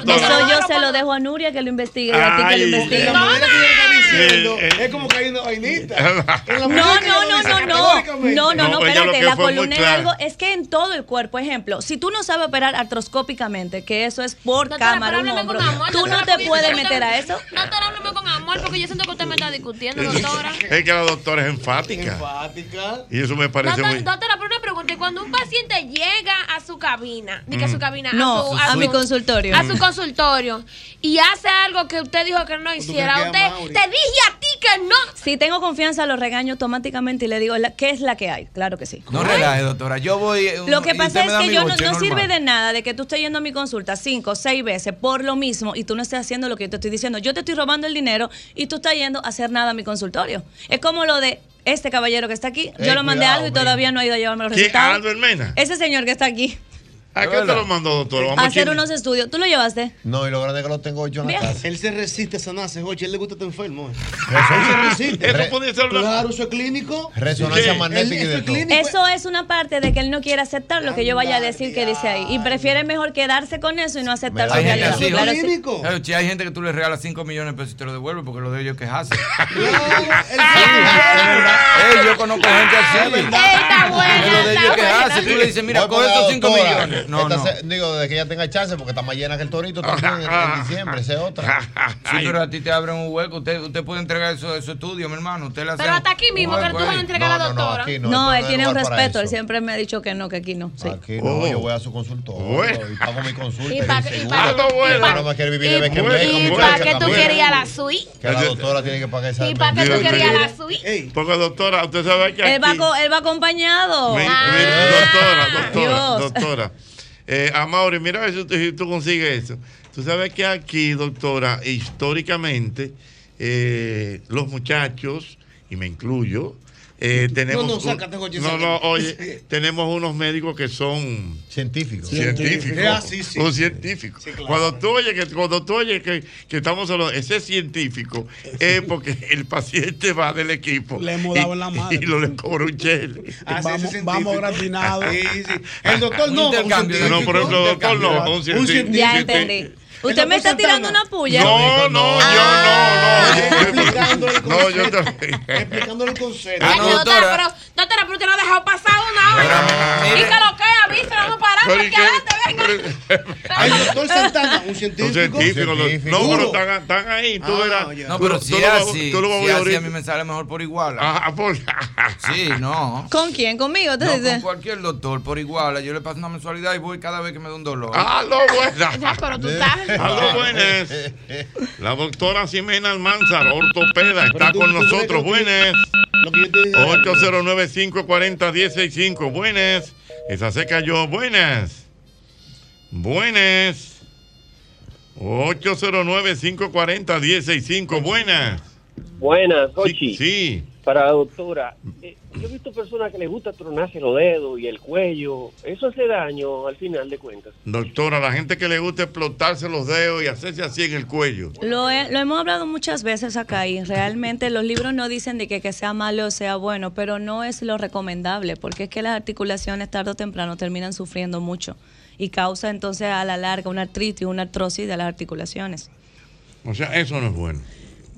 deje. Eso yo se lo dejo a Nuria que lo investigue y a ti que Ay, lo investigue. La manera que eh, ella está diciendo es como que hay una vainita. En la No, manera que ella no, lo no, dice, no, no, categóricamente. no, no, no, No, ella lo espérate, que la fue muy columna es clara. algo, es que en todo el cuerpo, ejemplo, si tú no sabes operar artroscópicamente, que eso es por Doctora, cámara, pero un háblame hombro, con amor, tú no doctora, te porque puedes yo siento que meter a usted- eso. Doctora, háblame con amor porque yo siento que usted me está discutiendo, doctora. Es Eh, que la doctora es enfática. Enfática. Y eso me parece Doctora, muy... doctora, pero una pregunta. importante, cuando un paciente llega a su cabina, de que a su Mm. cabina, No, su, a mi consultorio. A Mm. su consultorio, y hace algo que usted dijo que no hiciera, crees que usted, ama, Mauri? te dije a ti que no. Si tengo confianza, lo regaño automáticamente y le digo, "La- ¿qué es la que hay? Claro que sí. No relaje, doctora. Yo voy. eh, Lo que y pasa usted me es da que mi yo no, boche, no normal. sirve de nada de que tú estés yendo a mi consulta cinco, seis veces por lo mismo y tú no estés haciendo lo que yo te estoy diciendo. Yo te estoy robando el dinero y tú estás yendo a hacer nada a mi consultorio. Es como lo de este caballero que está aquí. Yo Ey, lo mandé cuidado, algo y men. todavía no ha ido a llevarme los Ah, ¿Qué? ¿A resultados. Aldo Hermena? Ese señor que está aquí ¿A qué te lo mandó, doctor? a hacer unos estudios. ¿Tú lo llevaste? No, y lo grande es que lo tengo yo en la Bien. casa. Él se resiste a sanarse, Jochi. Él le gusta estar enfermo. eh. Eso- Él se resiste. Eso podía ser una- Claro, eso es clínico. Resonancia Sí. magnética y Él- de eso es todo. clínico. Eso es una parte de que él no quiere aceptar lo que yo vaya a decir que dice ahí. Y prefiere mejor quedarse con eso y no aceptar su Hay gente realidad. así, Claro, ¿no? sí. Claro, che, hay gente que tú le regalas 5 millones de pesos y te lo devuelve porque lo de ellos es quejarse. Ey, Eh, yo conozco gente así. Está Que lo de ellos es quejarse. Tú le dices, mira, Voy coge con la estos 5 doctora. millones. No, Esta no. se- digo, desde que ella tenga chance, porque está más llena que el torito también en, en diciembre, esa es otra. Sí, pero a ti te abren un hueco. Usted, usted puede entregar eso de su estudio, mi hermano. Usted le hace Pero un- hasta aquí mismo, un que tú hueco vas a ahí. entregar a la doctora. No, él tiene un respeto. Él siempre me ha dicho que no, que aquí no. Sí. Aquí no, Oh. yo voy a su consultorio y pago mi consulta. Y Y pa- mi y seguro. pa- Ah, no, bueno. y pa- No, no me quiere vivir de y- vez que en y vez, como pa- muchacha que tú también. querías la suite? Que la doctora tiene que pagar esa ¿Y para qué tú medicina. querías la suite? Porque, doctora, usted sabe que Él va, aquí... co- él va acompañado. Ah, Mi- mi- doctora, doctora, Dios. doctora. Eh, a Mauri, mira a ver si tú, si tú consigues eso. Tú sabes que aquí, doctora, históricamente, eh, los muchachos, y me incluyo, eh, tenemos. No, no, un- sácate, Jochi, no, sácate. no, oye, tenemos unos médicos que son. Científicos. Científicos. Ah, sí, sí. Un científico. Cuando tú oyes que, cuando tú oyes que, que estamos hablando, ese científico es porque el paciente va del equipo. Le hemos y- dado en la madre. Y lo le cobra un chele. vamos, vamos gratinados. El doctor no, un científico. No, por ejemplo, el doctor no. Un Un científico. Ya entendí. Usted me está tirando una puya. Ah. No, no, yo no, no. No, yo Explicándole el concepto. Ah, Ay, doctora, pero, doctora, pero usted no ha dejado pasar una Ah, hora. Y que lo que, avísela, vamos a parar Pero, porque ¿y qué? eh, adelante, venga. El doctor Santana, un científico. Un científico. lo- No, pero están, están ahí. Tú Ah, verás. ya. Tú- No, pero tú si lo es vas- así, tú lo vas a si ver es así, ahorita. a mí me sale mejor por igual. Ah, por... Sí, no. ¿Con quién? ¿Conmigo? No, Entonces, con cualquier doctor, por igual. Yo le paso una mensualidad y voy cada vez que me da un dolor. Ah, lo buena. Ya, pero tú A lo buenas. eh, La doctora Ximena Almanzar, ortopeda, está con nosotros. Buenas. 809-540-165. Buenas. Esa se cayó. Buenas. Buenas. 809-540-165. Buenas. Buenas, Jochi. Sí. Para la doctora, eh, yo he visto personas que les gusta tronarse los dedos y el cuello. Eso hace daño al final de cuentas. Doctora, la gente que le gusta explotarse los dedos y hacerse así en el cuello. Lo, he- lo hemos hablado muchas veces acá y realmente los libros no dicen de que, que sea malo o sea bueno, pero no es lo recomendable porque es que las articulaciones tarde o temprano terminan sufriendo mucho y causa entonces a la larga una artritis, una artrosis de las articulaciones. O sea, eso no es bueno.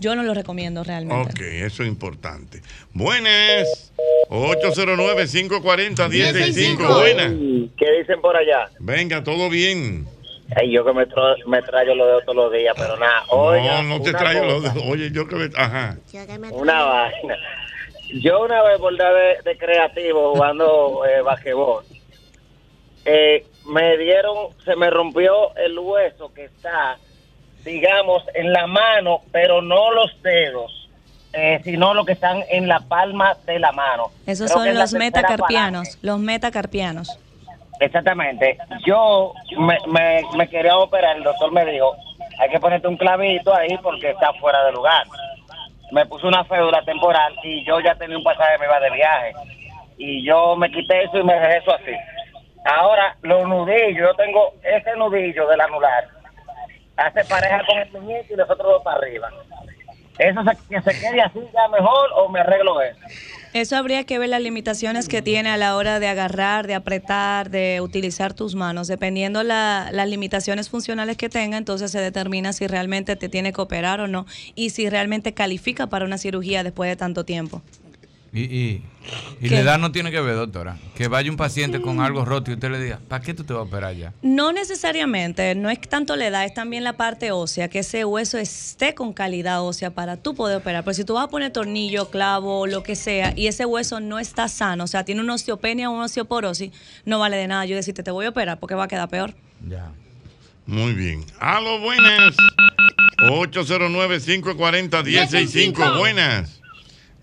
Yo no lo recomiendo realmente. Ok, eso es importante. Buenas. 809-540-165. Buenas. ¿Qué dicen por allá? Venga, todo bien. Ay, yo que me, tro- me traigo los dedos todos los días, pero nada. Oiga, no, no te una traigo los cosa, dedos. Oye, yo que me. Ajá. Una vaina. Yo una vez por dar de, de creativo jugando eh, basquetbol, eh, me dieron, se me rompió el hueso que está, digamos, en la mano, pero no los dedos, eh, sino lo que están en la palma de la mano. Esos Creo que son es la los tercera metacarpianos, los metacarpianos. Exactamente. Yo me, me, me quería operar, el doctor me dijo, hay que ponerte un clavito ahí porque está fuera de lugar. Me puso una fédula temporal y yo ya tenía un pasaje, me iba de viaje. Y yo me quité eso y me dejé eso así. Ahora, los nudillos, yo tengo ese nudillo del anular. Hace pareja con el muñeco y los otros dos para arriba. Eso se, que se quede así ya mejor o me arreglo eso. Eso habría que ver las limitaciones que tiene a la hora de agarrar, de apretar, de utilizar tus manos. Dependiendo la- las limitaciones funcionales que tenga, entonces se determina si realmente te tiene que operar o no y si realmente califica para una cirugía después de tanto tiempo. Y, y Y la edad no tiene que ver, doctora. Que vaya un paciente con algo roto y usted le diga, ¿para qué tú te vas a operar ya? No necesariamente, no es tanto la edad, es también la parte ósea, que ese hueso esté con calidad ósea para tú poder operar. Pero si tú vas a poner tornillo, clavo, lo que sea, y ese hueso no está sano, o sea, tiene una osteopenia o una osteoporosis, no vale de nada yo decirte, te voy a operar porque va a quedar peor. Muy bien. A los buenas. 809-540-165. Buenas.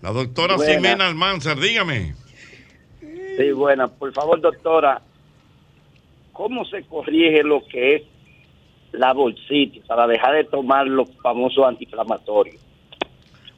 La doctora Buenas. Ximena Almanzar, dígame. Sí, buena. Por favor, doctora, ¿cómo se corrige lo que es la bolsitis para dejar de tomar los famosos antiinflamatorios?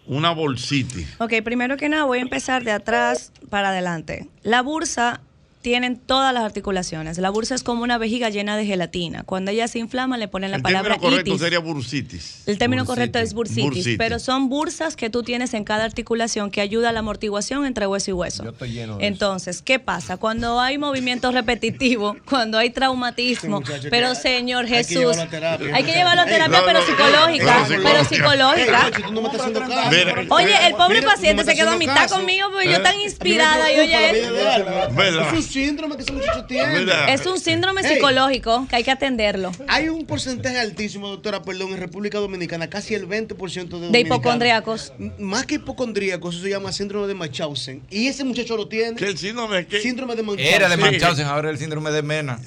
Una bolsita. Ok, primero que nada voy a empezar de atrás para adelante. La bursa tienen todas las articulaciones. La bursa es como una vejiga llena de gelatina. Cuando ella se inflama le ponen la El palabra término correcto itis. sería bursitis. El término correcto es bursitis, Bursitis. pero son bursas que tú tienes en cada articulación que ayuda a la amortiguación entre hueso y hueso. Entonces, ¿qué pasa? Cuando hay movimiento repetitivo, cuando hay traumatismo, Este muchacho pero que- Señor hay que Jesús, llevarlo a terapia, hay que muchacho. llevarlo a Ey, terapia, no, pero no, no, psicológica, no, no, pero Ey, psicológica. coche, tú no me estás haciendo caso. Mira. Oye, el pobre Mira, tú no paciente me se estás quedó a haciendo mitad caso. conmigo, porque ¿Eh? yo tan inspirada, y oye, eh. preocupa la vida él- de Alba. ¿Verdad? Es un síndrome que ese muchacho tiene. ¿Verdad? es un síndrome Ey. psicológico que hay que atenderlo. Hay un porcentaje altísimo, doctora, perdón, en República Dominicana, casi el 20% de De dominicanos. hipocondríacos. M- Más que hipocondríacos, eso se llama síndrome de Munchausen. Y ese muchacho lo tiene. ¿Qué el síndrome? Síndrome de Munchausen. Era de Munchausen, ahora el síndrome de Mena.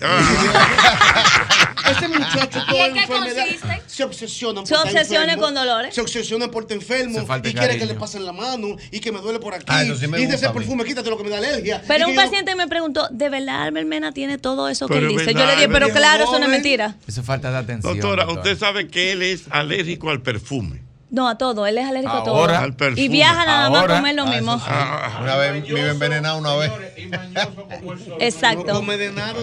Ese muchacho ¿Y con en qué enfermedad consiste? se obsesiona. por Se estar obsesiona enfermo, con dolores. Se obsesiona por estar enfermo Se falta y de quiere que cariño. le pasen la mano y que me duele por aquí. Ah, eso sí me y de gusta ese a mí. perfume, quítate lo que me da alergia. Pero Y un que yo- paciente me preguntó, ¿de verdad Albert Mena tiene todo eso que Pero él dice? Yo verdad, le dije, pero Albert, claro, eso no es joven. mentira. Eso es falta de atención. Doctora, usted sabe que él es alérgico al perfume. No, a todo, él es alérgico Ahora, a al todo. perfume. Ah, Y viaja nada más Ahora. a comer lo mismo. ah, Una vez vive envenenada una vez. Exacto.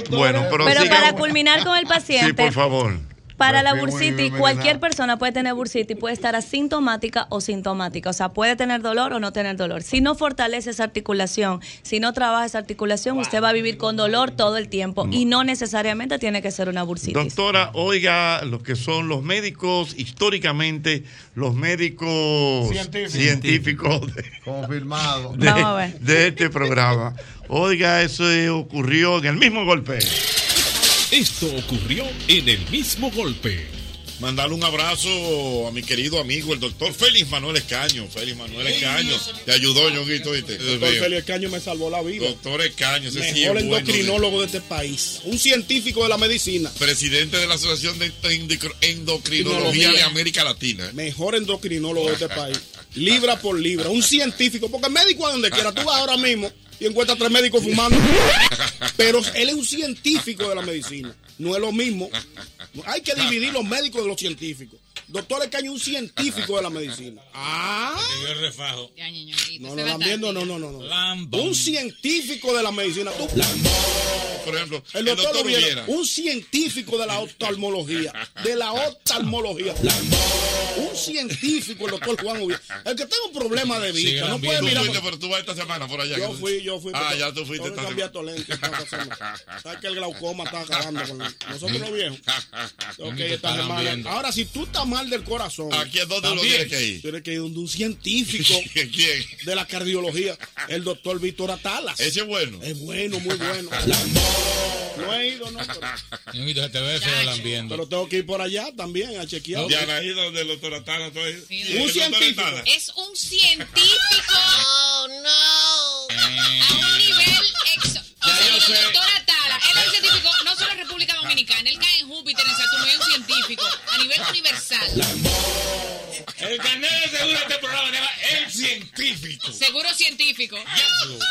Bueno, pero, Pero, siga- para culminar con el Sí, paciente, por favor. para la Muy bien, muy bursitis, bien, cualquier persona puede tener bursitis, puede estar asintomática o sintomática, o sea, puede tener dolor o no tener dolor. Si no fortalece esa articulación, si no trabaja esa articulación, usted va a vivir con dolor todo el tiempo y no necesariamente tiene que ser una bursitis. Doctora, oiga lo que son los médicos, históricamente, los médicos Científicos. científicos de, Confirmado. de- de este programa. Oiga, eso eh, ocurrió en el mismo golpe. Esto ocurrió en el mismo golpe. Mandarle un abrazo a mi querido amigo, el doctor Félix Manuel Escaño. Félix Manuel Escaño. Te ayudó, Ñonguito, ¿viste? Doctor Félix Caño me salvó la vida. Doctor Escaño, ese sí es Mejor bueno. eh. endocrinólogo de este país. Un científico de la medicina. Presidente de la Asociación de Endocr- Endocrinología Endocrinología. de América Latina. Mejor endocrinólogo de este país. Libra por libra. Un científico. Porque médico a donde quiera. Tú vas ahora mismo y encuentras tres médicos fumando. Pero él es un científico de la medicina. No es lo mismo. Hay que dividir los médicos de los científicos. Doctor Escaño es un científico de la medicina. Ah. Yo refajo. No, Se no, va lambiendo, no, no, no. no. Un científico de la medicina. Tú- Por ejemplo, el doctor, Ubiera, Ubiera. un científico de la oftalmología, de la oftalmología, un científico, el doctor Juan Ubiera. El que tenga un problema de Sigue vista, no puede lambiendo. Tú mirar. fuiste, pero tú vas esta semana por allá. Yo fui, yo fui. Ah, pero ya tú fuiste tengo que esta cambiar tu lente, tengo que hacerlo. Sabes que el glaucoma está acabando con nosotros Mm. los viejos. Ok, esta Están semana. viendo. Ahora, si tú estás mal del corazón. Aquí es donde uno también tiene que ir. Tienes que ir donde un científico de la cardiología, el doctor Víctor Atalas. Ese es bueno. Es bueno, muy bueno. No he ido, no. pero- Ñonguito, se te ve feo el ambiente. Pero tengo que ir por allá también a chequear. Ya la ida donde el doctor Atala. todo ahí. Sí, Sí, el un doctor científico. Atala. Es un científico. Oh, no. A un nivel exo. O sea, el doctor Atala, él es un científico no solo en República Dominicana, él cae en Júpiter, en Saturno, es un científico a nivel universal. El carnet de seguro de este programa se llama El Científico. Seguro científico.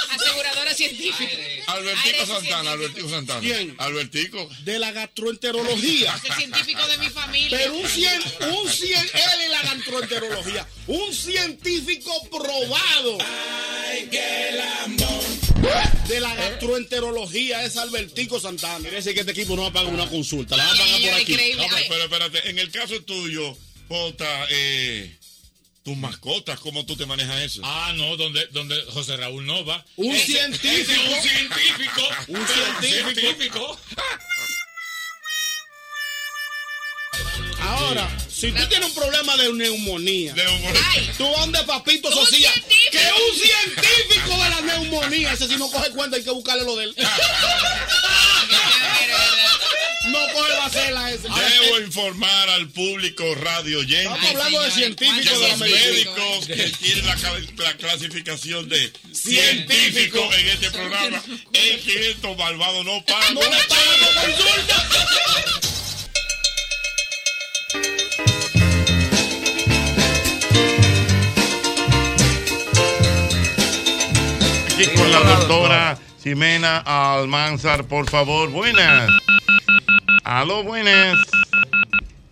Aseguradora científica. Albertico Santana, Albertico Santana. ¿Quién? Albertico. De la gastroenterología. Es el científico de mi familia. Pero un cien, un cien, él es la gastroenterología. Un científico probado. De la gastroenterología es Albertico Santana. Quiere decir que este equipo no va a pagar una consulta, la va a pagar por aquí. No, pero, pero espérate, en el caso tuyo, Jota, eh, tus mascotas, ¿cómo tú te manejas eso? Ah, no, donde, donde José Raúl no va. Un Ese- ese científico. es Un científico. Un Pero científico. Ahora, si tú tienes un problema de neumonía, tú vas donde papito Un Socia, científico. que es un científico de la neumonía. pulmonía, ese si no coge cuenta hay que buscarle lo de él. No coge la cela ese. Debo informar al público radio oyente. Estamos hablando de científicos de la los medicina. médicos que tienen la, ca- la clasificación de Científico. científico en este programa. El que estos malvados no pagan. No le pagan consulta. Aquí con la doctora Ximena Almanzar, por favor. Buenas. Aló, buenas.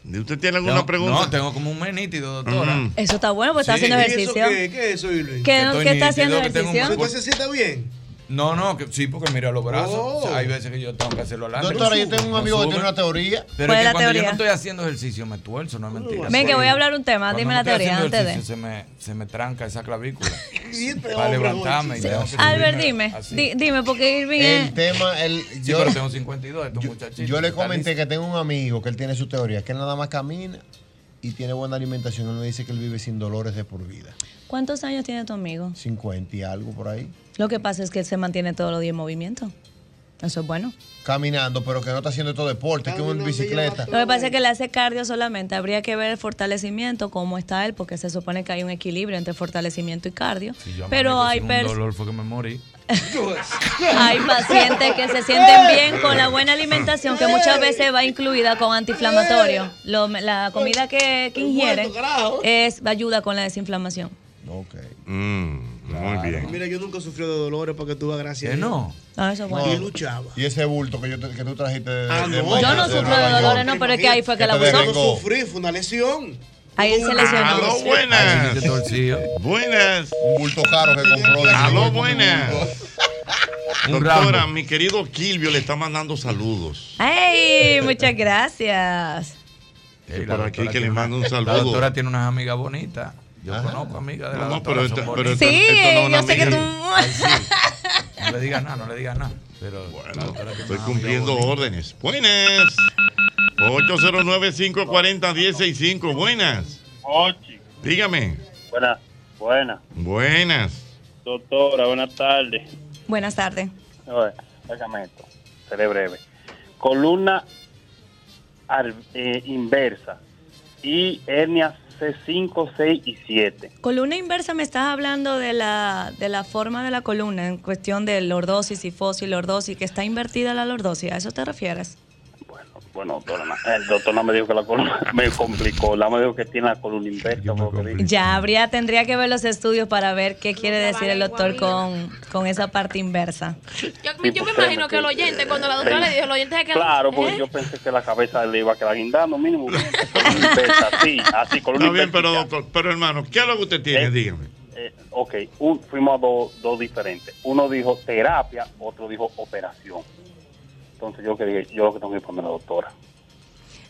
¿Usted tiene alguna Tengo- pregunta? Mm. No, tengo como un mes nítido, doctora. Ujú. Eso está bueno, pues está Sí. haciendo ¿Y eso ejercicio. qué? ¿Qué es eso, Luis? ¿Qué, no- Estoy qué nítido, está haciendo que tengo un ejercicio? cuerpo- ¿Está bien? No, no, que- sí, porque mira los brazos. Oh. O sea, hay veces que yo tengo que hacerlo largo. Doctora, yo tengo un amigo que tiene una teoría. Pero ¿Cuál es es que la cuando yo teoría? no estoy haciendo ejercicio me tuerzo, no es mentira. Ven, que voy a hablar un tema. Cuando Dime no la estoy teoría haciendo antes de. ejercicio, Se me, se me tranca esa clavícula. Siempre Para este hombre, levantarme. y Jorge. tengo que subirme Albert, dime. así. Eh. di- dime, porque Irving ¿eh? es. El tema, el, Sí, pero tengo 52, estos muchachitos. Yo le están comenté que tengo un amigo que él tiene su teoría, que él nada más camina y tiene buena alimentación. Él me dice que él vive sin dolores de por vida. ¿Cuántos años tiene tu amigo? 50 y algo por ahí. Lo que pasa es que él se mantiene todos los días en movimiento. Eso es bueno. Caminando, pero que no está haciendo todo deporte, que es en bicicleta. Lo que pasa es que le hace cardio solamente. Habría que ver el fortalecimiento, cómo está él, porque se supone que hay un equilibrio entre fortalecimiento y cardio. listos. Yo Pero amanecí hay, con pers- Un dolor fue que me morí. hay pacientes que se sienten bien con la buena alimentación, que muchas veces va incluida con antiinflamatorio. Lo- la comida que, que ingieren es, ayuda con la desinflamación. Mm, Muy bien. Mira, yo nunca sufrí de dolores para que tú ¿eh? vas gracias. ¿Que a Dios. no? Ah, eso es bueno. Yo luchaba. Y ese bulto que, yo te- que tú trajiste de, Ah, de- de- no. de- Yo no de sufro Nueva de York. dolores, no, pero es que ahí fue que la te abusó. devengó. No sufrí, fue una lesión. Ahí él se lesionó. Aló, buenas. Buenas. Un bulto caro que compró. Aló, buenas. Doctora, mi querido Kilvio le está mandando saludos. ¡Ay! Muchas gracias. Que la por aquí doctora que le tiene mando un una- saludo. La doctora tiene unas amigas bonitas. Yo conozco amigas de la No, no, doctora. pero son esta- pero bonitas. esta- Sí, esto no es una yo sé que tú. amiga. No le digas nada, no le digas nada. Pero la doctora tiene Estoy unas cumpliendo amigas bonitas. órdenes. Buenas. 809-540-165. Buenas. Dígame. Buenas, buenas. Buenas. Doctora, buenas tardes. Buenas tardes. Oye, óigame esto, seré breve. Columna ar- eh, inversa y hernias C5, 6 y 7. Columna inversa, me estás hablando de la, de la forma de la columna en cuestión de lordosis y fosil, lordosis, que está invertida la lordosis. ¿A eso te refieres? Bueno, doctora, na- el doctor no me dijo que la columna me complicó, no me dijo que tiene la columna inversa. porque dije, Ya habría, tendría que ver los estudios para ver qué quiere decir el doctor con, con esa parte inversa. sí, Yo me pues, imagino que el oyente, cuando la doctora le dijo, el oyente se quedó. Claro, porque ¿eh? yo pensé que la cabeza le iba a quedar guindando, mínimo. columna inversa, así, así, columna Está bien, inversa. pero doctor, pero hermano, ¿qué es lo que usted tiene? Dígame. Eh, ok, un- fuimos a dos, dos diferentes. Uno dijo terapia, otro dijo operación. Entonces yo que dije, yo lo que tengo que ir poner la doctora.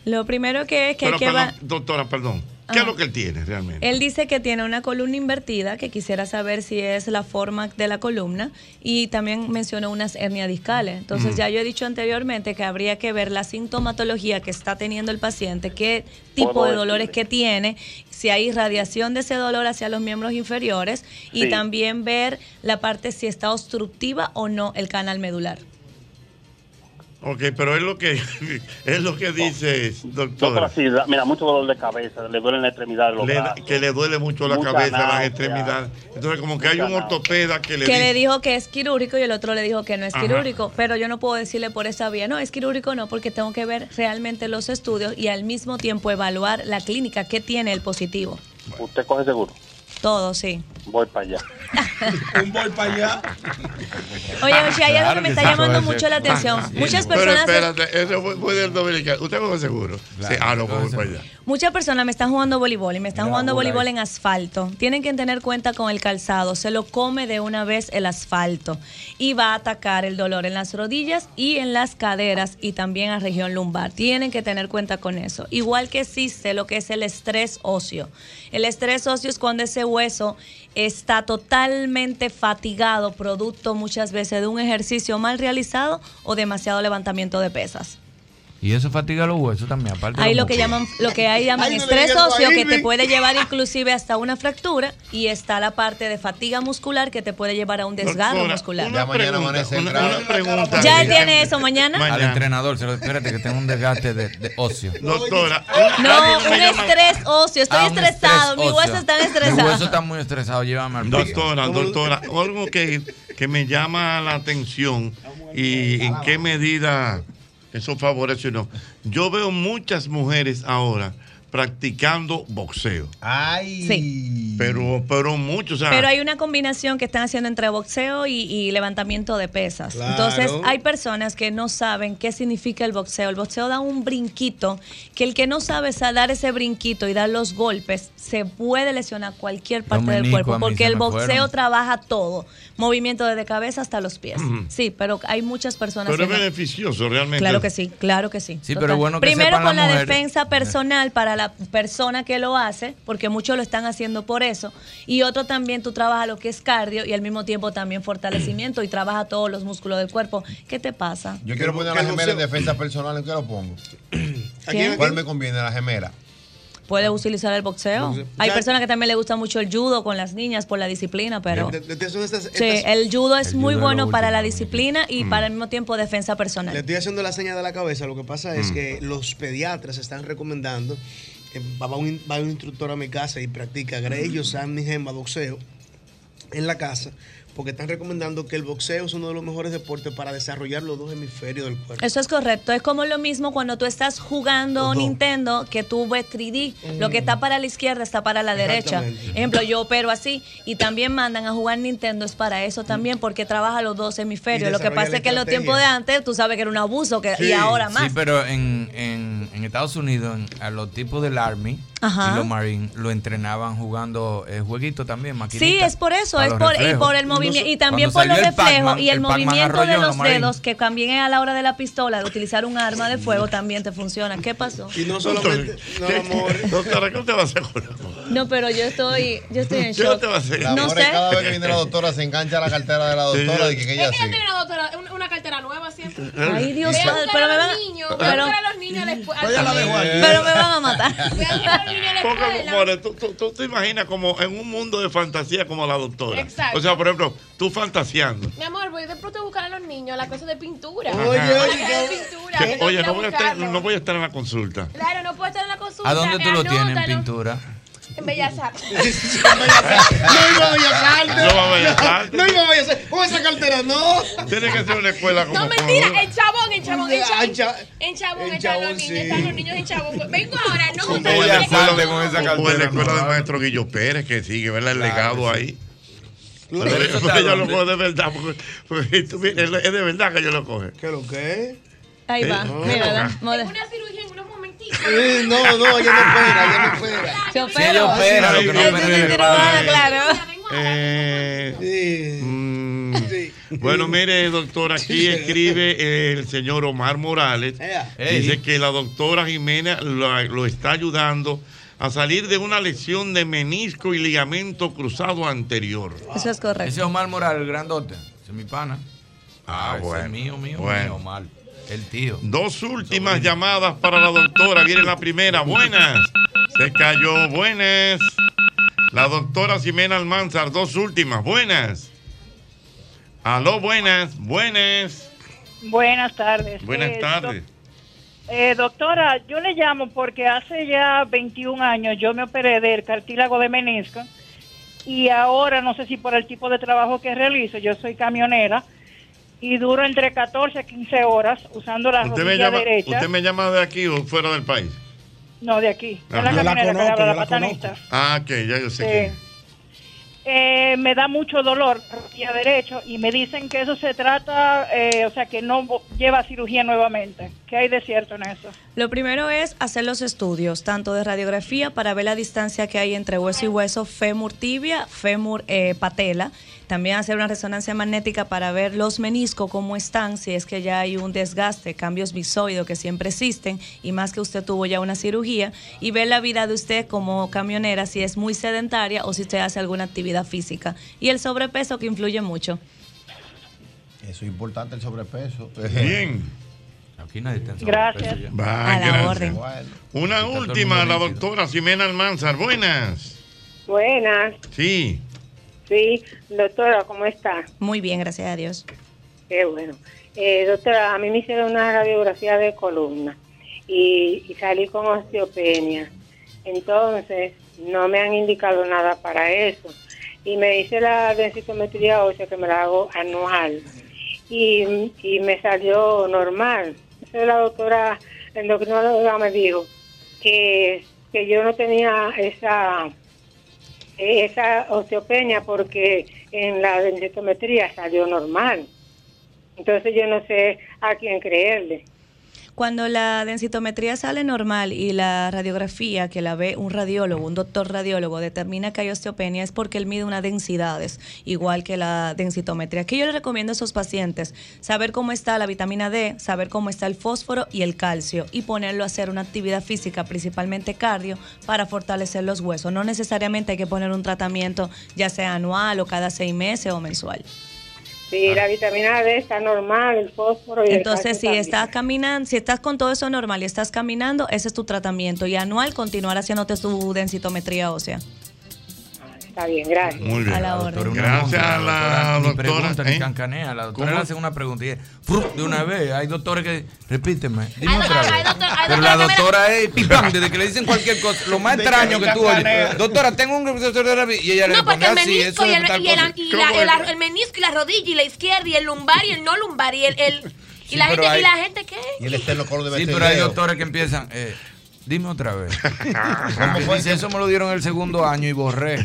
Lo primero que es que Pero, hay que perdón, va- Ah. doctora, perdón. ¿Qué es lo que él tiene realmente? Él dice que tiene una columna invertida, que quisiera saber si es la forma de la columna, y también mencionó unas hernias discales. Entonces Mm. ya yo he dicho anteriormente que habría que ver la sintomatología que está teniendo el paciente, qué tipo Puedo de dolores que tiene, si hay irradiación de ese dolor hacia los miembros inferiores, y Sí. también ver la parte si está obstructiva o no el canal medular. Ok, pero es lo que es lo que dice, Doctora, doctora. sí, da- mira, mucho dolor de cabeza, le duele la extremidad de los Le da- brazos. que le duele mucho la Mucha cabeza, las náusea. extremidades. Entonces, como que hay Mucha un náusea. ortopeda que le que dice. le dijo que es quirúrgico y el otro le dijo que no es Ajá. quirúrgico, pero yo no puedo decirle por esa vía, no, es quirúrgico no, porque tengo que ver realmente los estudios y al mismo tiempo evaluar la clínica que tiene el positivo. Usted coge seguro, Todo, sí. voy para allá. Un voy para allá. Oye, Ochi, hay algo Claro que que me está sí. llamando Puede mucho ser. la atención. Sí, Muchas pero personas, espérate, eso fue, fue del dominicano. Usted coge seguro. sí, ah, no, coge para allá. muchas personas me están jugando voleibol y me están Mira, jugando bola voleibol ahí. en asfalto. Tienen que tener cuenta con el calzado, se lo come de una vez el asfalto y va a atacar el dolor en las rodillas y en las caderas y también a región lumbar. Tienen que tener cuenta con eso. Igual que existe lo que es el estrés óseo. El estrés óseo es cuando ese hueso está totalmente fatigado, producto muchas veces de un ejercicio mal realizado o demasiado levantamiento de pesas. Y eso fatiga los huesos también, aparte. de Hay los lo que músculos. llaman, lo que ahí llaman Ay, me estrés digas, óseo, que te Ivy. puede llevar inclusive hasta una fractura, y está la parte de fatiga muscular que te puede llevar a un desgarro Doctora, muscular. Ya mañana amanece entrado. Ya él tiene eso mañana. Al entrenador, se lo, espérate que tengo un desgaste de, de ocio. Doctora, No, un estrés óseo. Estoy Ah, un estresado. estrés Mis huesos óseo. están Mis huesos estresados. están muy estresados, llévame al Doctora, doctora, algo que, que me llama la atención y en qué medida eso favorece o no. Yo veo muchas mujeres ahora practicando boxeo. Ay. Pero, pero muchos. o sea, Pero hay una combinación que están haciendo entre boxeo y, y levantamiento de pesas. Claro. Entonces, hay personas que no saben qué significa el boxeo. El boxeo da un brinquito, que el que no sabe sa- dar ese brinquito y dar los golpes, se puede lesionar cualquier parte del Dominico, a cuerpo, mí porque se el me boxeo fueron. trabaja todo, movimiento desde cabeza hasta los pies. Ujú. Sí, pero hay muchas personas pero es haciendo- beneficioso realmente. Claro que sí, claro que sí. Sí, Total. pero es bueno que Primero sepan con la las mujeres. defensa personal para la persona que lo hace, porque muchos lo están haciendo por eso. Y otro también tú trabajas lo que es cardio y al mismo tiempo también fortalecimiento y trabaja todos los músculos del cuerpo. ¿Qué te pasa? Yo quiero poner a la gemela en defensa personal. ¿En qué lo pongo? quién? ¿Cuál me conviene? La gemela. Puedes utilizar el boxeo. Boxeo. Hay Ya- personas que también le gusta mucho el judo con las niñas por la disciplina, pero Le- le- le estoy haciendo estas- sí, estas- el judo es El muy judo es lo bueno para último, la disciplina y Mm. para el mismo tiempo defensa Le personal. estoy haciendo la seña de la cabeza. Lo que pasa Mm. es que los pediatras están recomendando. eh, va, un, in- va un instructor a mi casa y practica Mm. Grello, Sandy, Gemma, boxeo en la casa. Porque están recomendando que el boxeo es uno de los mejores deportes para desarrollar los dos hemisferios del cuerpo. Eso es correcto. Es como lo mismo cuando tú estás jugando Los dos. Nintendo que tú ves 3D. Lo que está para la izquierda está para la derecha. Exactamente. Ejemplo, yo opero así y también mandan a jugar Nintendo. Es para eso también porque trabaja los dos hemisferios. Y Lo que desarrolla pasa la es que en los estrategia. tiempos de antes tú sabes que era un abuso que, y ahora más. Sí, pero en, en, en Estados Unidos, en- a los tipos del Army Ajá. y los Marines lo entrenaban jugando eh, jueguito también, Sí, maquinitas. es por eso, para es los por, y reflejos. por el movimiento, y también por Cuando los salió el reflejos Pac-Man, y el, el Pac-Man movimiento arrolló de a los los Marines. dedos, que también es a la hora de la pistola, de utilizar un arma de fuego, también te funciona. ¿Qué pasó? Y no solamente. No, amor. Doctora, ¿qué te va a hacer con la mujer? No, pero yo estoy, yo estoy en ¿Qué shock. te va a hacer? La No pobre sé. cada vez que viene la doctora se engancha a la cartera de la doctora y que ella Es que ella sí. tiene una, doctora- una- una cartera nueva siempre. Ay, Dios Voy a santo, buscar pero a me los van- niños, pero- voy a buscar a los niños a la escuela. Pues ya la dejo ahí. Pero me van a matar. Voy a buscar a los niños a la Porque, escuela. more, tú, tú- tú te imaginas como en un mundo de fantasía como la doctora. Exacto. O sea, por ejemplo, tú fantaseando. Mi amor, voy de pronto a buscar a los niños a la clase de pintura. Ajá. A la Oye, clase de pintura. Que, oye, no Tengo que voy, a estar, buscarlo. no voy a estar en la consulta. Claro, no puedo estar en la consulta. ¿A dónde tú lo tienes en anótalo. pintura? En Bellas Artes. No iba a Bellas Artes. No va a Bellas Artes. No iba a Bellas Artes. Con esa cartera, no. Tiene que ser una escuela como. No, mentira, en Chabón, en Chabón, en Ah, en Chabón. Cha- En Chabón en están los Chabón, niños, sí. están los niños en Chabón. Pues Vengo ahora, no, Como ustedes en la tienen escuela, que- como en la escuela del maestro Guillo Pérez, que sigue, ¿verdad? El legado ahí. Pero Pero yo- eso pero está yo lo donde- cojo de verdad, porque, porque tú mira, es es de verdad que yo lo coge. ¿Qué lo que Ahí va, No. mira, ¿verdad? Tengo Moda. Eh, no, no, ella no espera, ella no espera. Se opera. ella opera, lo que no opera es el Ah, claro. Eh, mm, Bueno, mire, doctora, aquí escribe eh, el señor Omar Morales. Ea. Dice que la doctora Jimena lo, lo está ayudando a salir de una lesión de menisco y ligamento cruzado anterior. Eso es correcto. Ese es Omar Morales, el grandote. Ese es mi pana. Ah, ese bueno, es mío, mío, bueno. mío, Omar. El tío. Dos últimas llamadas para la doctora. Viene la primera. Buenas. Se cayó. Buenas. La doctora Ximena Almanzar. Dos últimas. Buenas. Aló, buenas. Buenas. Buenas tardes. Buenas Eh, tardes. doc- eh, doctora, yo le llamo porque hace ya 21 años yo me operé del cartílago de menisco y ahora no sé si por el tipo de trabajo que realizo, yo soy camionera y duro entre 14 a 15 horas usando la ¿Usted rodilla me, llama, derecha. ¿Usted me llama de aquí o fuera del país? No, de aquí. de Ajá. la Yo la camionera que conozco, habla, yo la la patanista. Ah, que ya yo sé Sí. que. Eh, me da mucho dolor la rodilla derecha y me dicen que eso se trata, eh, o sea, que no vo- lleva a cirugía nuevamente. ¿Qué hay de cierto en eso? Lo primero es hacer los estudios, tanto de radiografía para ver la distancia que hay entre hueso y hueso, fémur tibia, fémur eh, patela. También hacer una resonancia magnética para ver los meniscos, cómo están, si es que ya hay un desgaste, cambios bisoidos que siempre existen, y más que usted tuvo ya una cirugía, y ver la vida de usted como camionera, si es muy sedentaria o si usted hace alguna actividad física. Y el sobrepeso que influye mucho. Eso es importante, el sobrepeso. Bien. Aquí nadie está en Gracias. sobrepeso ya. Va, A la gracias. orden. Una todo el última, mundo la doctora Ximena Almanzar. Buenas. Buenas, Sí. sí. Doctora, ¿cómo está? Muy bien, gracias a Dios. Qué bueno. Eh, doctora, a mí me hicieron una radiografía de columna y, y salí con osteopenia. Entonces, no me han indicado nada para eso. Y me hice la densitometría ósea que me la hago anual y, y me salió normal. Entonces la doctora endocrinóloga me dijo que, que yo no tenía esa eh, esa osteopenia porque en la densitometría salió normal. Entonces yo no sé a quién creerle. Cuando la densitometría sale normal y la radiografía que la ve un radiólogo, un doctor radiólogo, determina que hay osteopenia, es porque él mide unas densidades, igual que la densitometría. Aquí yo le recomiendo a esos pacientes saber cómo está la vitamina D, saber cómo está el fósforo y el calcio y ponerlo a hacer una actividad física, principalmente cardio, para fortalecer los huesos. No necesariamente hay que poner un tratamiento, ya sea anual o cada seis meses o mensual. Ah. Si la vitamina D está normal, el fósforo y el Entonces, calcio si también. estás caminando, si estás con todo eso normal y estás caminando, ese es tu tratamiento. Y anual, continuar haciéndote tu densitometría ósea. Está bien, gracias. Muy bien. A la orden. Doctora, una Gracias monja, a la ni doctora. pregunta, ni ¿eh? cancanea. La doctora ¿Cómo? le hace una pregunta y es, ¡fru! de una vez. Hay doctores que, repíteme, dime Ay, otra doctora, ay, vez. doctora, Pero la ay, doctora, que me la- doctora es pim, pam, desde que le dicen cualquier cosa. Lo más De extraño que que tú cancanea. oyes. Doctora, tengo un y ella le No, porque responde el así, menisco eso y, es el, tal y el- cosa. y la, el, ar- el menisco y la rodilla y la izquierda y el lumbar y el no lumbar y el... el- y, Sí, la pero gente, hay- ¿Y la gente qué? Y el de Sí, Montevideo. pero hay doctores que empiezan. eh, dime otra vez. Dice, eso me lo dieron el segundo año y borré.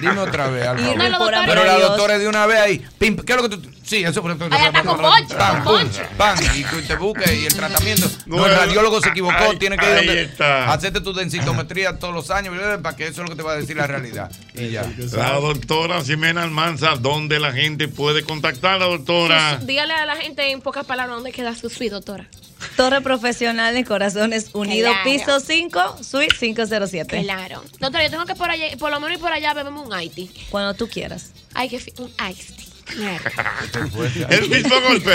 Dime otra vez. al Y favor". no, la doctora- pero la Dios. doctora de una vez ahí. pim, ¿Qué es lo que tú.? Sí, eso fue. Ahí está con bonche, Pam, con pum, bonche. pam, Y tú te buscas y el tratamiento. No, el Bueno, radiólogo se equivocó. ahí- tiene que ir ahí donde- está. Hacerte tu densitometría todos los años eh, para que eso es lo que te va a decir la realidad. Y ya. La doctora Ximena Almanzar, ¿dónde la gente puede contactarla, doctora? Dígale a la gente en pocas palabras dónde queda su suite, doctora. Torre Profesional de Corazones Unidos, Claro. piso 5, suite 507. Claro. Doctora, yo tengo que por allá, por lo menos ir por allá, bebemos un IT. Cuando tú quieras. Hay que fi- un ice tea. Claro. El mismo golpe.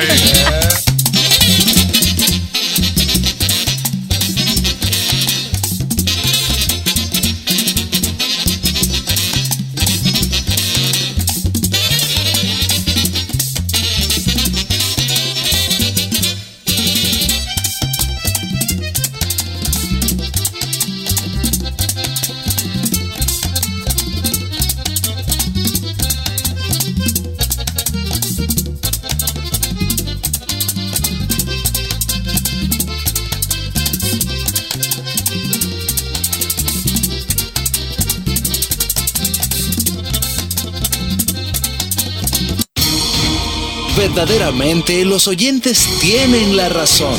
Verdaderamente los oyentes tienen la razón.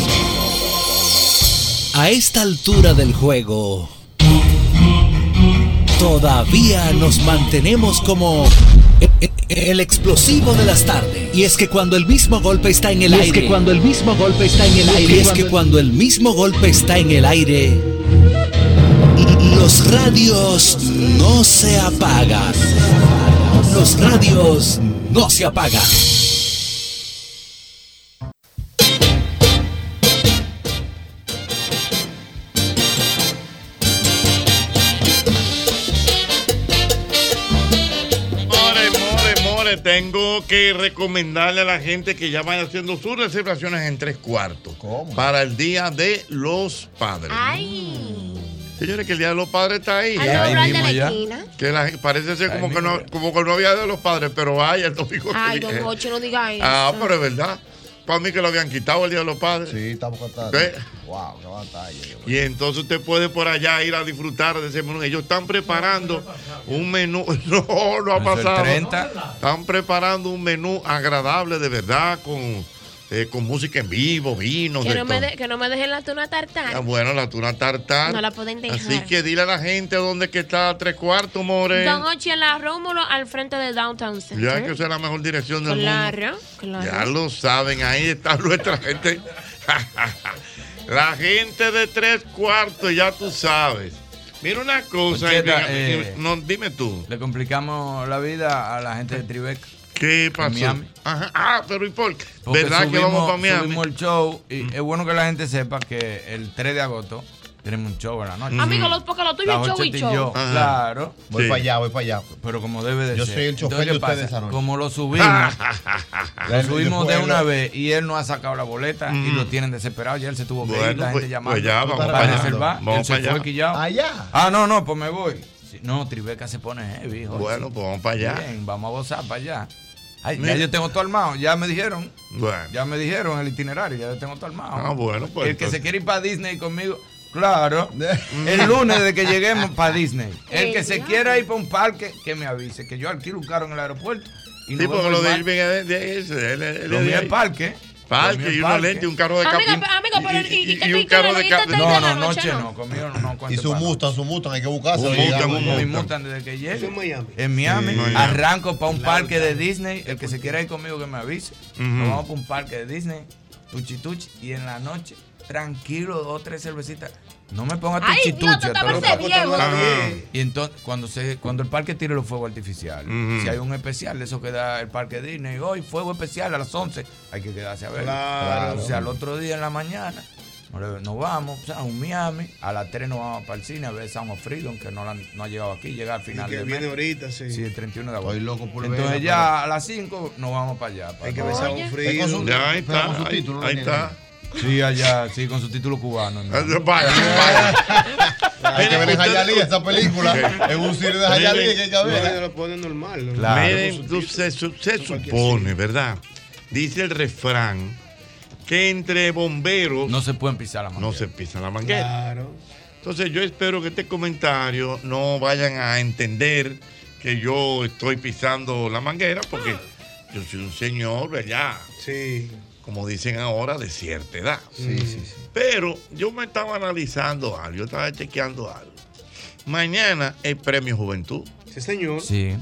A esta altura del juego, todavía nos mantenemos como e- e- el explosivo de las tardes. Y es que cuando el mismo golpe está en el Y es aire. que cuando el mismo golpe está en el aire. Y es que cuando el mismo golpe está en el aire. Los radios no se apagan. Los radios no se apagan. More, more, more. Tengo que recomendarle a la gente que ya vayan haciendo sus reservaciones en tres cuartos. Para el Día de los Padres. Señores, que el Día de los Padres está ahí. Al doblar de la esquina. Que la- parece ser como que, no, como que no había Día de los Padres, pero hay el domingo. que Ay, don viene. Ocho, no diga eso. eh. Ah, pero es verdad. Para mí que lo habían quitado el Día de los Padres. Sí, estamos Tarde. Wow, qué batalla. Y entonces usted puede por allá ir a disfrutar de ese menú. Ellos están preparando un menú. No, no ha Eso es pasado. 30. Están preparando un menú agradable de verdad con, eh, con música en vivo, vinos. Que de no, me todo. de- que no me dejen la tuna tartar. Ah, bueno, la tuna tartar. No la pueden dejar. Ah, Así que dile a la gente dónde que está a tres cuartos, More. Don Ochi en la Rómulo al frente de Downtown Center. Ya que esa es la mejor dirección del mundo. Claro, claro. Ya lo saben, ahí está nuestra gente. la gente de tres cuartos, ya tú sabes. Mira una cosa, Concheta, y venga, eh, no, dime tú. Le complicamos la vida a la gente de Tribeca. ¿Qué En pasó? Miami. Ajá. Ah, pero ¿y por qué? Porque ¿Verdad que vamos subimos- para Miami? Mm. Subimos el show y es bueno que la gente sepa que el 3 de agosto tenemos un show en la noche. Mm. Amigo, lo- porque lo tuyo La es show y Jochette show. yo, Ajá. Claro. Voy para allá, voy para allá. Pero como debe de Yo ser. soy el chofer Entonces, de ¿qué ustedes pasa? esa noche. Como lo subimos, lo La- subimos de después una lo- vez y él no ha sacado la boleta y Mm. lo tienen desesperado. Ya él se tuvo que Bueno, ir, la pues- gente llamando pues ya, vamos para para allá. reservar. Vamos él se para allá. fue quillado. Allá. Ah, no, no, pues me voy. Sí, No, Tribeca se pone heavy. hijo. Bueno, pues vamos para allá. Bien, vamos a gozar para allá. Ay, Mira. ya yo tengo todo armado, ya me dijeron. Bueno. Ya me dijeron el itinerario, ya lo tengo todo armado. Ah, bueno, pues, El que entonces. Mm. se quiere ir para Disney conmigo, claro. el lunes de que lleguemos para Disney. El que se quiera ir para un parque, que me avise, que yo alquilo un carro en el aeropuerto. Y Sí, nos porque vemos lo el de mar- Irving es de, de, ese, él es- él Lo es de mío es ahí. parque. Lo mío Parque es y una parque. lente y un carro de Amigo, capín. pero- amigo, pero ¿y- y- y qué y un tú quieres carro de ir hasta capín. el No, de no, la noche noche, no, no. conmigo no, no Y su Mustang, su Mustang, hay que buscarse. Un Mustang, un Llegamos. Mi Mustang desde que llegue. Eso es Miami. En Miami. Sí, Miami. Arranco para un parque de Disney. El que se quiera ir conmigo que me avise. Nos vamos para un parque de Disney. Tuchi tuchi. Y en la noche, tranquilo, dos o tres cervecitas. No me pongas Ay, tuchi Dios, tuchi. a tú te todo vas a lo que- viejo. Ajá. Y entonces, cuando, se, cuando el parque tire los fuegos artificiales, si hay un especial de eso que da el parque Disney, hoy fuego especial a las 11, hay que quedarse a ver. Claro. O sea, al otro día en la mañana. Nos nos vamos o sea, a un Miami, a las 3 nos vamos para el cine a ver Sound of Freedom, que no, la han- no ha llegado aquí, llega al final. que del viene mes. ahorita, sí. Sí, el 31 de agosto. Estoy loco por Entonces verla, ya pero- a las 5 nos vamos para allá. Para Hay que ver Sound of Oye. Freedom. Ahí con su- Ya, ahí está, con su ahí- título, ahí nene. está. Sí, allá, sí, con su título cubano. hermano. Hay que ver en Jayalía esa película. En un cine de Jayalía que hay que ver. lo ponen normal. ¿no? Miren, tú se, su- se supone, ¿verdad? Dice el refrán que entre bomberos. No se pueden pisar la manguera. No se pisan la manguera. Entonces, yo espero que este comentario no vayan a entender que yo estoy pisando la manguera porque yo soy un señor, ¿verdad? Sí. Como dicen ahora, de cierta edad. Sí, sí, sí. Pero yo me estaba analizando algo, yo estaba chequeando algo. Mañana es Premio Juventud. Sí, señor. Sí.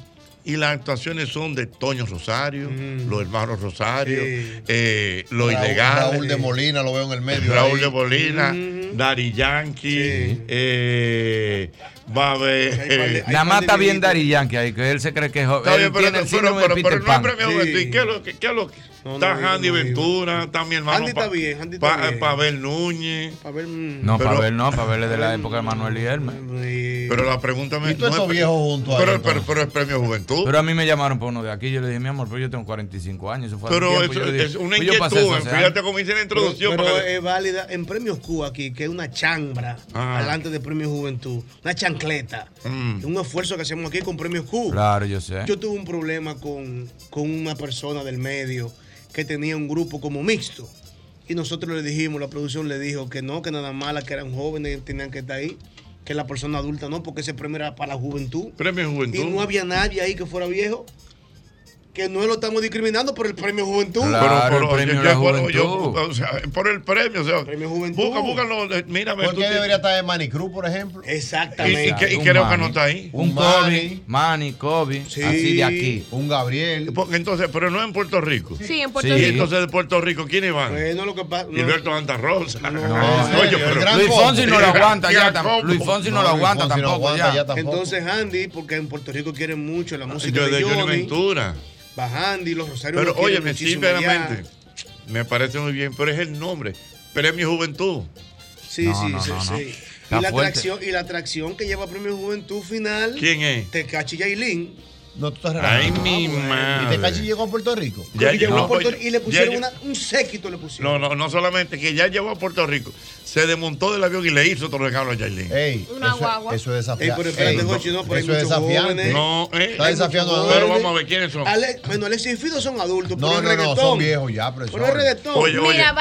Y las actuaciones son de Toño Rosario, Mm. los hermanos Rosario, eh, los Raúl- ilegales. Raúl de Molina, lo veo en el medio. Raúl ahí. de Molina, Dari Yankee, eh, va a haber. eh, Nada más está bien Dari Yankee ahí, que él se cree que es joven. Está bien, Él pero, tiene el pero- síndrome pero- de pero Peter no es Pan. premio Juventud. ¿Y qué es lo que? qué es lo que? está Andy Ventura, está mi hermano. Andy está bien, Andy está bien. Pavel Núñez. No, Pero- para ver, no, para verle de la época de Manuel y Hermes. Pero la pregunta me. Y no todos es esos pre- viejos juntos ahí, Pero, pero, pero es premio Juventud. Pero a mí me llamaron por uno de aquí. Yo le dije, mi amor, pero yo tengo 45 años. Eso fue hace Pero tiempo. eso Yo le dije, es una pues yo pasé inquietud, eh, eso hace fíjate años. cómo hice la Pero, introducción. pero para que- es válida en Premios Cuba aquí, que es una chambra Ah. delante de Premios Juventud, una chancleta. Mm. Es un esfuerzo que hacemos aquí con Premios Cuba. Claro, yo sé. Yo tuve un problema con, con una persona del medio que tenía un grupo como mixto. Y nosotros le dijimos, la producción le dijo que no, que nada más las que eran jóvenes tenían que estar ahí, que la persona adulta no, porque ese premio era para la juventud. Premio Juventud. Y no había nadie ahí que fuera viejo. Que no lo estamos discriminando por el premio Juventud. Pero por- yo- yo- bueno, yo- o sea, por el premio, o sea, busca, busca los- eh, mira, ¿Por tú qué tienes- debería estar en Manicruz, por ejemplo? Exactamente. Y- y que- y creo que no está ahí. Un Un Kobe, Manny, Kobe, así de aquí. Un Gabriel. Porque entonces, pero no en Puerto Rico. Sí, en Y Puerto Rico. entonces de Puerto Rico, ¿quiénes van? Bueno, lo que pasa. Gilberto Santa Rosa. No, Oye, serio, el pero- gran Luis combo. Fonsi no lo aguanta ya tam- combo. Luis Fonsi no lo aguanta Fonsi no tampoco aguanta Ah, ya. Entonces, Andy, porque en Puerto Rico quieren mucho la música Yo de de Johnny Johnny. Ventura. Bajandi, los Rosarios. Pero lo quieren oye, me muchísimo sinceramente, me parece muy bien, pero es el nombre. Premio Juventud. Sí, No, sí, no, sí, no, no. sí. Está Y la, fuerte. atracción, y la atracción que lleva Premio Juventud final. ¿Quién es? Tecachi Yailin. No, tú estás Ay, relajando. mi Ah, bueno. madre. ¿Y Tecachi llegó a Puerto Rico? Ya y, llegó llegó. a Puerto- No, y le ya pusieron llegó. una- un séquito. Le pusieron. No, no, no solamente que ya llegó a Puerto Rico, se desmontó del avión y le hizo otro regalo a Yailin. Ey, Una eso- guagua. eso es desafiante. Ey, pero espérate, Jochi, no, pero hay eso es muchos desafiante. jóvenes. No, eh. Está desafiando a Pero Duende. vamos a ver quiénes son. Ale- bueno, Alexis y Fido son adultos. No, pero no, es no, reggaetón. son viejos ya, pero Pero es reggaetón.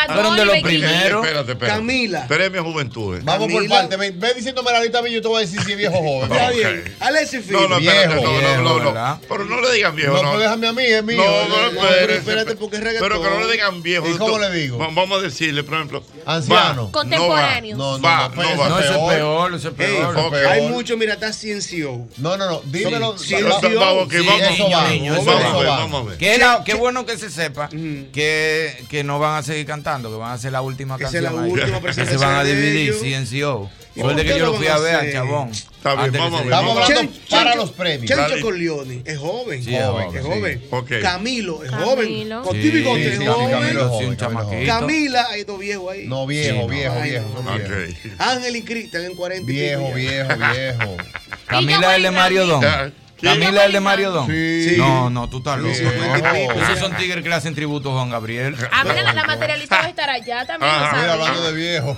fueron de los primeros. Camila. Premio Juventud. eh. Vamos por Camila. parte. Ve, ve diciéndome la lista, yo te voy a decir si es viejo o joven. Está Ok. bien. Alexis No, no, Viejo. espérate, no, no, no, no. Pero no le digan viejo, No, no. pues déjame a mí, es mío. No, no, No, espérate, pero espérate, porque es reggaetón. Pero que no le digan viejo. ¿Y cómo Tú- le digo? va- Vamos a decirle, por ejemplo. Anciano. va, Contemporáneo. No, no, No, no, va, no, no, pues, va. no, ese es Peor. peor, ese es Ey, peor. Ok. Hay mucho, mira, está Ciencio. No, no, no, dímelo. Sí, va- sí, va- vamos, que sí, vamos, eso niño, va, niño, eso vamos va. a ver, vamos a ver. Que era- qué bueno que se sepa que, que no van a seguir cantando, que van a ser la última Esa es canción. la ahí. última que se presentación van a de dividir, ellos. CNCO. Suerte que yo lo fui a ver al chabón. Está bien, Antes que vamos a se ver. diera. vamos a ver. para los premios. Dale. Chencho Corleone es joven, Sí, joven, joven, es sí. joven. Ok. Camilo es Camilo. joven. Con Sí, típico sí, es sí, joven. Camilo es joven, Sí, un Camilo es joven. chamaquito. Camila, hay dos viejos ahí. No, viejo, Sí, no. viejo, Ay, viejo. no. Ok. Ángel y Cristian en 40 y Viejo, pico ya. viejo, viejo. Camila es el de Mario Don. Camila es el de Mario Don. Sí. No, no, tú estás loco. Sí, cincuenta y pico. Esos son tigres que le hacen tributo a Juan Gabriel. Ah, mira, la, la materialista va a estar allá también, ¿no Ajá. sabes? Mira, hablando de viejo.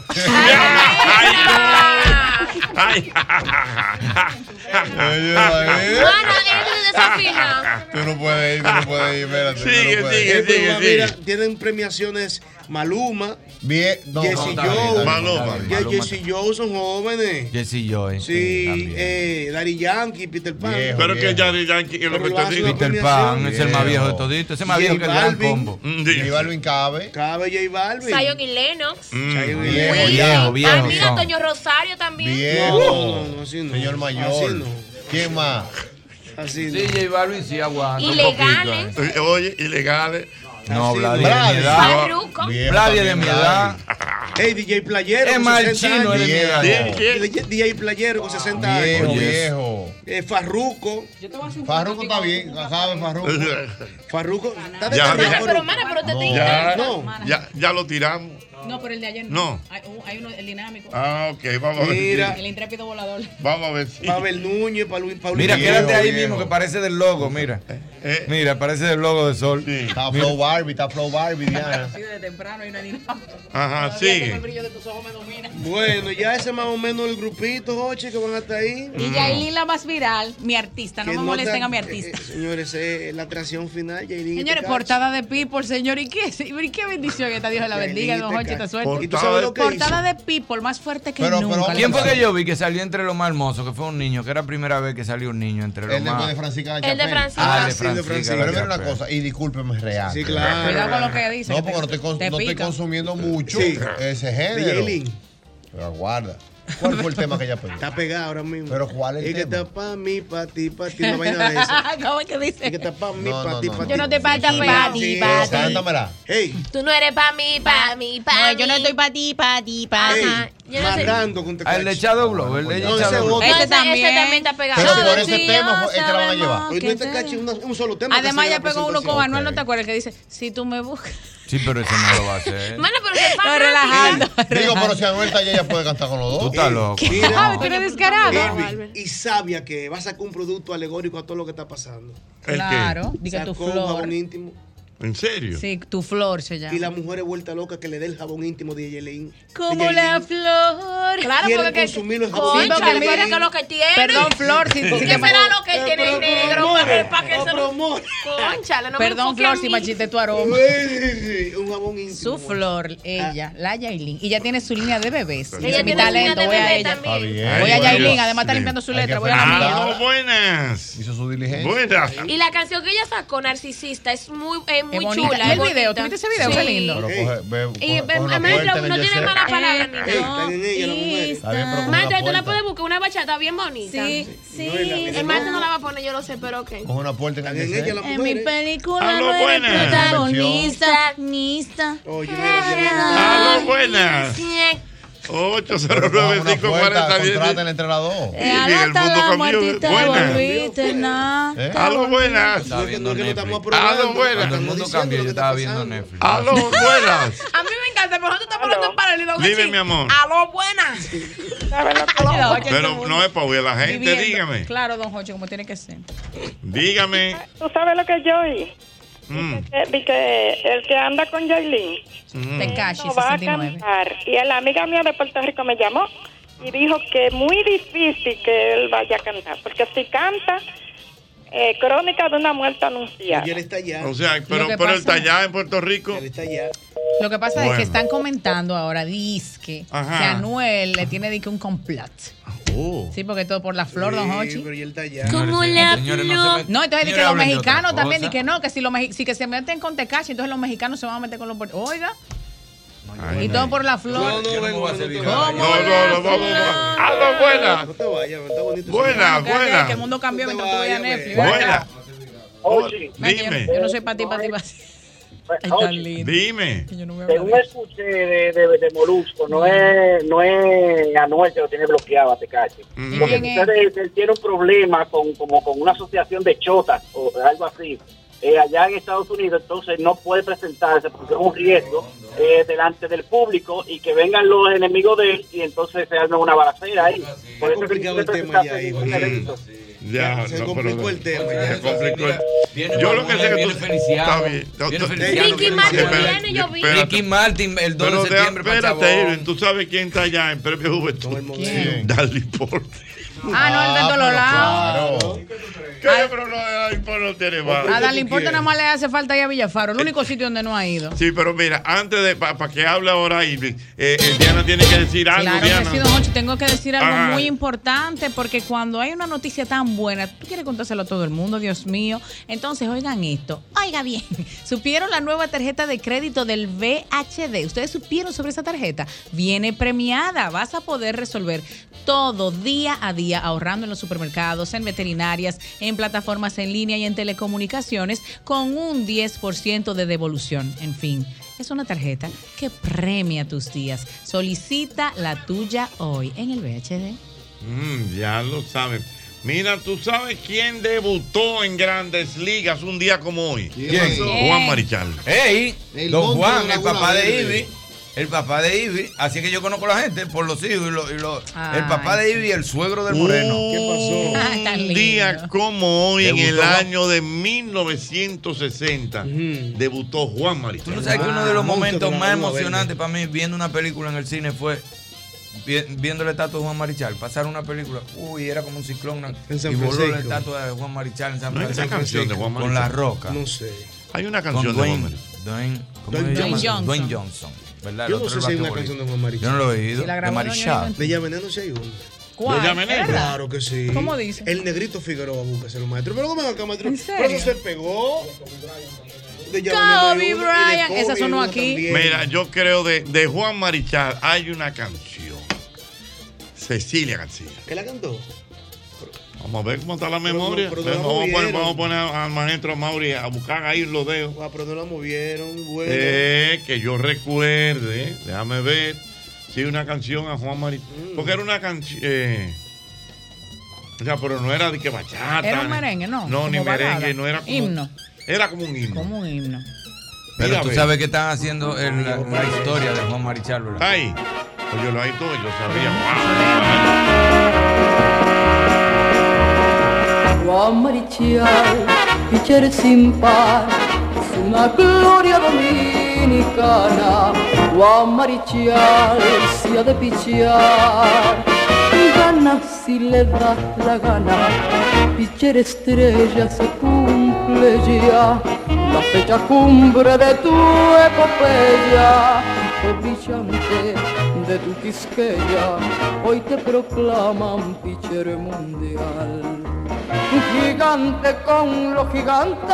Tú no puedes ir, tú no puedes ir, espérate. tú no puedes. Este programa, mira, tienen premiaciones Maluma, Bien, no, Jesse no, Joe. Maluma. Ya Jesse Joe son jóvenes. Jesse Joy. Sí, eh, Daddy Yankee, Peter Pan. Pero que ya Yankee es lo que te digo. Peter Pan es el más viejo de todito. Ese es más J viejo que el gran Balvin. combo. J Balvin cabe. Mm, Cabe J Balvin. Zion y Lennox. Viejo, Viejo, viejo, Ah, viejo. mira, son. Toño Rosario también. Viejo. No, no, no, así no. Señor mayor. Así no. ¿Quién más? Así Sí, J Balvin sí aguanta. un Ilegales. poquito, eh. Oye, ilegales. No, Así Vladi no. de mi edad. Farruko. Viejo Vladi de también, mi edad. Hey, DJ Playero. Es con más, el 60 chino es años. de mi edad. DJ Playero con 60 Viejo, años. Ah, viejo. Eh, Farruco. Farruko está bien, sabe Farruko. Farruco. está Ya, ya. detenido, Farruko. Pero, mana, pero te estoy Ya, diciendo. ya, ya lo tiramos. No, pero el de ayer No. Hay, un- hay uno, el dinámico. Ah, ok, vamos a ver. Mira. El intrépido volador. Vamos a ver si. Pavel Núñez, Paulín, Paulín. Mira, Viejo, quédate ahí viejo. mismo que parece del logo, mira. Mira, parece del logo de Sol. Está Mira. Flow Barbie, está Flow Barbie, Diana. Sí, desde temprano hay una dinámica. Ajá, Todavía sigue. tengo El brillo de tus ojos me domina. Bueno, ya ese es más o menos el grupito, Jochi, que van hasta ahí. Mm. Y Yailin la más viral, mi artista. No Que me no molesten está- a mi artista. eh, eh, señores, eh, la atracción final, Yailin. Señores, Itacachi. portada de People, señor, y qué, y qué bendición que esta Dios la bendiga, don Jorge, esta suerte. Portada ¿Y tú sabes lo que hizo? portada de People, más fuerte que nunca. ¿Quién fue que yo vi que salió entre los más hermosos? Que fue un niño, que era la primera vez que salió un niño entre los El de, más. de Francisca El de Chapelle. Francisca. Ah, Ah, de sí, de Francisca Francisca. Pero mira Chapelle. una cosa, y discúlpeme, es real. Sí, claro. Cuidado con lo que dice, No, que te- porque no estoy, cons- te no estoy pica. consumiendo mucho Sí. ese género. Yailin. Pero aguarda. ¿Cuál fue el tema que ella pegó? Está pegada ahora mismo. Pero ¿cuál es Es el que tema? está pa' mí, pa' ti, pa' ti, una vaina de esa. ¿Cómo es que dice? Es que está pa' mí, No, pa' no, ti, no, pa' no. ti. Yo no te pa' ti, pa' ti, pa' ti. Cántamela. Ey, Tú no eres pa' mí, pa' mí, pa' mí. yo no estoy pa' ti, pa' ti, pa' Ajá. ey, Yo no sé. marrando con Ah, el de Shadow Blow, el de No, ese Shadow es Blow. otro. No, Ese ese, también. ese también está pegado. Pero por Sí, ese tema fue- es que la van a llevar. Hoy tú te cachas una- un solo tema. que Además, hace ya la pegó uno con presentación. Manuel, ¿no te acuerdas? Que dice, si tú me buscas. Sí, pero eso no lo va a hacer. Eh. Mano, pero qué fanático. relajando. Digo, pero si Anuel está allá, ella puede cantar con los dos. Tú estás loco. Ah, Ay, tú eres descarado. Irving, Y sabia que va a sacar un producto alegórico a todo lo que está pasando. ¿El qué? Claro, diga tu Sacó un flor. jabón íntimo. ¿En serio? Sí, tu flor se llama. Y la mujer es vuelta loca que le dé el jabón íntimo de Yelin. Como la flor. Claro, Quieren porque consumirlo en Concha, Japón. pero es que lo que tiene. Perdón, Flor, si, ¿Qué si te- será lo que tiene el negro? Para que- para que se lo- Cónchale, no me Perdón, enfoque Flor, a si mí. machiste tu aroma. Un jabón íntimo. Ah. Su flor, ella, la Yailin. Y ya tiene su línea de bebés. Ese Ella es mi tiene su línea talento, de voy a bebé ella. también. Voy a Yailin, además está limpiando su Hay que letra. Voy a la felicitarla. mía. Aló, Ah, buenas. Hizo su diligencia. Buenas. Y la canción que ella sacó, Narcisista, es muy, es muy Es bonita. chula. Y es el video, bonita. ¿tú viste ese video? Sí. Qué lindo. Pero coge, ve, Y coge- coge una además, puerta en no el tiene yeseo. mala palabra ni Ey, nada. están en ella las mujeres. Está bien, pero coge Maite, tú una la puerta. puedes buscar una bachata bien bonita. Sí, sí. El Maite no la va a poner, yo lo sé, pero ok. Coge una puerta en el Están en ella yeseo. las En mi mujeres. película Aló, no eres buenas. protagonista, nista. Oye, mira, Ah. Aló, buenas. Bien. Coge una puerta, 809-540-10. contraten entre las dos. Eh, Y el Hasta mundo la cambió. muerte te Buenas. volviste nada. ¿Eh? Aló, buenas. Estaba viendo que no Netflix. estamos Ah, no, aprobando. buena. Cuando el Estamos mundo diciendo cambió, lo yo que estaba está viendo pasando. Netflix. Aló, buenas. A mí me encanta, pero tú estás poniendo en paralelo. Dime, Jochi. mi amor. Aló, buenas. Cuidado, que todo el Pero mundo no es para oír a la gente, viviendo. dígame. Claro, don Jocho, como tiene que ser. Dígame. ¿Tú sabes lo que yo oí? Mm, Eh, vi que el que anda con Jailin mm. Tekashi, no va a 69. cantar. Y la amiga mía de Puerto Rico me llamó y dijo que es muy difícil que él vaya a cantar. Porque si canta, eh, crónica de una muerte anunciada. Y él está allá. O sea, pero, Lo que pero el pasa- tallado en Puerto Rico. Él está allá. Lo que pasa es Bueno. que están comentando ahora, disque, Ajá. que Anuel le tiene disque un complot. Oh. Sí, porque todo por la flor, don Sí, Jochi. pero y él está allá. Como la Señores, no se flor. metan. No, entonces Señores, dije que los hablen de otra mexicanos también, cosa. dije que no, que si, los mexi- si que se meten con Tecachi, entonces los mexicanos se van a meter con los... puer- Oiga, Ay, y no. todo por la flor. Yo no me voy a hacer viral. No, no, no, vamos, vamos. Aló, buenas. No te vayas, está bonito. Buenas, Que es que el buenas. mundo cambió mientras tú veías Vaya, Netflix. ¿verdad? Buenas. Ven, que yo- Dime. Yo no soy para ti, para ti, para ti. Dime. Según escuché de, de, de Molusco, no es, no es Anuel que lo tiene bloqueado a Tecachi. Mm. Porque ¿Quién ustedes él tiene un problema con, como con una asociación de chotas o algo así. eh, allá en Estados Unidos, entonces no puede presentarse porque es un riesgo eh, delante del público y que vengan los enemigos de él y entonces se arma una balacera ahí. Por eso complicado el tema ya ahí. Ya, Se no, complicó pero- el tema. Se complicó el- Viene Yo lo que Babula, sé que tú. viene Feliciano, Está bien. No, viene no, Feliciano, Ricky viene Martin Feliciano. viene, yo vi. Espérate. Ricky Martin, el 2 de Pero septiembre, pa' Espérate, Chabón. Irving, tú sabes quién está allá en Premio Juventud. ¿Quién? Darly Porte. Ah, no, el de todos los lados. ¿Qué pero no, Darly Porte no tiene más? A Dalí Porte nada más le hace falta ir a Villafaro, el único sitio donde no ha ido. Sí, pero mira, antes de. Para que hable ahora Irving, eh, eh, Diana tiene que decir algo, Claro que Diana. sí, don Ocho. Tengo que decir algo Ah. muy importante porque cuando hay una noticia tan buena, tú quieres contárselo a todo el mundo, Dios mío. Entonces, oigan esto. Oiga bien, supieron la nueva tarjeta de crédito del VHD. Ustedes supieron sobre esa tarjeta. Viene premiada. Vas a poder resolver todo día a día ahorrando en los supermercados, en veterinarias, en plataformas en línea y en telecomunicaciones con un 10% de devolución. En fin. Es una tarjeta que premia tus días. Solicita la tuya hoy en el VHD. Mm, ya lo sabes. Mira, tú sabes quién debutó en Grandes Ligas un día como hoy. ¿Quién? Juan Marichal. ¡Ey! El don monstruo Juan, de el Laguna papá de Verde. Ivy. El papá de Ivy. Así que yo conozco a la gente por los hijos. Y lo- y lo- Ay, el papá de Ivy y el suegro del Moreno. ¿Qué Un día como hoy, en el Debutó Juan- año de 1960, debutó Juan Marichal. Ah, Tú sabes que uno de los momentos más emocionantes para mí viendo una película en el cine fue vi- viendo la estatua de Juan Marichal. Pasar una película, uy, era como un ciclón. una- San y voló la Francisco. estatua de Juan Marichal en San ¿No hay Francisco. una canción de Juan Con la Marichal? roca. No sé. Hay una Con canción de Juan Dwayne- Dwayne, ¿cómo Dwayne se llama? Johnson. Dwayne Johnson. ¿verdad? El Yo no otro sé el si hay una basquetbolista. canción de Juan Marichal. Yo no lo he oído. de Marichal. De Llamené no sé hay uno. ¿Cuál? ¿De Llamené? ¿Es verdad? Claro que sí. ¿Cómo dice? El negrito Figueroa búsquese los maestro. Pero ¿cómo acá, maestro? ¿En Pero eso serio? se pegó. De Kobe Bryant, esa sonó aquí. Mira, yo creo de, de Juan Marichal hay una canción. Cecilia García. ¿Qué la cantó? Vamos a ver cómo está la memoria. pero no la vamos, a poner, movieron. vamos a poner al maestro Mauri a buscar ahí los dedos. Ah, pero no la movieron. Bueno. Eh, que yo recuerde, déjame ver, sí, una canción a Juan Marichal. Porque era una canción. o sea, pero no era de que bachata. Era un ni- merengue, ¿no? No, ni Como merengue, balada. no era como. Himno. Era como un himno. Como un himno. Pero Mira, tú ve. sabes que están haciendo el- la, la historia de Juan Marichal. ¿verdad? Ay, pues yo lo hay todo, yo sabía. Juan Marichal, pitcher sin par, es una gloria dominicana. Juan Marichal, si ha de pichar, gana si le da la gana. Pitcher estrella se cumple ya, la fecha cumbre de tu epopeya. Hijo brillante de tu quisqueya, hoy te proclaman pitcher mundial gigante con los gigantes,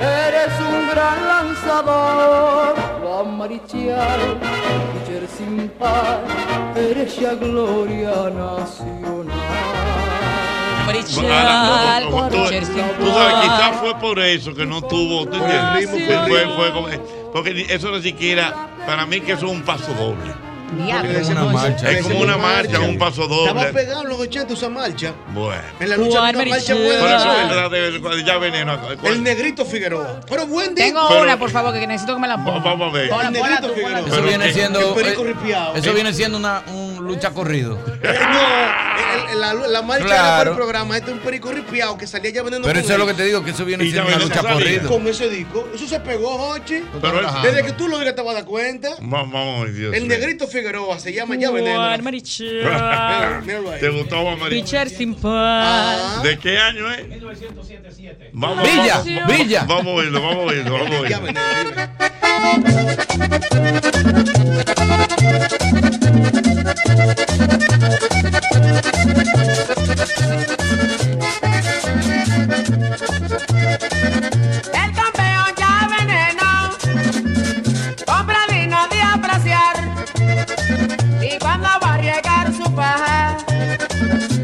eres un gran lanzador. Juan Marichal, pitcher sin par, eres ya gloria nacional. Ahora, no, no, no, tú, tú sabes, quizás fue por eso que no tuvo. ¿tú entiendes? ritmo, Fue- por el fue- ritmo. fue como- eh, porque ni- eso ni siquiera, para mí que eso es un paso doble. Ah, Diablo. Es como una marcha, es como una marcha, un paso Estaba doble. pegado en los 80 esa marcha. Bueno. En la lucha Juan había una marcha Marichal. buena. Por eso es la de- ya veneno. El negrito Figueroa. Pero buen día. Tengo Pero- una, por favor, que necesito que me la ponga. Vamos a ver. Ponla, El ponla negrito tú, ponla Figueroa. tú. Eso Pero viene el- siendo. el perico eh, ripiado. Eso Eh. viene siendo una un lucha corrido. No, el- el- la, la marcha era Claro. para el programa. Este es un perico ripiado que salía ya vendiendo. Pero con eso es lo él. que te digo, que eso viene Y siendo ya una ven, lucha esa salida. corrida. Con ese disco. Eso se pegó, Jochi. Pero él- Desde que tú lo digas te vas a dar cuenta. Vamos, vamos, Dios. El mío. negrito Figueroa se llama ya veneno. Juan Míralo, míralo ahí. ¿Te gustó Juan Marichal? Pitcher sin Ah. par. ¿De qué año es? 1977. Vamos, Villa, vamos, Villa. Vamos a oírlo, vamos a oírlo, vamos a oírlo. El campeón ya veneno, compra vino de apreciar. Y cuando va a riegar su paja,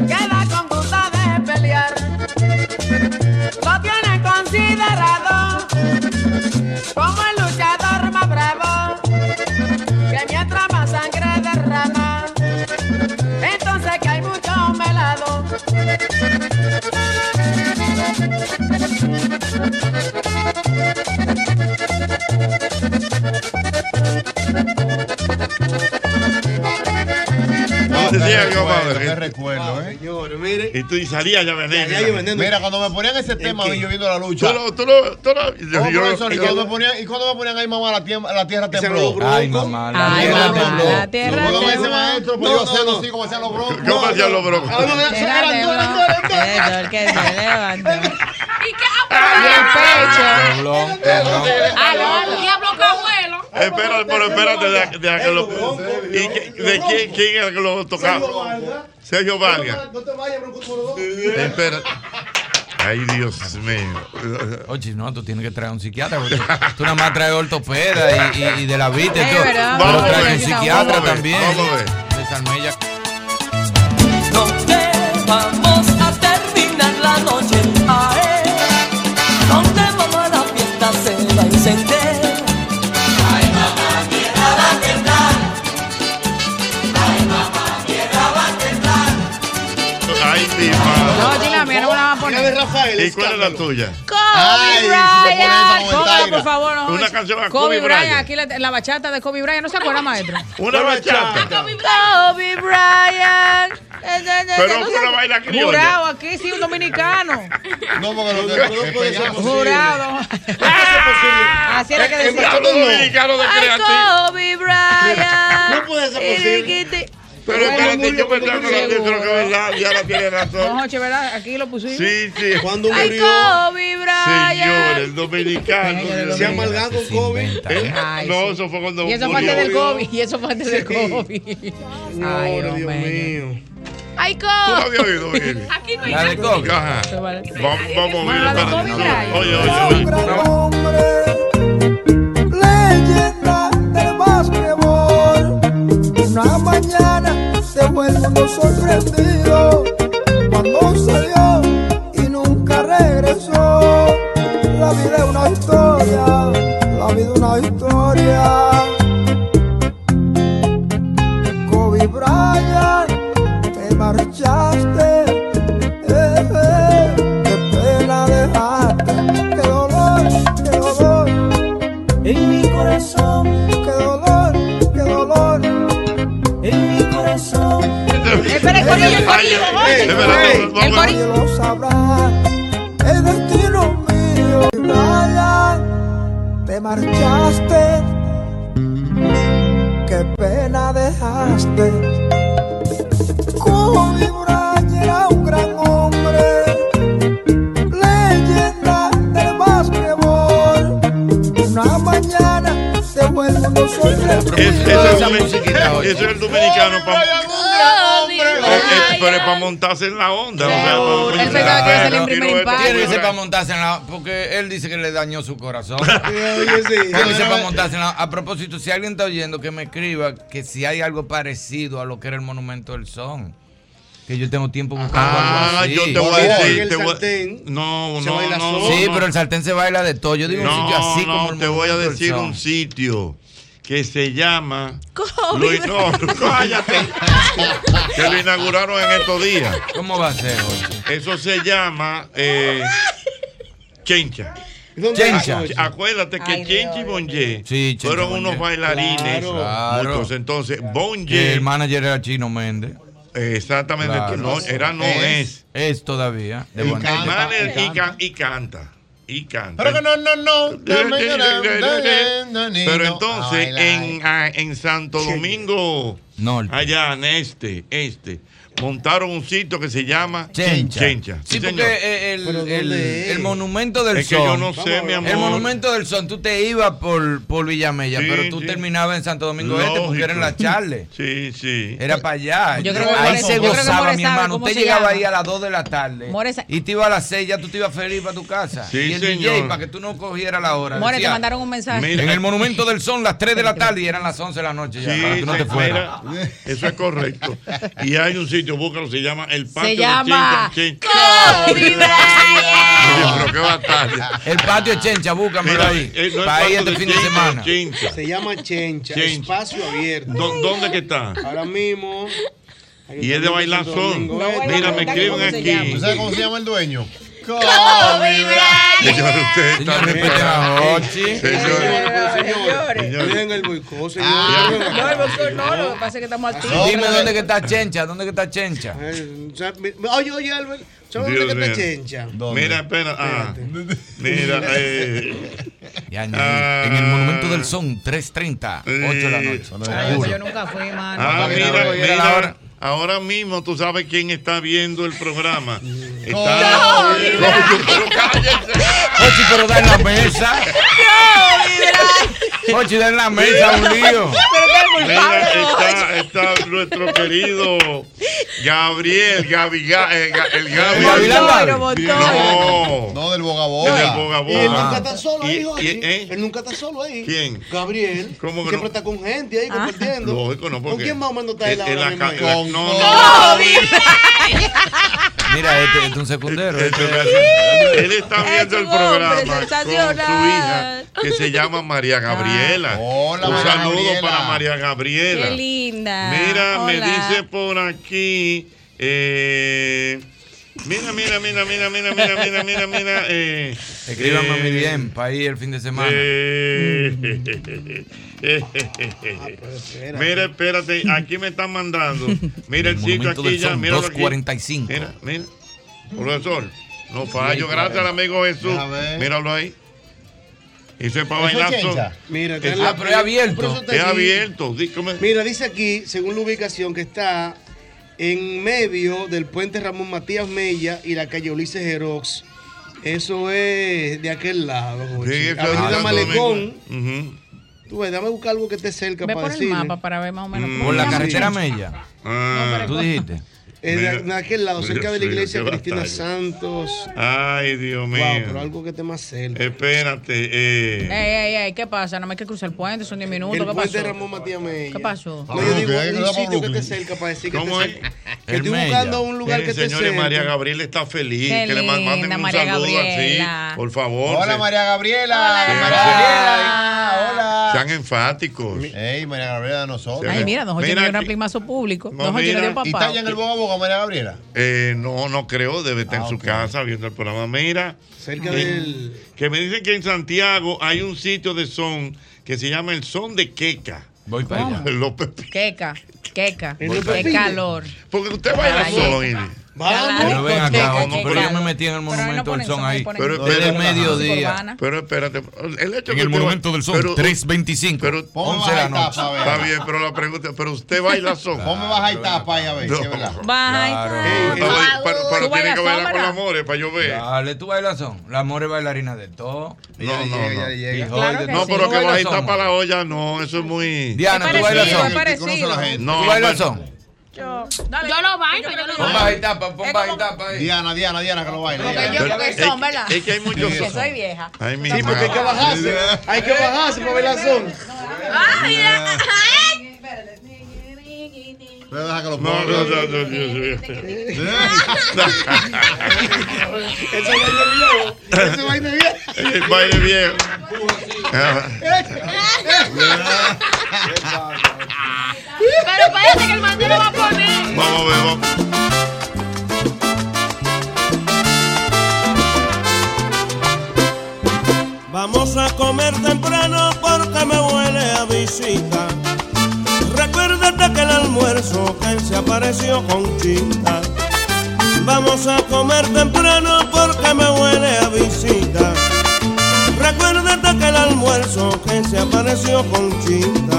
queda con gusto de pelear. Lo tienen considerado salía yo, recuerdo, qué madre. recuerdo, ¿eh? Señores, mire. Y tú y salía ya veneno. Ya, ya yo veneno. Mira, cuando me ponían ese tema, qué? a mí, yo viendo la lucha. Tú lo- tú lo- tú lo- yo- Oh, yo- profesor, y, yo- cuando me ponían, y cuando me ponían ahí, mamá, la tierra, la tierra tembló. Ay, mamá. la Ay, vida mamá, tembló. la tierra No, no, tembló. ese maestro, pues, yo sé, no, sí, como hacían los broncos. ¿Cómo hacían los broncos? Ah, no, no, Espérate, no, no, no, no. que se levantó. Ah, "Ah, Tembló, tembló. Aló, diablo cabuelo. Espérate, pero espérate, de, de, de- ¿y qué- de quién, quién era que lo tocaba? Sergio Vargas. No te vayas, bronco número dos. Espera. Ay, Dios mío. Oye, no, tú tienes que traer un psiquiatra. Porque tú, tú nada más traes ortopeda y, y- y de la vista. y Es todo. verdad. Pero Vamos a traes ver, un vamos psiquiatra a ver, también. vamos a ver. César Mella. ¿Dónde vamos a terminar la noche? Ae, ¿Dónde mamá la fiesta se va a encender? Ay, mamá, Ah. tierra va a temblar. Ay, mamá, tierra va a temblar. Ay, mi madre. No, dile a mí, no me la van a poner. de Rafael. ¿Y cuál es la tuya? Kobe Ay, si se pone esa Bryant, como póngala Taira. por favor. no, Una oye. canción a Kobe Kobe Bryant, Bryant. aquí la, la bachata de Kobe Bryant, ¿no se acuerda, maestro? Una bachata. Kobe Bryant. eh, eh, eh, Pero ¿no fue una se- vaina criolla. Jurado aquí, sí, un dominicano. No, porque lo que- que pegamos- Jurado. Así era que En- en decía. Bachata no. Dominicano de Ay, creativo. Kobe Bryant. No puede ser Y posible. dijiste- Pero espérate, yo me tengo la atención que verdad, ya la tiene No, razón. Joche, ¿verdad? Aquí lo pusimos. Sí, sí. Cuando Ay, Kobe Bryant. Señor, el dominicano. Se amalgama con COVID. Eh, No, eso fue cuando. Y eso fue murió. antes del COVID. Y eso fue antes del COVID. Ay, Dios mío. Ay, Kobe. ¿Tú la habías oído, Miguel? Aquí no La de Kobe. Ajá. Vamos, vamos a ver. Oye, oye, oye. leyenda del básquetbol. Una mañana se fue el mundo sorprendido cuando salió y nunca regresó. La vida es una historia, la vida es una historia. Kobe Bryant, te marchaste, eh, eh, qué pena dejaste, qué dolor, qué dolor en mi corazón. Qué dolor, qué dolor, en mi corazón. Espera, el corillo, el corillo, oye. El corillo. Nadie lo sabrá, el destino mío. Brian, te marchaste, qué pena dejaste. Kobe Bryant era un gran hombre, leyenda del básquetbol. Una mañana se vuelve un Es- sorprendido. Eso es dominicano. Eso es el dominicano. pa- Eh, Pero es para montarse en la onda. o sea, Seguro. para- Él pensaba que iba a ser el primer Quiero esto, Tiene que quiero ser para esto. montarse en la. Porque él dice que le dañó su corazón. Oye, sí. Tiene que ser Pero- para montarse en la. A propósito, si alguien está oyendo, que me escriba que si hay algo parecido a lo que era el Monumento del Son. Que yo tengo tiempo buscando algo Ah, así. yo te voy a decir. te voy a- No, Se no, baila no. solo. Sí, no. pero el sartén se baila de todo. Yo digo un sitio así no, como el te voy a Monumento del decir Son. un sitio que se llama Kobe Luis no, Bryant. cállate. que lo inauguraron en estos días. ¿Cómo va a ser? Jorge? Eso se llama eh, Chencha. Chencha. Acu- Acuérdate que Chencha y Bonje Chencha y fueron Bonje. unos bailarines. Claro. Claro. muchos. Entonces, Que Bonje el manager era Chino Méndez. Exactamente, no, era no es. Es todavía. de y, Bonje. canta, y, can- y canta. Y canta. Pero que no, no, no. Pero entonces, Ay, en, ah, en Santo Domingo, allá en este, este, montaron un sitio que se llama Chencha. Chencha. Sí, porque señor. eh, el, el- el monumento del Es que son. yo no sé, mi amor. El monumento del son, tú te ibas por, por Villamella, Sí, pero tú sí. terminabas en Santo Domingo Este porque Lógico. era en la Charle. Sí, sí. Era para allá. Yo creo que ahí More- se yo creo que gozaba, More mi sabe hermano. cómo Usted se llegaba llama. ahí a las 2 de la tarde. More sa- Y te iba a las 6, ya tú te ibas feliz para tu casa. Sí, y el DJ señor. para que tú no cogieras la hora. More, te Decía, mandaron un mensaje. Mira, en el monumento del son, las 3 de la tarde y eran las 11 de la noche. Ya, Sí, para que tú no te se- fueras. mira, eso es correcto. Y hay un sitio, búscalo, se llama El Patio de llama Chencha. Kobe Oye, pero qué batalla. El patio de Chencha, búscamelo Mira, ahí. eh, no es para ir patio este de fin de Chencha, semana. Chencha. Se llama Chencha, Chencha. espacio abierto. ¿Dó- ¿Dónde que está? Ahora mismo. Y es de bailar son. Mira, me escriben aquí. ¿Tú sabes cómo se llama el dueño? Señor, usted está respeten a Jochi. Señor, señores. Dejen el boicot, señores. Ah, No, el boicot no, lo que pasa es que estamos activos. Ah. Dime dónde que está Chencha, dónde que está Chencha. Eh, ya, mi- Oye, oye, Albert, ¿sabes dónde Dios que está mío. Chencha? ¿Dónde? Mira, espera. ah, mira, eh, Ya, en, el- en el Monumento del Son, 3.30, 8 de Ah. la noche. Ay, Seguro. eso yo nunca fui, mano. Ah, mira, Mira, mira, la hora. ahora mismo tú sabes quién está viendo el programa. No, Coño, pero cállese. Ochi, pero da en la mesa. Ochi, da en la mesa, un lío. Mira, está, está nuestro querido Gabriel, Gabi, Ga- eh, Ga- el Gabi. Gavilán Gavi? No, No, del Boga del Boga. Boga Y él Boga. nunca está solo ahí, Y- Jochi. y- ¿eh? Él nunca está solo ahí. ¿Quién? Gabriel. ¿Cómo que Siempre no? está con gente ahí compartiendo. Lógico, no, porque. ¿Con quién más o menos está él en- en la ahora ca- mismo? ahí? en la- no, No, Mira, este este es un secundero. este- Él está Este viendo el programa con su hija que se llama María Gabriela. Un Ah, María saludo Gabriela. para María Gabriela. Qué linda. Mira, me Hola. dice por aquí. eh, mira, mira, mira, mira, mira, mira, mira, mira, mira. Eh, Escríbanme a mi eh, DM para ir el fin de semana. eh, Ah, pues, mira, espérate, aquí me están mandando. Mira el sitio Monumento aquí del ya, Son, míralo aquí. 2.45. Mira, mira. Profesor, no fallo. Gracias al amigo Jesús. Deja ver. Míralo ahí. Y sepa ¿Eso bailar es son. chencha? Mira, está en Eso- la- Ah, pero es abierto. Por eso está Es allí. abierto. Di- ¿cómo es? Mira, dice aquí, según la ubicación, que está en medio del puente Ramón Matías Mella y la calle Ulises Herox. Eso es de aquel lado, Jochi. Sí, eso es Avenida Santo Malecón. Domingo. Ujú. Tú ves, dame buscar algo que esté cerca Ve para por el decirle. mapa para ver más o Mm. menos. Por la Sí. carretera Mella. Ah. Tú dijiste. Eh, de- Mira, de aquel lado, mira, cerca de la mira, iglesia qué Cristina batalla. Santos. Ay, Dios mío. Wow, pero algo que esté más cerca. Espérate. Ey, Eh. ey, ey, ¿qué pasa? No me hay que cruzar el puente, son 10 minutos. El ¿Qué puente pasó? Ramón Matías Mella. ¿Qué pasó? No, yo digo un sitio que esté cerca para decir que ¿Cómo esté es? cerca. Que estoy buscando un lugar que Miren, esté Señores, cerca. María Gabriela está feliz. Qué que le man- linda, manden un María saludo Gabriela. así. Por favor. Hola, Se- María Gabriela. Sí, sí. María Gabriela. Hola. Sean enfáticos. Ey, María Gabriela de nosotros. Ay, mira, don Eh, Jorge Mira le dio un aquí. primazo público. No, don Jorge le mira. dio ¿Y papá. está allá en el Boga Boga, María Gabriela? Eh, no, no creo, debe Ah, estar en su casa viendo el programa. Mira, Cerca que, del- que me dicen que en Santiago hay un sitio de son que se llama el son de Queca. Voy para allá. López. Queca, queca, Voy para qué allá. calor. Porque usted baila Ay, solo, qué- Ili. Vamos. Pero ven acá, Qué Ochi, calor. pero yo me metí en el ahí no Monumento del ponen Son son, ahí ahí. ponen Pero son. desde el Urbana. mediodía. Urbana. Pero espérate, el hecho En que el usted Monumento ba- del Sol, pero- 3.25. Pero 11 de la noche. Está bien, pero la pregunta, pero usted baila son. ¿Cómo baja y tapa ahí a ver? No. si es verdad? Pero, pero- pero Tú tiene bailas que son, bailar con ¿verdad? la more para yo ver. Dale, tú bailas son. La amor es bailarina de todo. No, no, no. Hijo de- no, sí. pero ¿Tú que bailas vas a son? estar para la olla, no, eso es muy. Diana, ¿tú bailas son? No, ¿Tú bailas son? Yo, lo bailo, yo lo Pon bailo. baja y tapa, pon baja y tapa ahí. Diana, Diana, Diana, que lo baile. Porque Diana. yo creo que son, ¿verdad? Es que hay muchos Que soy vieja. Ay, mi Sí, porque hay que bajarse. Hay que bajarse para ver la zona. Ay, ay, ay. Pero deja que lo No, ponga. no, no, no, Dios mío. Eso va a ir bien. Eso va a ir bien. El Eh, baile viejo. Ah, Pero parece que el mandino va a poner. Vamos a ver, vamos. Vamos a comer temprano porque me huele a visita. Recuérdate que el almuerzo que se apareció con chinta. Vamos a comer temprano porque me huele a visita. Recuérdate que el almuerzo que se apareció con chinta.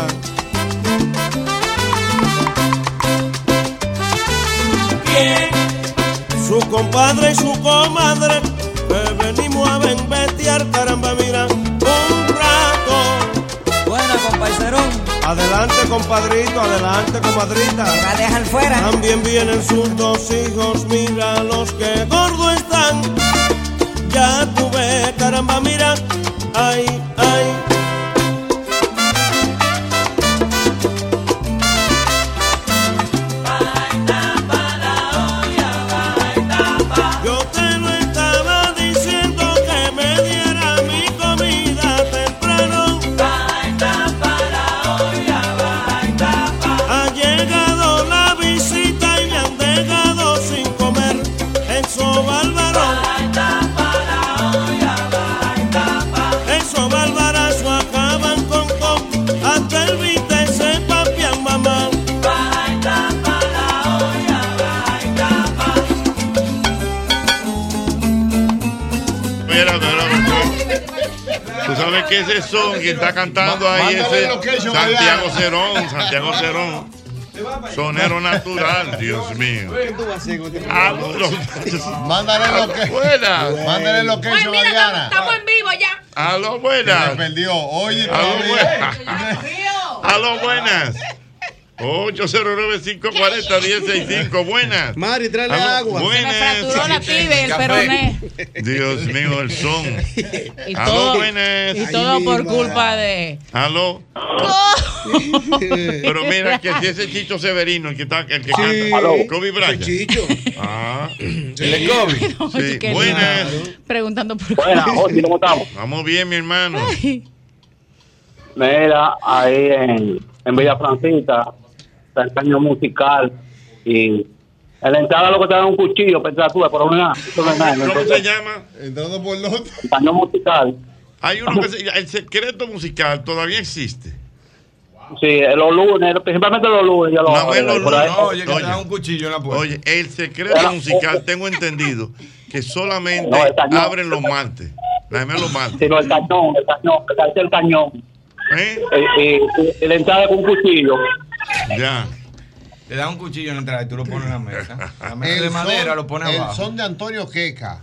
Su compadre y su comadre que venimos a benbetear, caramba, mira, un rato. Buena, comparcerón. Adelante, compadrito, adelante, comadrita. la dejan fuera. También vienen sus dos hijos, mira los que gordo están. Ya tuve, caramba, mira, ay, ay. Yo te lo estaba diciendo que me diera mi comida temprano. Baita para olla, baita para. Ha llegado la visita y me han dejado sin comer. Eso bárbaro. Baita para olla, baita para. Eso bárbaro. que ese son que está cantando ahí Mándale ese el location, Santiago ¿verdad? Cerón, Santiago Cerón. Sonero natural, Dios mío. ¿Qué tú vas a hacer con este A los- Mándale lo que. Buenas. Mándale lo que hizo Mariana. Estamos en vivo ya. A los buenas. Se perdió. Oye, A lo todavía. Aló, buenas. 809-540-1065. Buenas. Mari, tráele Aló, agua. Buenas. Fracturó la pibe, el Café. peroné. Dios mío, el son. Y Aló, todo, Ah, buenas. y todo Ay, por mi culpa de. Aló. Pero mira que si ese Chicho Severino, el que está, el que canta. Aló. Kobe Bryant. Chicho. Ah. de Kobe. Sí. Buenas. Preguntando por Buenas, Jorge, ¿cómo estamos? Vamos bien, mi hermano. Mira, ahí en, en Villa Francita, está el caño musical y en la entrada lo que te dan un cuchillo, pensás tú, pero no es nada, eso no es nada. ¿Cómo Entonces, se llama? Entrando por los otros. el caño musical, Hay uno que se llama- El secreto musical todavía existe. sí, los lunes, principalmente los lunes, yo lo Nada más los por ahí. lunes. Oye, Oye, el secreto Era- musical, tengo entendido que solamente No, el cañón. abren los martes. La gemela los martes. sino el cañón, el cañón, el cañón, el cañón. ¿Eh? Eh, Y- y- y la entrada con un cuchillo. Ya. Te da un cuchillo en la entrada y tú lo pones en la mesa. La mesa El de madera son- lo pones el abajo. son de Antonio Queca.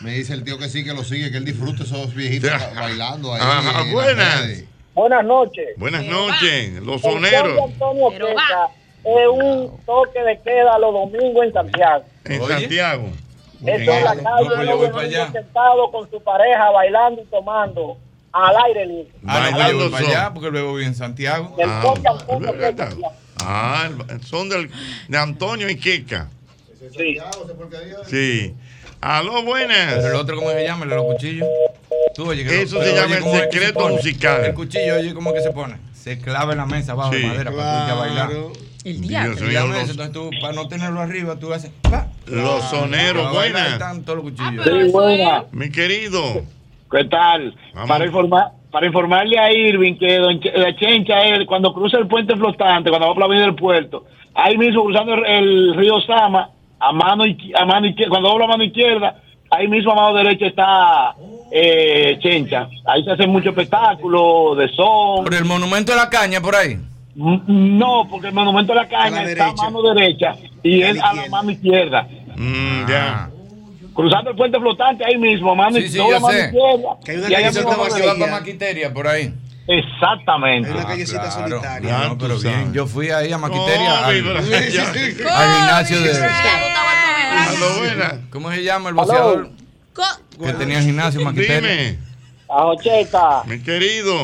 Me dice el tío que sí, que lo sigue, que él disfrute esos viejitos ba- bailando ahí. Ajá, en la buenas. calle. Buenas noches. Buenas noches, los El son de soneros. Antonio Queca es un toque de queda los domingos en Santiago. En Santiago. Eso es la Claro. calle, No, pues yo los voy domingos para allá. sentado con su pareja, bailando y tomando al aire libre. Ah, no, yo voy Bailando para allá porque luego vivo en Santiago. Ah, el verdadero. Ah, el- son del, de Antonio y Kika. Sí. Sí. Aló, buenas. Pero el otro, ¿cómo se llama? El de los cuchillos. Tú, oye, que Eso pero se llama el ¿cómo es que se secreto pone? musical. El cuchillo, oye, ¿cómo que se pone? Se clava en la mesa abajo Sí. de madera para tú irte a bailar. El diablo. En la mesa, entonces tú, para no tenerlo arriba, tú haces. pa. Los Ah, soneros, para bailar buenas. están Ah, todos los cuchillos. Sí, buena. Mi querido. ¿Qué tal? Para, informar, para informarle a Irving que don Ch- eh, Chencha, él, cuando cruza el puente flotante, cuando va por la avenida del puerto, ahí mismo cruzando el, el río Sama, a mano, izqui- a mano izquierda, cuando dobla a mano izquierda, ahí mismo a mano derecha está eh, Chencha. Ahí se hace mucho espectáculo de son. Mm, ¿Por el monumento de la caña por ahí? No, porque el monumento de la caña está a mano derecha y él a la mano izquierda. ya. Cruzando el puente flotante ahí mismo, a mano, Sí, sí, dobla yo a mano sé. izquierda. Que hay una y ahí a callecita mano que va derecha. para Maquiteria por ahí. Exactamente. Hay una callecita solitaria. Ya no, tú pero bien, yo fui ahí a Maquiteria. Kobe Al, Bryant. al gimnasio de. Aló, buenas. ¿Cómo se llama el boxeador? Que tenía el gimnasio Maquiteria. Dime, A Ocheta, mi querido.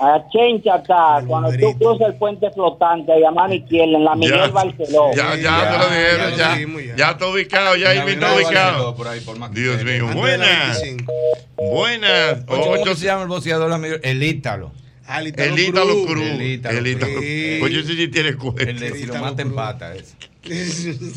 a Chencha está, cuando tú cruzas el puente flotante, ahí a mano izquierda, en la Miguel Barceló. Ya, ya, te lo dijeron, ya. Ya, está ubicado, ya Irving está ubicado. Dios mío, buenas. Buenas. Oye, ¿Cómo Ocho- Ah, se llama el boxeador amigo? El Ítalo. El Ítalo Cruz. El Ítalo El Ítalo Cruz. Cruz. Oye, ese sí tiene cuento. El de si lo mata en pata ese.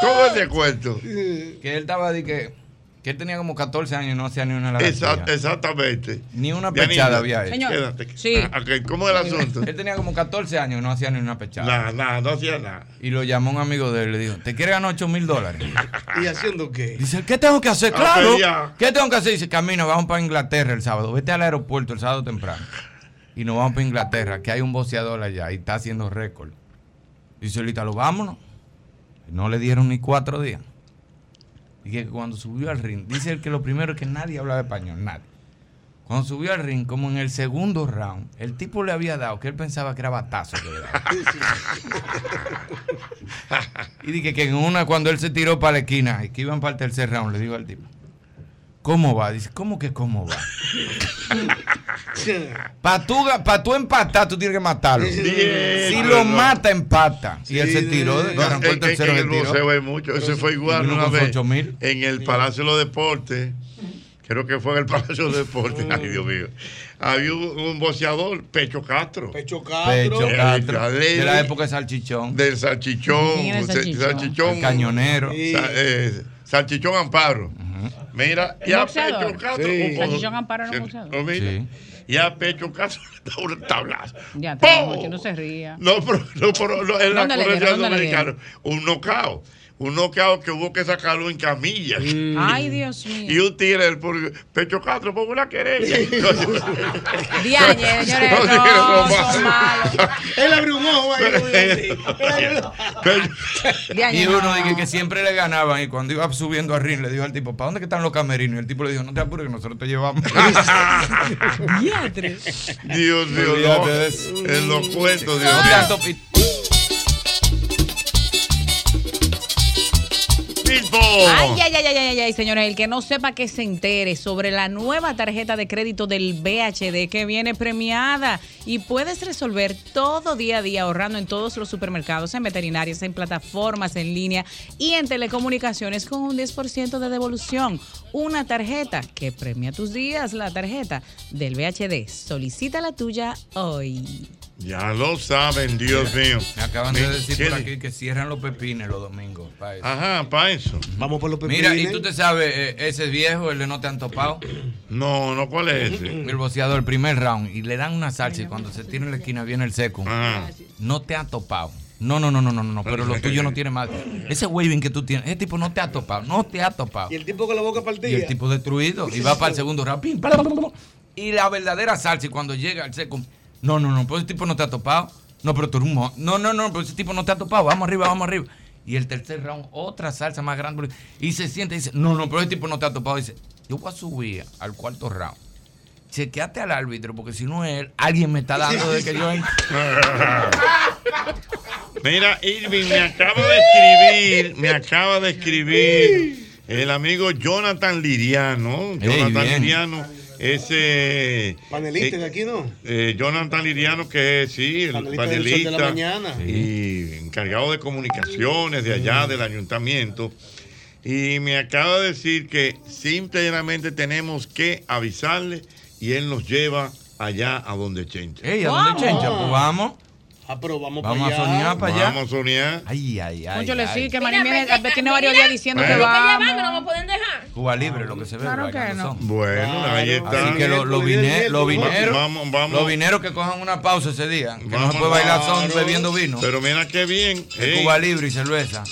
¿Cómo ese cuento? Que él estaba de que, que él tenía como 14 años y no hacía ni una Exact- lagartija. exactamente. Ni una Dianita, pechada había hecho. Señor. Quédate. Sí. Ah, ok, ¿cómo es el asunto? Él tenía como 14 años y no hacía ni una pechada. Nada, nada, no hacía nada. Y lo llamó un amigo de él y le dijo, ¿te quieres ganar 8 mil dólares? ¿Y haciendo qué? Dice, ¿qué tengo que hacer? A Claro. pelear. ¿Qué tengo que hacer? Dice, camino, vamos para Inglaterra el sábado. Vete al aeropuerto el sábado temprano. Y nos vamos para Inglaterra, que hay un boceador allá y está haciendo récord. Dice el Ítalo, vámonos. Y no le dieron ni cuatro días. Y que cuando subió al ring, dice él que lo primero es que nadie hablaba español, nadie. Cuando subió al ring, como en el segundo round, el tipo le había dado que él pensaba que era batazo que le daba. Y dije que en una, cuando él se tiró para la esquina, y que iban para el tercer round, le digo al tipo, ¿cómo va? Dice, ¿cómo que cómo va? Para tú, ga- pa' tú empatar, tú tienes que matarlo. si lo mata, empata. Y él se tiró, No, arrancó el en, en- tercero en que el tiró. museo hay mucho. Ese fue igual Vino una con su vez. 8,000. En el Palacio de los Deportes. Creo que fue en el Palacio de los Deportes. Ay, Dios mío. Había un, un boxeador, Pecho Castro. Pecho Pecho Castro, de la época de Salchichón. Del Salchichón. ¿Quién era el sa- Salchichón? Salchichón. El cañonero. Sí. sa- eh, Salchichón Amparo. Mira, y a Pecho Castro. un- Salchichón Amparo era un boxeador. Oh, mira, Y a Pecho Castro le da un tablazo. Ya, ¡Pum! te digo, que no se ría. No, pero, no, pero no, en la ¿Dónde le dieron? corrección ¿Dónde le dominicana, un nocao. un knockout que hubo que sacarlo en camilla. Mm. Ay, Dios mío. Y un tigre del público, Pecho Castro, pongo una querella. Diañe, Son señores, no, tigres son romanos. Él abrió un ojo ahí. muy bien. Y uno dije que siempre le ganaban y cuando iba subiendo a ring le dijo al tipo, ¿para dónde que están los camerinos? Y el tipo le dijo, no te apures que nosotros te llevamos. Dios mío, no. En los cuentos, Dios No mío. tanto pi- Ay, ay, ay, ay, ay, ay, señores, el que no sepa que se entere sobre la nueva tarjeta de crédito del BHD que viene premiada y puedes resolver todo día a día ahorrando en todos los supermercados, en veterinarias, en plataformas en línea y en telecomunicaciones con un 10% de devolución. Una tarjeta que premia tus días, la tarjeta del BHD. Solicita la tuya hoy. Ya lo saben, Dios mío. Me acaban de Mira, decir ¿qué por di- aquí que cierran los pepines los domingos. pa' eso. Ajá, para eso. Vamos por los Mira, y tú te sabes, eh, ese viejo, el de no te han topado. No, no, ¿cuál es ese? El boceador, el primer round. Y le dan una salsa y cuando se tira en la esquina viene el seco. No te ha topado. No, no, no, no, no, no, pero lo tuyo no tiene más. Ese waving que tú tienes, ese tipo no te ha topado, no te ha topado. Y el tipo con la boca partida. Y el tipo destruido. Y va para el segundo round. pim, pam, pam, pam, pam. Y la verdadera salsa. Y cuando llega el seco. No, no, no. Pues ese tipo no te ha topado. No, pero tú eres un mo- No, no, no. Pero ese tipo no te ha topado. Vamos arriba, vamos arriba. Y el tercer round, otra salsa más grande. Y se siente y dice, no, no, pero ese tipo no te ha topado. dice, yo voy a subir al cuarto round. Chequeate al árbitro, porque si no es él, alguien me está dando de que yo... en-". Mira, Irving, me acaba de escribir, me acaba de escribir el amigo Jonathan Liriano. Jonathan bien. Liriano, ese. Panelista eh, de aquí, ¿no? eh, Jonathan Liriano, que es, sí, el panelista. Panelista del Sol de la Mañana. Mm. Y encargado de comunicaciones de allá, del ayuntamiento. Y me acaba de decir que simplemente tenemos que avisarle y él nos lleva allá a donde Chencha. Ey, ¿a dónde Chencha? Pues vamos. Ah, pero vamos, Vamos para a allá. soñar para allá. Vamos a soñar. Ay, ay, ay. Yo le sí, que Mira, pues, María mira, tiene varios mira, días diciendo Bueno. que Lo que va. Llevando, no me pueden dejar. Cuba Libre, lo que se ve. Claro ¿verdad? que no. Bueno, ahí está. Así que lo- lo vine- los vineros, Vamos, vamos. los vineros que cojan una pausa ese día, que no Vamos, se puede bailar son claro. bebiendo vino. Pero mira qué bien. De Cuba Libre y cerveza.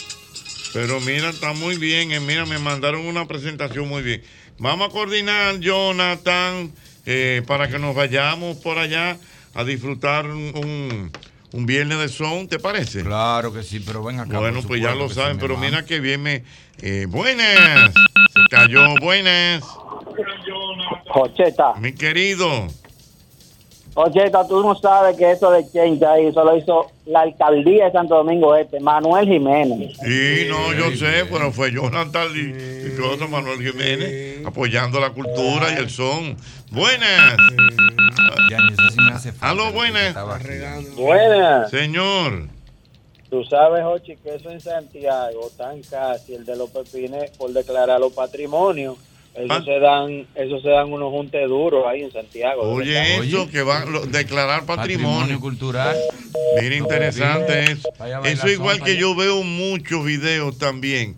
Pero mira, está muy bien. eh, Mira, me mandaron una presentación muy bien. Vamos a coordinar, Jonathan, eh, para que nos vayamos por allá a disfrutar un, un- un viernes de son, ¿te parece? Claro que sí, pero ven acá. Bueno, por pues ya supuesto lo que saben, sí, mi pero hermano. mira qué bien me... eh, buenas. Se cayó, buenas. Jocheta. Mi querido. Ocheta, tú no sabes que eso de change ahí solo hizo la alcaldía de Santo Domingo Este, Manuel Jiménez. Sí, no, yo sé, pero fue Jonathan y, y todo eso, Manuel Jiménez apoyando la cultura y el son. Buenas. Aló, buenas. Buenas. Señor. Tú sabes, Jochi, que eso en Santiago están casi el de los pepines por declarar los patrimonios. Eso Ah. se dan, eso se dan unos juntes duros ahí en Santiago. de Oye, verdad. eso que va a lo- declarar patrimonio. cultural. Mira, interesante eso. Vaya a bailar Eso igual son, que vaya. yo veo muchos videos también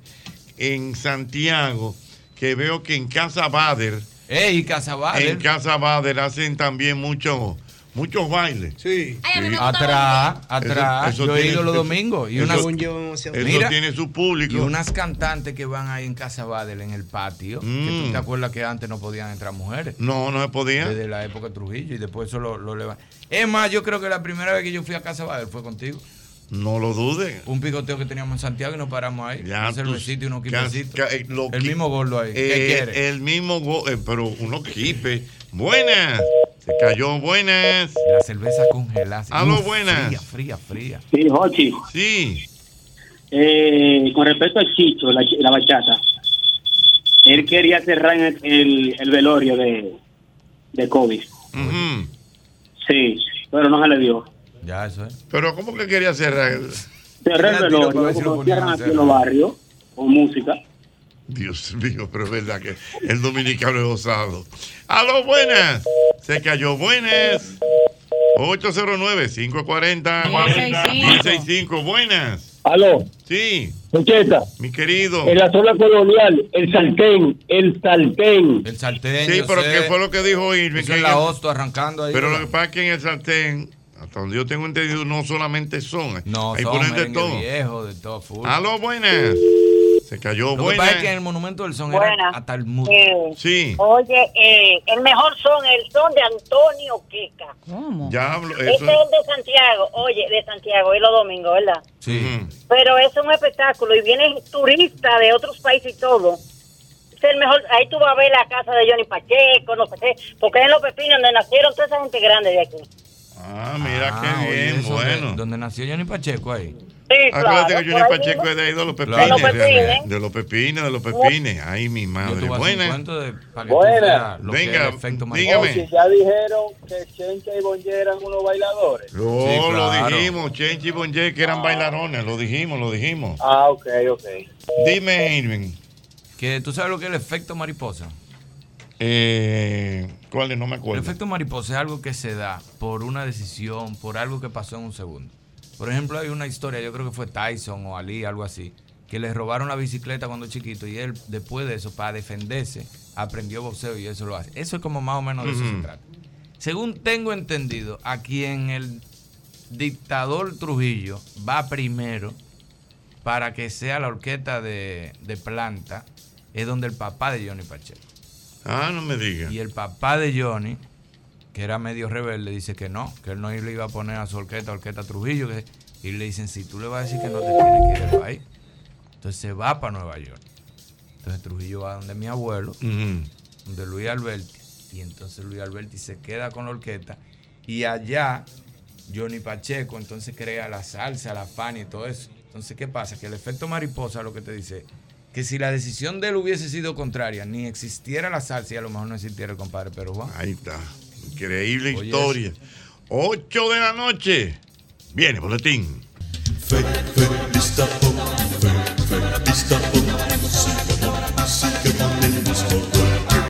en Santiago, que veo que en Casa Bader. ¡Ey, Casa Bader! En Casa Bader hacen también muchos muchos bailes. Sí. Atrás, atrás. yo he ido los domingos. Y unas, Mira, tiene su público. Y unas cantantes que van ahí en Casa Badel, en el patio. Que tú te acuerdas que antes no podían entrar mujeres. Mm. No, no se podía. Desde la época de Trujillo y después eso lo, lo levan- Es más, yo creo que la primera vez que yo fui a Casa Badel fue contigo. No lo dude. Un picoteo que teníamos en Santiago y nos paramos ahí. Ya, un tú- cervecito y unos que- quipecitos. que- eh, lo El qui- mismo gordo ahí. ¿Qué Eh, quieres? El mismo gordo, pero uno quipe. Buenas. Se cayó, buenas. La cerveza congelada. Aló, Uf, buenas. Fría, fría, fría. Sí, Jochi. Sí. Eh, con respecto a Chicho, la, la bachata, él quería cerrar el, el, el velorio de, de Kobe. Sí, pero no se le dio. Ya, eso es. Pero ¿cómo que quería cerrar? el- Cerró el Era tiro para ver velorio, si lo como ponían cierran a aquí hacer. en los barrios, con música. Dios mío, pero es verdad que el dominicano es osado. Aló, buenas. Se cayó, buenas. 809-540-1065. Buenas. Aló. Sí, Jocheta, mi querido. en la zona colonial, el sartén, el sartén. El sartén. Sí, yo pero sé. ¿qué fue lo que dijo Irving? Eso Que es en- la hosto arrancando ahí. Pero lo ¿verdad? que pasa es que en el sartén Hasta donde yo tengo entendido, no solamente son. eh. No, Ahí son ponen de merengue todo. viejo, de todo. full. Aló, buenas. Se Lo que cayó, pasa es buenas. que en el monumento del son Buena. era hasta el muro. Eh, Sí. Oye, eh, el mejor son, el son de Antonio Quica. Mm. ¿Cómo? Ya hablo. Este Eso, es el de Santiago, oye, de Santiago, es los domingos, ¿verdad? Sí. Pero es un espectáculo y vienen turistas de otros países y todo. Es el mejor, ahí tú vas a ver la casa de Johnny Pacheco, no sé, qué, porque es en Los Pepinos donde nacieron toda esa gente grande de aquí. Ah, mira Ah, qué oye, bien, eso de- bueno. donde nació Johnny Pacheco ahí. Sí, Acuérdate claro, que por Johnny ahí Pacheco mismo. es de ahí de los Claro. pepines. De los pepines. ¿eh? De los pepines, de los pepines. Ay, mi voy madre. a hacer un Buenas. cuento de- para que tú Buenas. veas lo que es el Venga, efecto dígame. mariposa. Ya dijeron que Chencha y Bonje eran unos bailadores. No, Sí, lo claro. dijimos, Chenchi y Bonje, que eran Ah. bailarones, lo dijimos, lo dijimos. Ah, ok, ok. Dime, Irving. Que tú sabes lo que es el efecto mariposa. Eh, ¿Cuáles? No me El acuerdo. efecto mariposa es algo que se da por una decisión, por algo que pasó en un segundo. Por ejemplo, hay una historia, yo creo que fue Tyson o Ali, algo así, que le robaron la bicicleta cuando chiquito y él, después de eso, para defenderse, aprendió boxeo y eso lo hace. Eso es como más o menos de eso se Ujú. trata. Según tengo entendido, a quien el dictador Trujillo va primero para que sea la orquesta de, de planta, es donde el papá de Johnny Pacheco. Ah, no me digas. Y el papá de Johnny, que era medio rebelde, dice que no, que él no le iba a poner a su orquesta, orquesta Trujillo, que- y le dicen, si tú le vas a decir que no te tienes que ir del país. Entonces se va para Nueva York. Entonces Trujillo va donde mi abuelo, donde Luis Alberti, y entonces Luis Alberti se queda con la orquesta, y allá Johnny Pacheco entonces crea la salsa, la pan y todo eso. Entonces, ¿qué pasa? Que el efecto mariposa lo que te dice que si la decisión de él hubiese sido contraria, ni existiera la salsa y a lo mejor no existiera el compadre Pero Juan. Ahí está. Increíble historia. 8 de la noche. Viene, boletín.